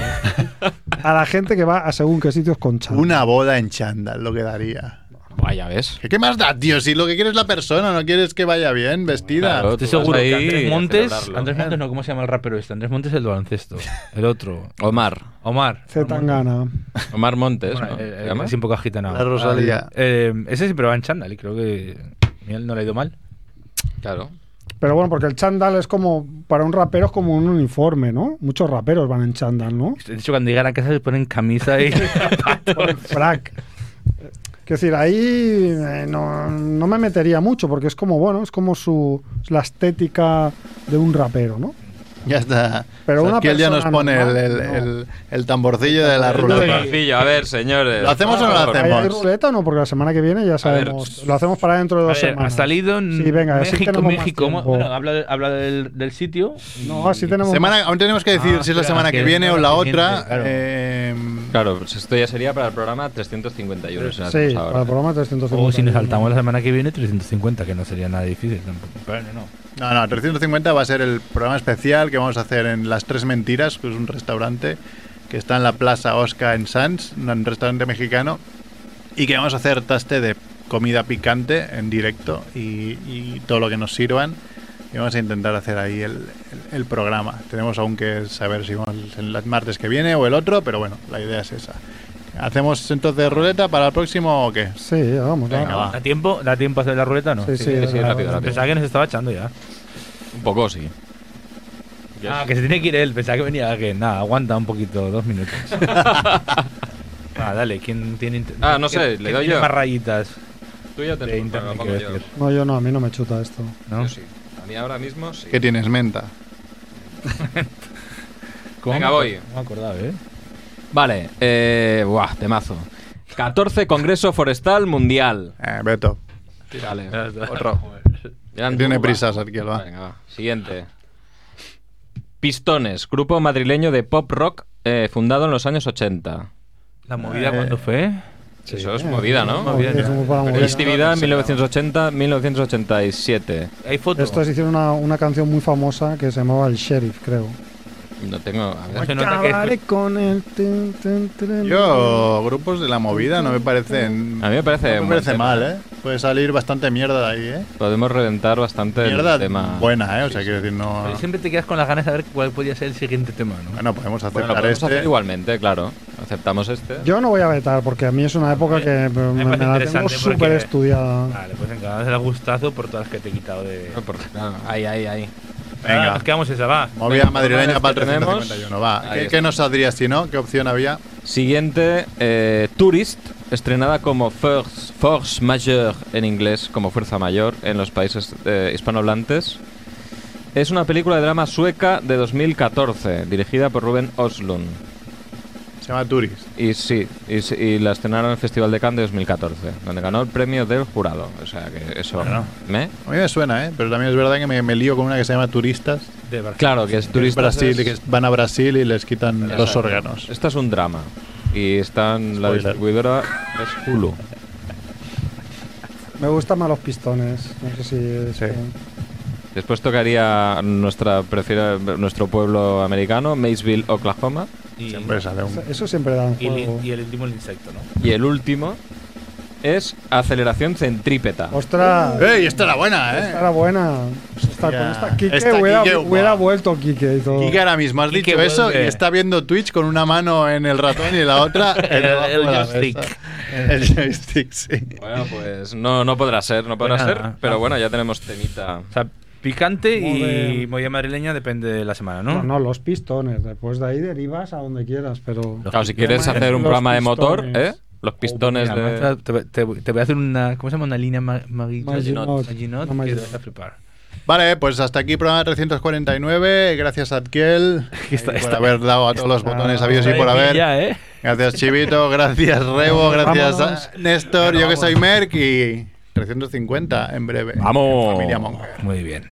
[SPEAKER 4] a la gente que va a según qué sitios con chándal.
[SPEAKER 1] Una boda en chándal lo que daría.
[SPEAKER 2] Vaya, ¿ves?
[SPEAKER 1] ¿Qué- ¿Qué más da, tío? Si lo que quieres es la persona, no quieres que vaya bien vestida.
[SPEAKER 2] Claro,
[SPEAKER 3] Estoy
[SPEAKER 2] Tú vas
[SPEAKER 3] seguro
[SPEAKER 2] Pues ahí
[SPEAKER 3] que Andrés
[SPEAKER 2] a
[SPEAKER 3] Montes...
[SPEAKER 2] celebrarlo.
[SPEAKER 3] Andrés Montes no, ¿cómo se llama el rapero este? Andrés Montes el de baloncesto. El otro.
[SPEAKER 2] Omar.
[SPEAKER 3] Omar.
[SPEAKER 4] C. Tangana.
[SPEAKER 2] Omar Montes,
[SPEAKER 3] Bueno,
[SPEAKER 2] ¿no?
[SPEAKER 3] el-
[SPEAKER 2] ¿Se
[SPEAKER 3] el-
[SPEAKER 2] llama?
[SPEAKER 3] es un poco agitanado.
[SPEAKER 1] La Rosalía.
[SPEAKER 3] Eh, ese siempre va en chándal y creo que a él no le ha ido mal.
[SPEAKER 2] Claro.
[SPEAKER 4] Pero bueno, porque el chándal es como, para un rapero es como un uniforme, ¿no? Muchos raperos van en chándal, ¿no?
[SPEAKER 3] De hecho, cuando llegan a casa se ponen camisa y zapatos.
[SPEAKER 4] Frac. Quiero decir, ahí eh, no, no me metería mucho porque es como, bueno, es como su, la estética de un rapero, ¿no?
[SPEAKER 1] Ya está.
[SPEAKER 4] Pero una
[SPEAKER 1] Saquiel ya nos
[SPEAKER 4] persona
[SPEAKER 1] pone el,
[SPEAKER 4] normal,
[SPEAKER 1] el,
[SPEAKER 4] no.
[SPEAKER 1] el- el tamborcillo de la ruleta.
[SPEAKER 2] Sencillo, a ver, señores.
[SPEAKER 1] ¿Lo hacemos
[SPEAKER 2] Por
[SPEAKER 1] o no lo
[SPEAKER 2] favor.
[SPEAKER 1] hacemos?
[SPEAKER 4] ¿Hay, hay ruleta o no? Porque la semana que viene ya sabemos.
[SPEAKER 2] ver.
[SPEAKER 4] Lo hacemos para dentro de
[SPEAKER 3] A
[SPEAKER 4] dos
[SPEAKER 3] ver, ha
[SPEAKER 4] semanas.
[SPEAKER 3] salido en
[SPEAKER 4] Sí, venga, así
[SPEAKER 3] México.
[SPEAKER 4] tenemos más
[SPEAKER 3] México.
[SPEAKER 4] tiempo.
[SPEAKER 3] Bueno, habla, de- habla del, del sitio.
[SPEAKER 4] No, así tenemos.
[SPEAKER 1] Semana, aún tenemos que decidir
[SPEAKER 3] Ah,
[SPEAKER 1] si es la
[SPEAKER 3] claro,
[SPEAKER 1] semana
[SPEAKER 3] que
[SPEAKER 1] que
[SPEAKER 3] es
[SPEAKER 1] viene
[SPEAKER 3] la
[SPEAKER 1] o la
[SPEAKER 3] siguiente,
[SPEAKER 1] otra.
[SPEAKER 3] claro.
[SPEAKER 1] eh,
[SPEAKER 2] Claro, pues esto ya sería para el programa 351. si lo hacemos
[SPEAKER 4] Sí,
[SPEAKER 2] ahora.
[SPEAKER 4] para el programa 350.
[SPEAKER 3] O Oh, si nos saltamos la semana que viene, 350, que no sería nada difícil tampoco. Pero no, no.
[SPEAKER 1] no, no, 350 va a ser el programa especial que vamos a hacer en Las Tres Mentiras, que es un restaurante que está en la Plaza Osca en Sanz, un restaurante mexicano, y que vamos a hacer taste de comida picante en directo y, y todo lo que nos sirvan. Y vamos a intentar hacer ahí el, el- el programa. Tenemos aún que saber si vamos el martes que viene o el otro, pero bueno, la idea es esa. ¿Hacemos entonces ruleta para el próximo o qué?
[SPEAKER 4] Sí, ya vamos, ya.
[SPEAKER 1] Venga, va.
[SPEAKER 3] Ah, ¿Da tiempo? ¿Da tiempo a hacer la ruleta o no?
[SPEAKER 4] Sí, sí,
[SPEAKER 2] sí, sí,
[SPEAKER 4] ya,
[SPEAKER 2] rápido,
[SPEAKER 4] ya.
[SPEAKER 2] rápido.
[SPEAKER 3] Pensaba que nos estaba echando ya.
[SPEAKER 2] Un poco, sí.
[SPEAKER 3] Ah, que se tiene que ir él. Pensaba que venía que nada, aguanta un poquito, dos minutos. ah, dale, ¿quién tiene inter-
[SPEAKER 2] Ah, no sé,
[SPEAKER 3] quién-
[SPEAKER 2] le
[SPEAKER 3] quién
[SPEAKER 2] doy
[SPEAKER 3] tiene
[SPEAKER 2] yo.
[SPEAKER 3] más rayitas?
[SPEAKER 2] Tú ya
[SPEAKER 3] De internet,
[SPEAKER 2] pongo
[SPEAKER 3] quiero
[SPEAKER 2] yo.
[SPEAKER 3] decir.
[SPEAKER 4] No, yo no, a mí no me chuta esto.
[SPEAKER 3] ¿no?
[SPEAKER 2] Yo sí. A mí ahora mismo sí.
[SPEAKER 1] ¿Qué tienes, menta?
[SPEAKER 3] ¿Cómo
[SPEAKER 2] Venga,
[SPEAKER 3] me-
[SPEAKER 2] voy.
[SPEAKER 3] No me acordaba, ¿eh?
[SPEAKER 2] Vale, eh. Buah, temazo. 14 Congreso Forestal Mundial.
[SPEAKER 1] Eh, Beto.
[SPEAKER 2] Vale.
[SPEAKER 1] Otro.
[SPEAKER 2] Gran
[SPEAKER 1] Tiene
[SPEAKER 2] turba.
[SPEAKER 1] prisas, Arquiel, va.
[SPEAKER 2] Venga, va. Siguiente. Pistones, grupo madrileño de pop rock eh, fundado en los años 80.
[SPEAKER 3] ¿La movida
[SPEAKER 4] Eh,
[SPEAKER 3] cuándo fue? ¿eh?
[SPEAKER 2] Eso es movida, ¿no?
[SPEAKER 4] Movida, es como para movida.
[SPEAKER 3] este
[SPEAKER 2] Festividad 1980-1987.
[SPEAKER 3] ¿Hay fotos?
[SPEAKER 4] Estos hicieron una, una canción muy famosa que se llamaba El Sheriff, creo.
[SPEAKER 2] No tengo. A ver.
[SPEAKER 3] Se nota que-
[SPEAKER 4] Acabaré con el tin, tin, tin.
[SPEAKER 1] Yo, grupos de la movida no me parecen.
[SPEAKER 2] A mí me parece.
[SPEAKER 1] no
[SPEAKER 2] un
[SPEAKER 1] me
[SPEAKER 2] buen
[SPEAKER 1] parece
[SPEAKER 2] tema.
[SPEAKER 1] mal, ¿eh? Puede salir bastante mierda de ahí, ¿eh?
[SPEAKER 2] Podemos reventar bastante
[SPEAKER 1] Mierda
[SPEAKER 2] el tema.
[SPEAKER 1] buena, ¿eh? O sea, quiero decir, no.
[SPEAKER 3] Pero siempre te quedas con las ganas de ver cuál podía ser el siguiente tema, ¿no?
[SPEAKER 1] Bueno, podemos
[SPEAKER 2] Bueno, lo
[SPEAKER 1] aceptar
[SPEAKER 2] podemos hacer
[SPEAKER 1] este.
[SPEAKER 2] igualmente, claro. Aceptamos este.
[SPEAKER 4] Yo no voy a vetar porque a mí es una época que me, me la tengo
[SPEAKER 3] Eh, interesante porque-
[SPEAKER 4] súper estudiada.
[SPEAKER 3] Vale, pues venga, dale gustazo por todas las que te he quitado de...
[SPEAKER 2] No, por- no, ahí, ahí, ahí.
[SPEAKER 1] Venga.
[SPEAKER 3] Ah, nos quedamos esa, va.
[SPEAKER 1] Movida
[SPEAKER 2] Venga,
[SPEAKER 1] madrileña
[SPEAKER 2] pues,
[SPEAKER 1] para el
[SPEAKER 2] tenemos.
[SPEAKER 1] 351, va.
[SPEAKER 2] Ahí
[SPEAKER 1] ¿Qué,
[SPEAKER 2] está.
[SPEAKER 1] qué nos saldría si no? ¿Qué opción había?
[SPEAKER 2] Siguiente, eh, Tourist, estrenada como Force, Force Majeure en inglés, como Fuerza Mayor en los países eh, hispanohablantes. Es una película de drama sueca de 2014, dirigida por Ruben Oslund.
[SPEAKER 1] Se llama Turis.
[SPEAKER 2] Y sí, y, s- y la estrenaron en el Festival de Cannes de 2014, donde ganó el premio del jurado. O sea que eso.
[SPEAKER 1] Bueno.
[SPEAKER 2] ¿me?
[SPEAKER 1] A mí me suena, ¿eh? Pero también es verdad que me, me lío con una que se llama Turistas.
[SPEAKER 3] De Barcelona.
[SPEAKER 2] Claro que es
[SPEAKER 1] Turistas
[SPEAKER 2] turista.
[SPEAKER 1] Brasil, y que van a Brasil y les quitan los
[SPEAKER 2] Exacto.
[SPEAKER 1] órganos.
[SPEAKER 2] Esta es un drama. Y están la
[SPEAKER 1] Spoiler.
[SPEAKER 2] distribuidora es Hulu.
[SPEAKER 4] Me gustan más los pistones. No sé si. es
[SPEAKER 1] Sí.
[SPEAKER 4] que-
[SPEAKER 2] Después tocaría nuestra prefiera- nuestro pueblo americano, Maysville, Oklahoma.
[SPEAKER 3] Y,
[SPEAKER 1] Siempre sale un.
[SPEAKER 4] Eso- Eso siempre da un
[SPEAKER 3] y el,
[SPEAKER 4] juego.
[SPEAKER 3] y el último, el insecto, ¿no?
[SPEAKER 2] Y el último es aceleración centrípeta.
[SPEAKER 4] ¡Ostras!
[SPEAKER 1] ¡Ey! Esta era buena,
[SPEAKER 4] Esta
[SPEAKER 1] ¿eh?
[SPEAKER 4] era buena. Esta, con
[SPEAKER 1] Ya.
[SPEAKER 4] esta Quique
[SPEAKER 1] Esta
[SPEAKER 4] hubiera,
[SPEAKER 1] Quique,
[SPEAKER 4] hubiera
[SPEAKER 1] buah.
[SPEAKER 4] vuelto Quique y todo.
[SPEAKER 1] Quique ahora mismo has
[SPEAKER 3] Quique
[SPEAKER 1] dicho eso
[SPEAKER 3] vuelve.
[SPEAKER 1] y está viendo Twitch con una mano en el ratón y la otra en
[SPEAKER 3] El-
[SPEAKER 1] abajo
[SPEAKER 3] el
[SPEAKER 1] de la
[SPEAKER 3] joystick.
[SPEAKER 1] mesa. El joystick, sí.
[SPEAKER 2] Bueno, pues no, no podrá ser, no podrá
[SPEAKER 3] Pues
[SPEAKER 2] ser,
[SPEAKER 3] nada.
[SPEAKER 2] pero bueno, ya tenemos temita.
[SPEAKER 3] O sea, picante
[SPEAKER 4] Muy
[SPEAKER 3] y movida madrileña depende de la semana, ¿no?
[SPEAKER 4] No, no, los pistones. Después de ahí derivas a donde quieras, pero.
[SPEAKER 2] Claro, si quieres
[SPEAKER 4] pistones.
[SPEAKER 2] hacer un
[SPEAKER 4] Los
[SPEAKER 2] programa de motor, ¿eh?
[SPEAKER 4] pistones.
[SPEAKER 2] Los pistones
[SPEAKER 3] Oh, Mira,
[SPEAKER 2] de...
[SPEAKER 3] maestra, te, te- te voy a hacer una. ¿Cómo se llama? Una línea ma- magi-
[SPEAKER 4] Maginot.
[SPEAKER 3] Maginot,
[SPEAKER 4] No,
[SPEAKER 3] que
[SPEAKER 4] Maginot.
[SPEAKER 3] te vas a flipar.
[SPEAKER 1] Vale, pues hasta aquí programa 349. Gracias, Adkiel,
[SPEAKER 3] Que está-
[SPEAKER 1] por
[SPEAKER 3] está-
[SPEAKER 1] haber dado a todos los botones habidos y
[SPEAKER 3] Está
[SPEAKER 1] por
[SPEAKER 3] en
[SPEAKER 1] haber.
[SPEAKER 3] pilla, ¿eh?
[SPEAKER 1] Gracias, Chivito. Gracias, Rebo. Gracias, a Néstor. Yo que soy Merck y 350 en breve.
[SPEAKER 2] ¡Vamos!
[SPEAKER 1] Familia Monger.
[SPEAKER 3] Muy bien.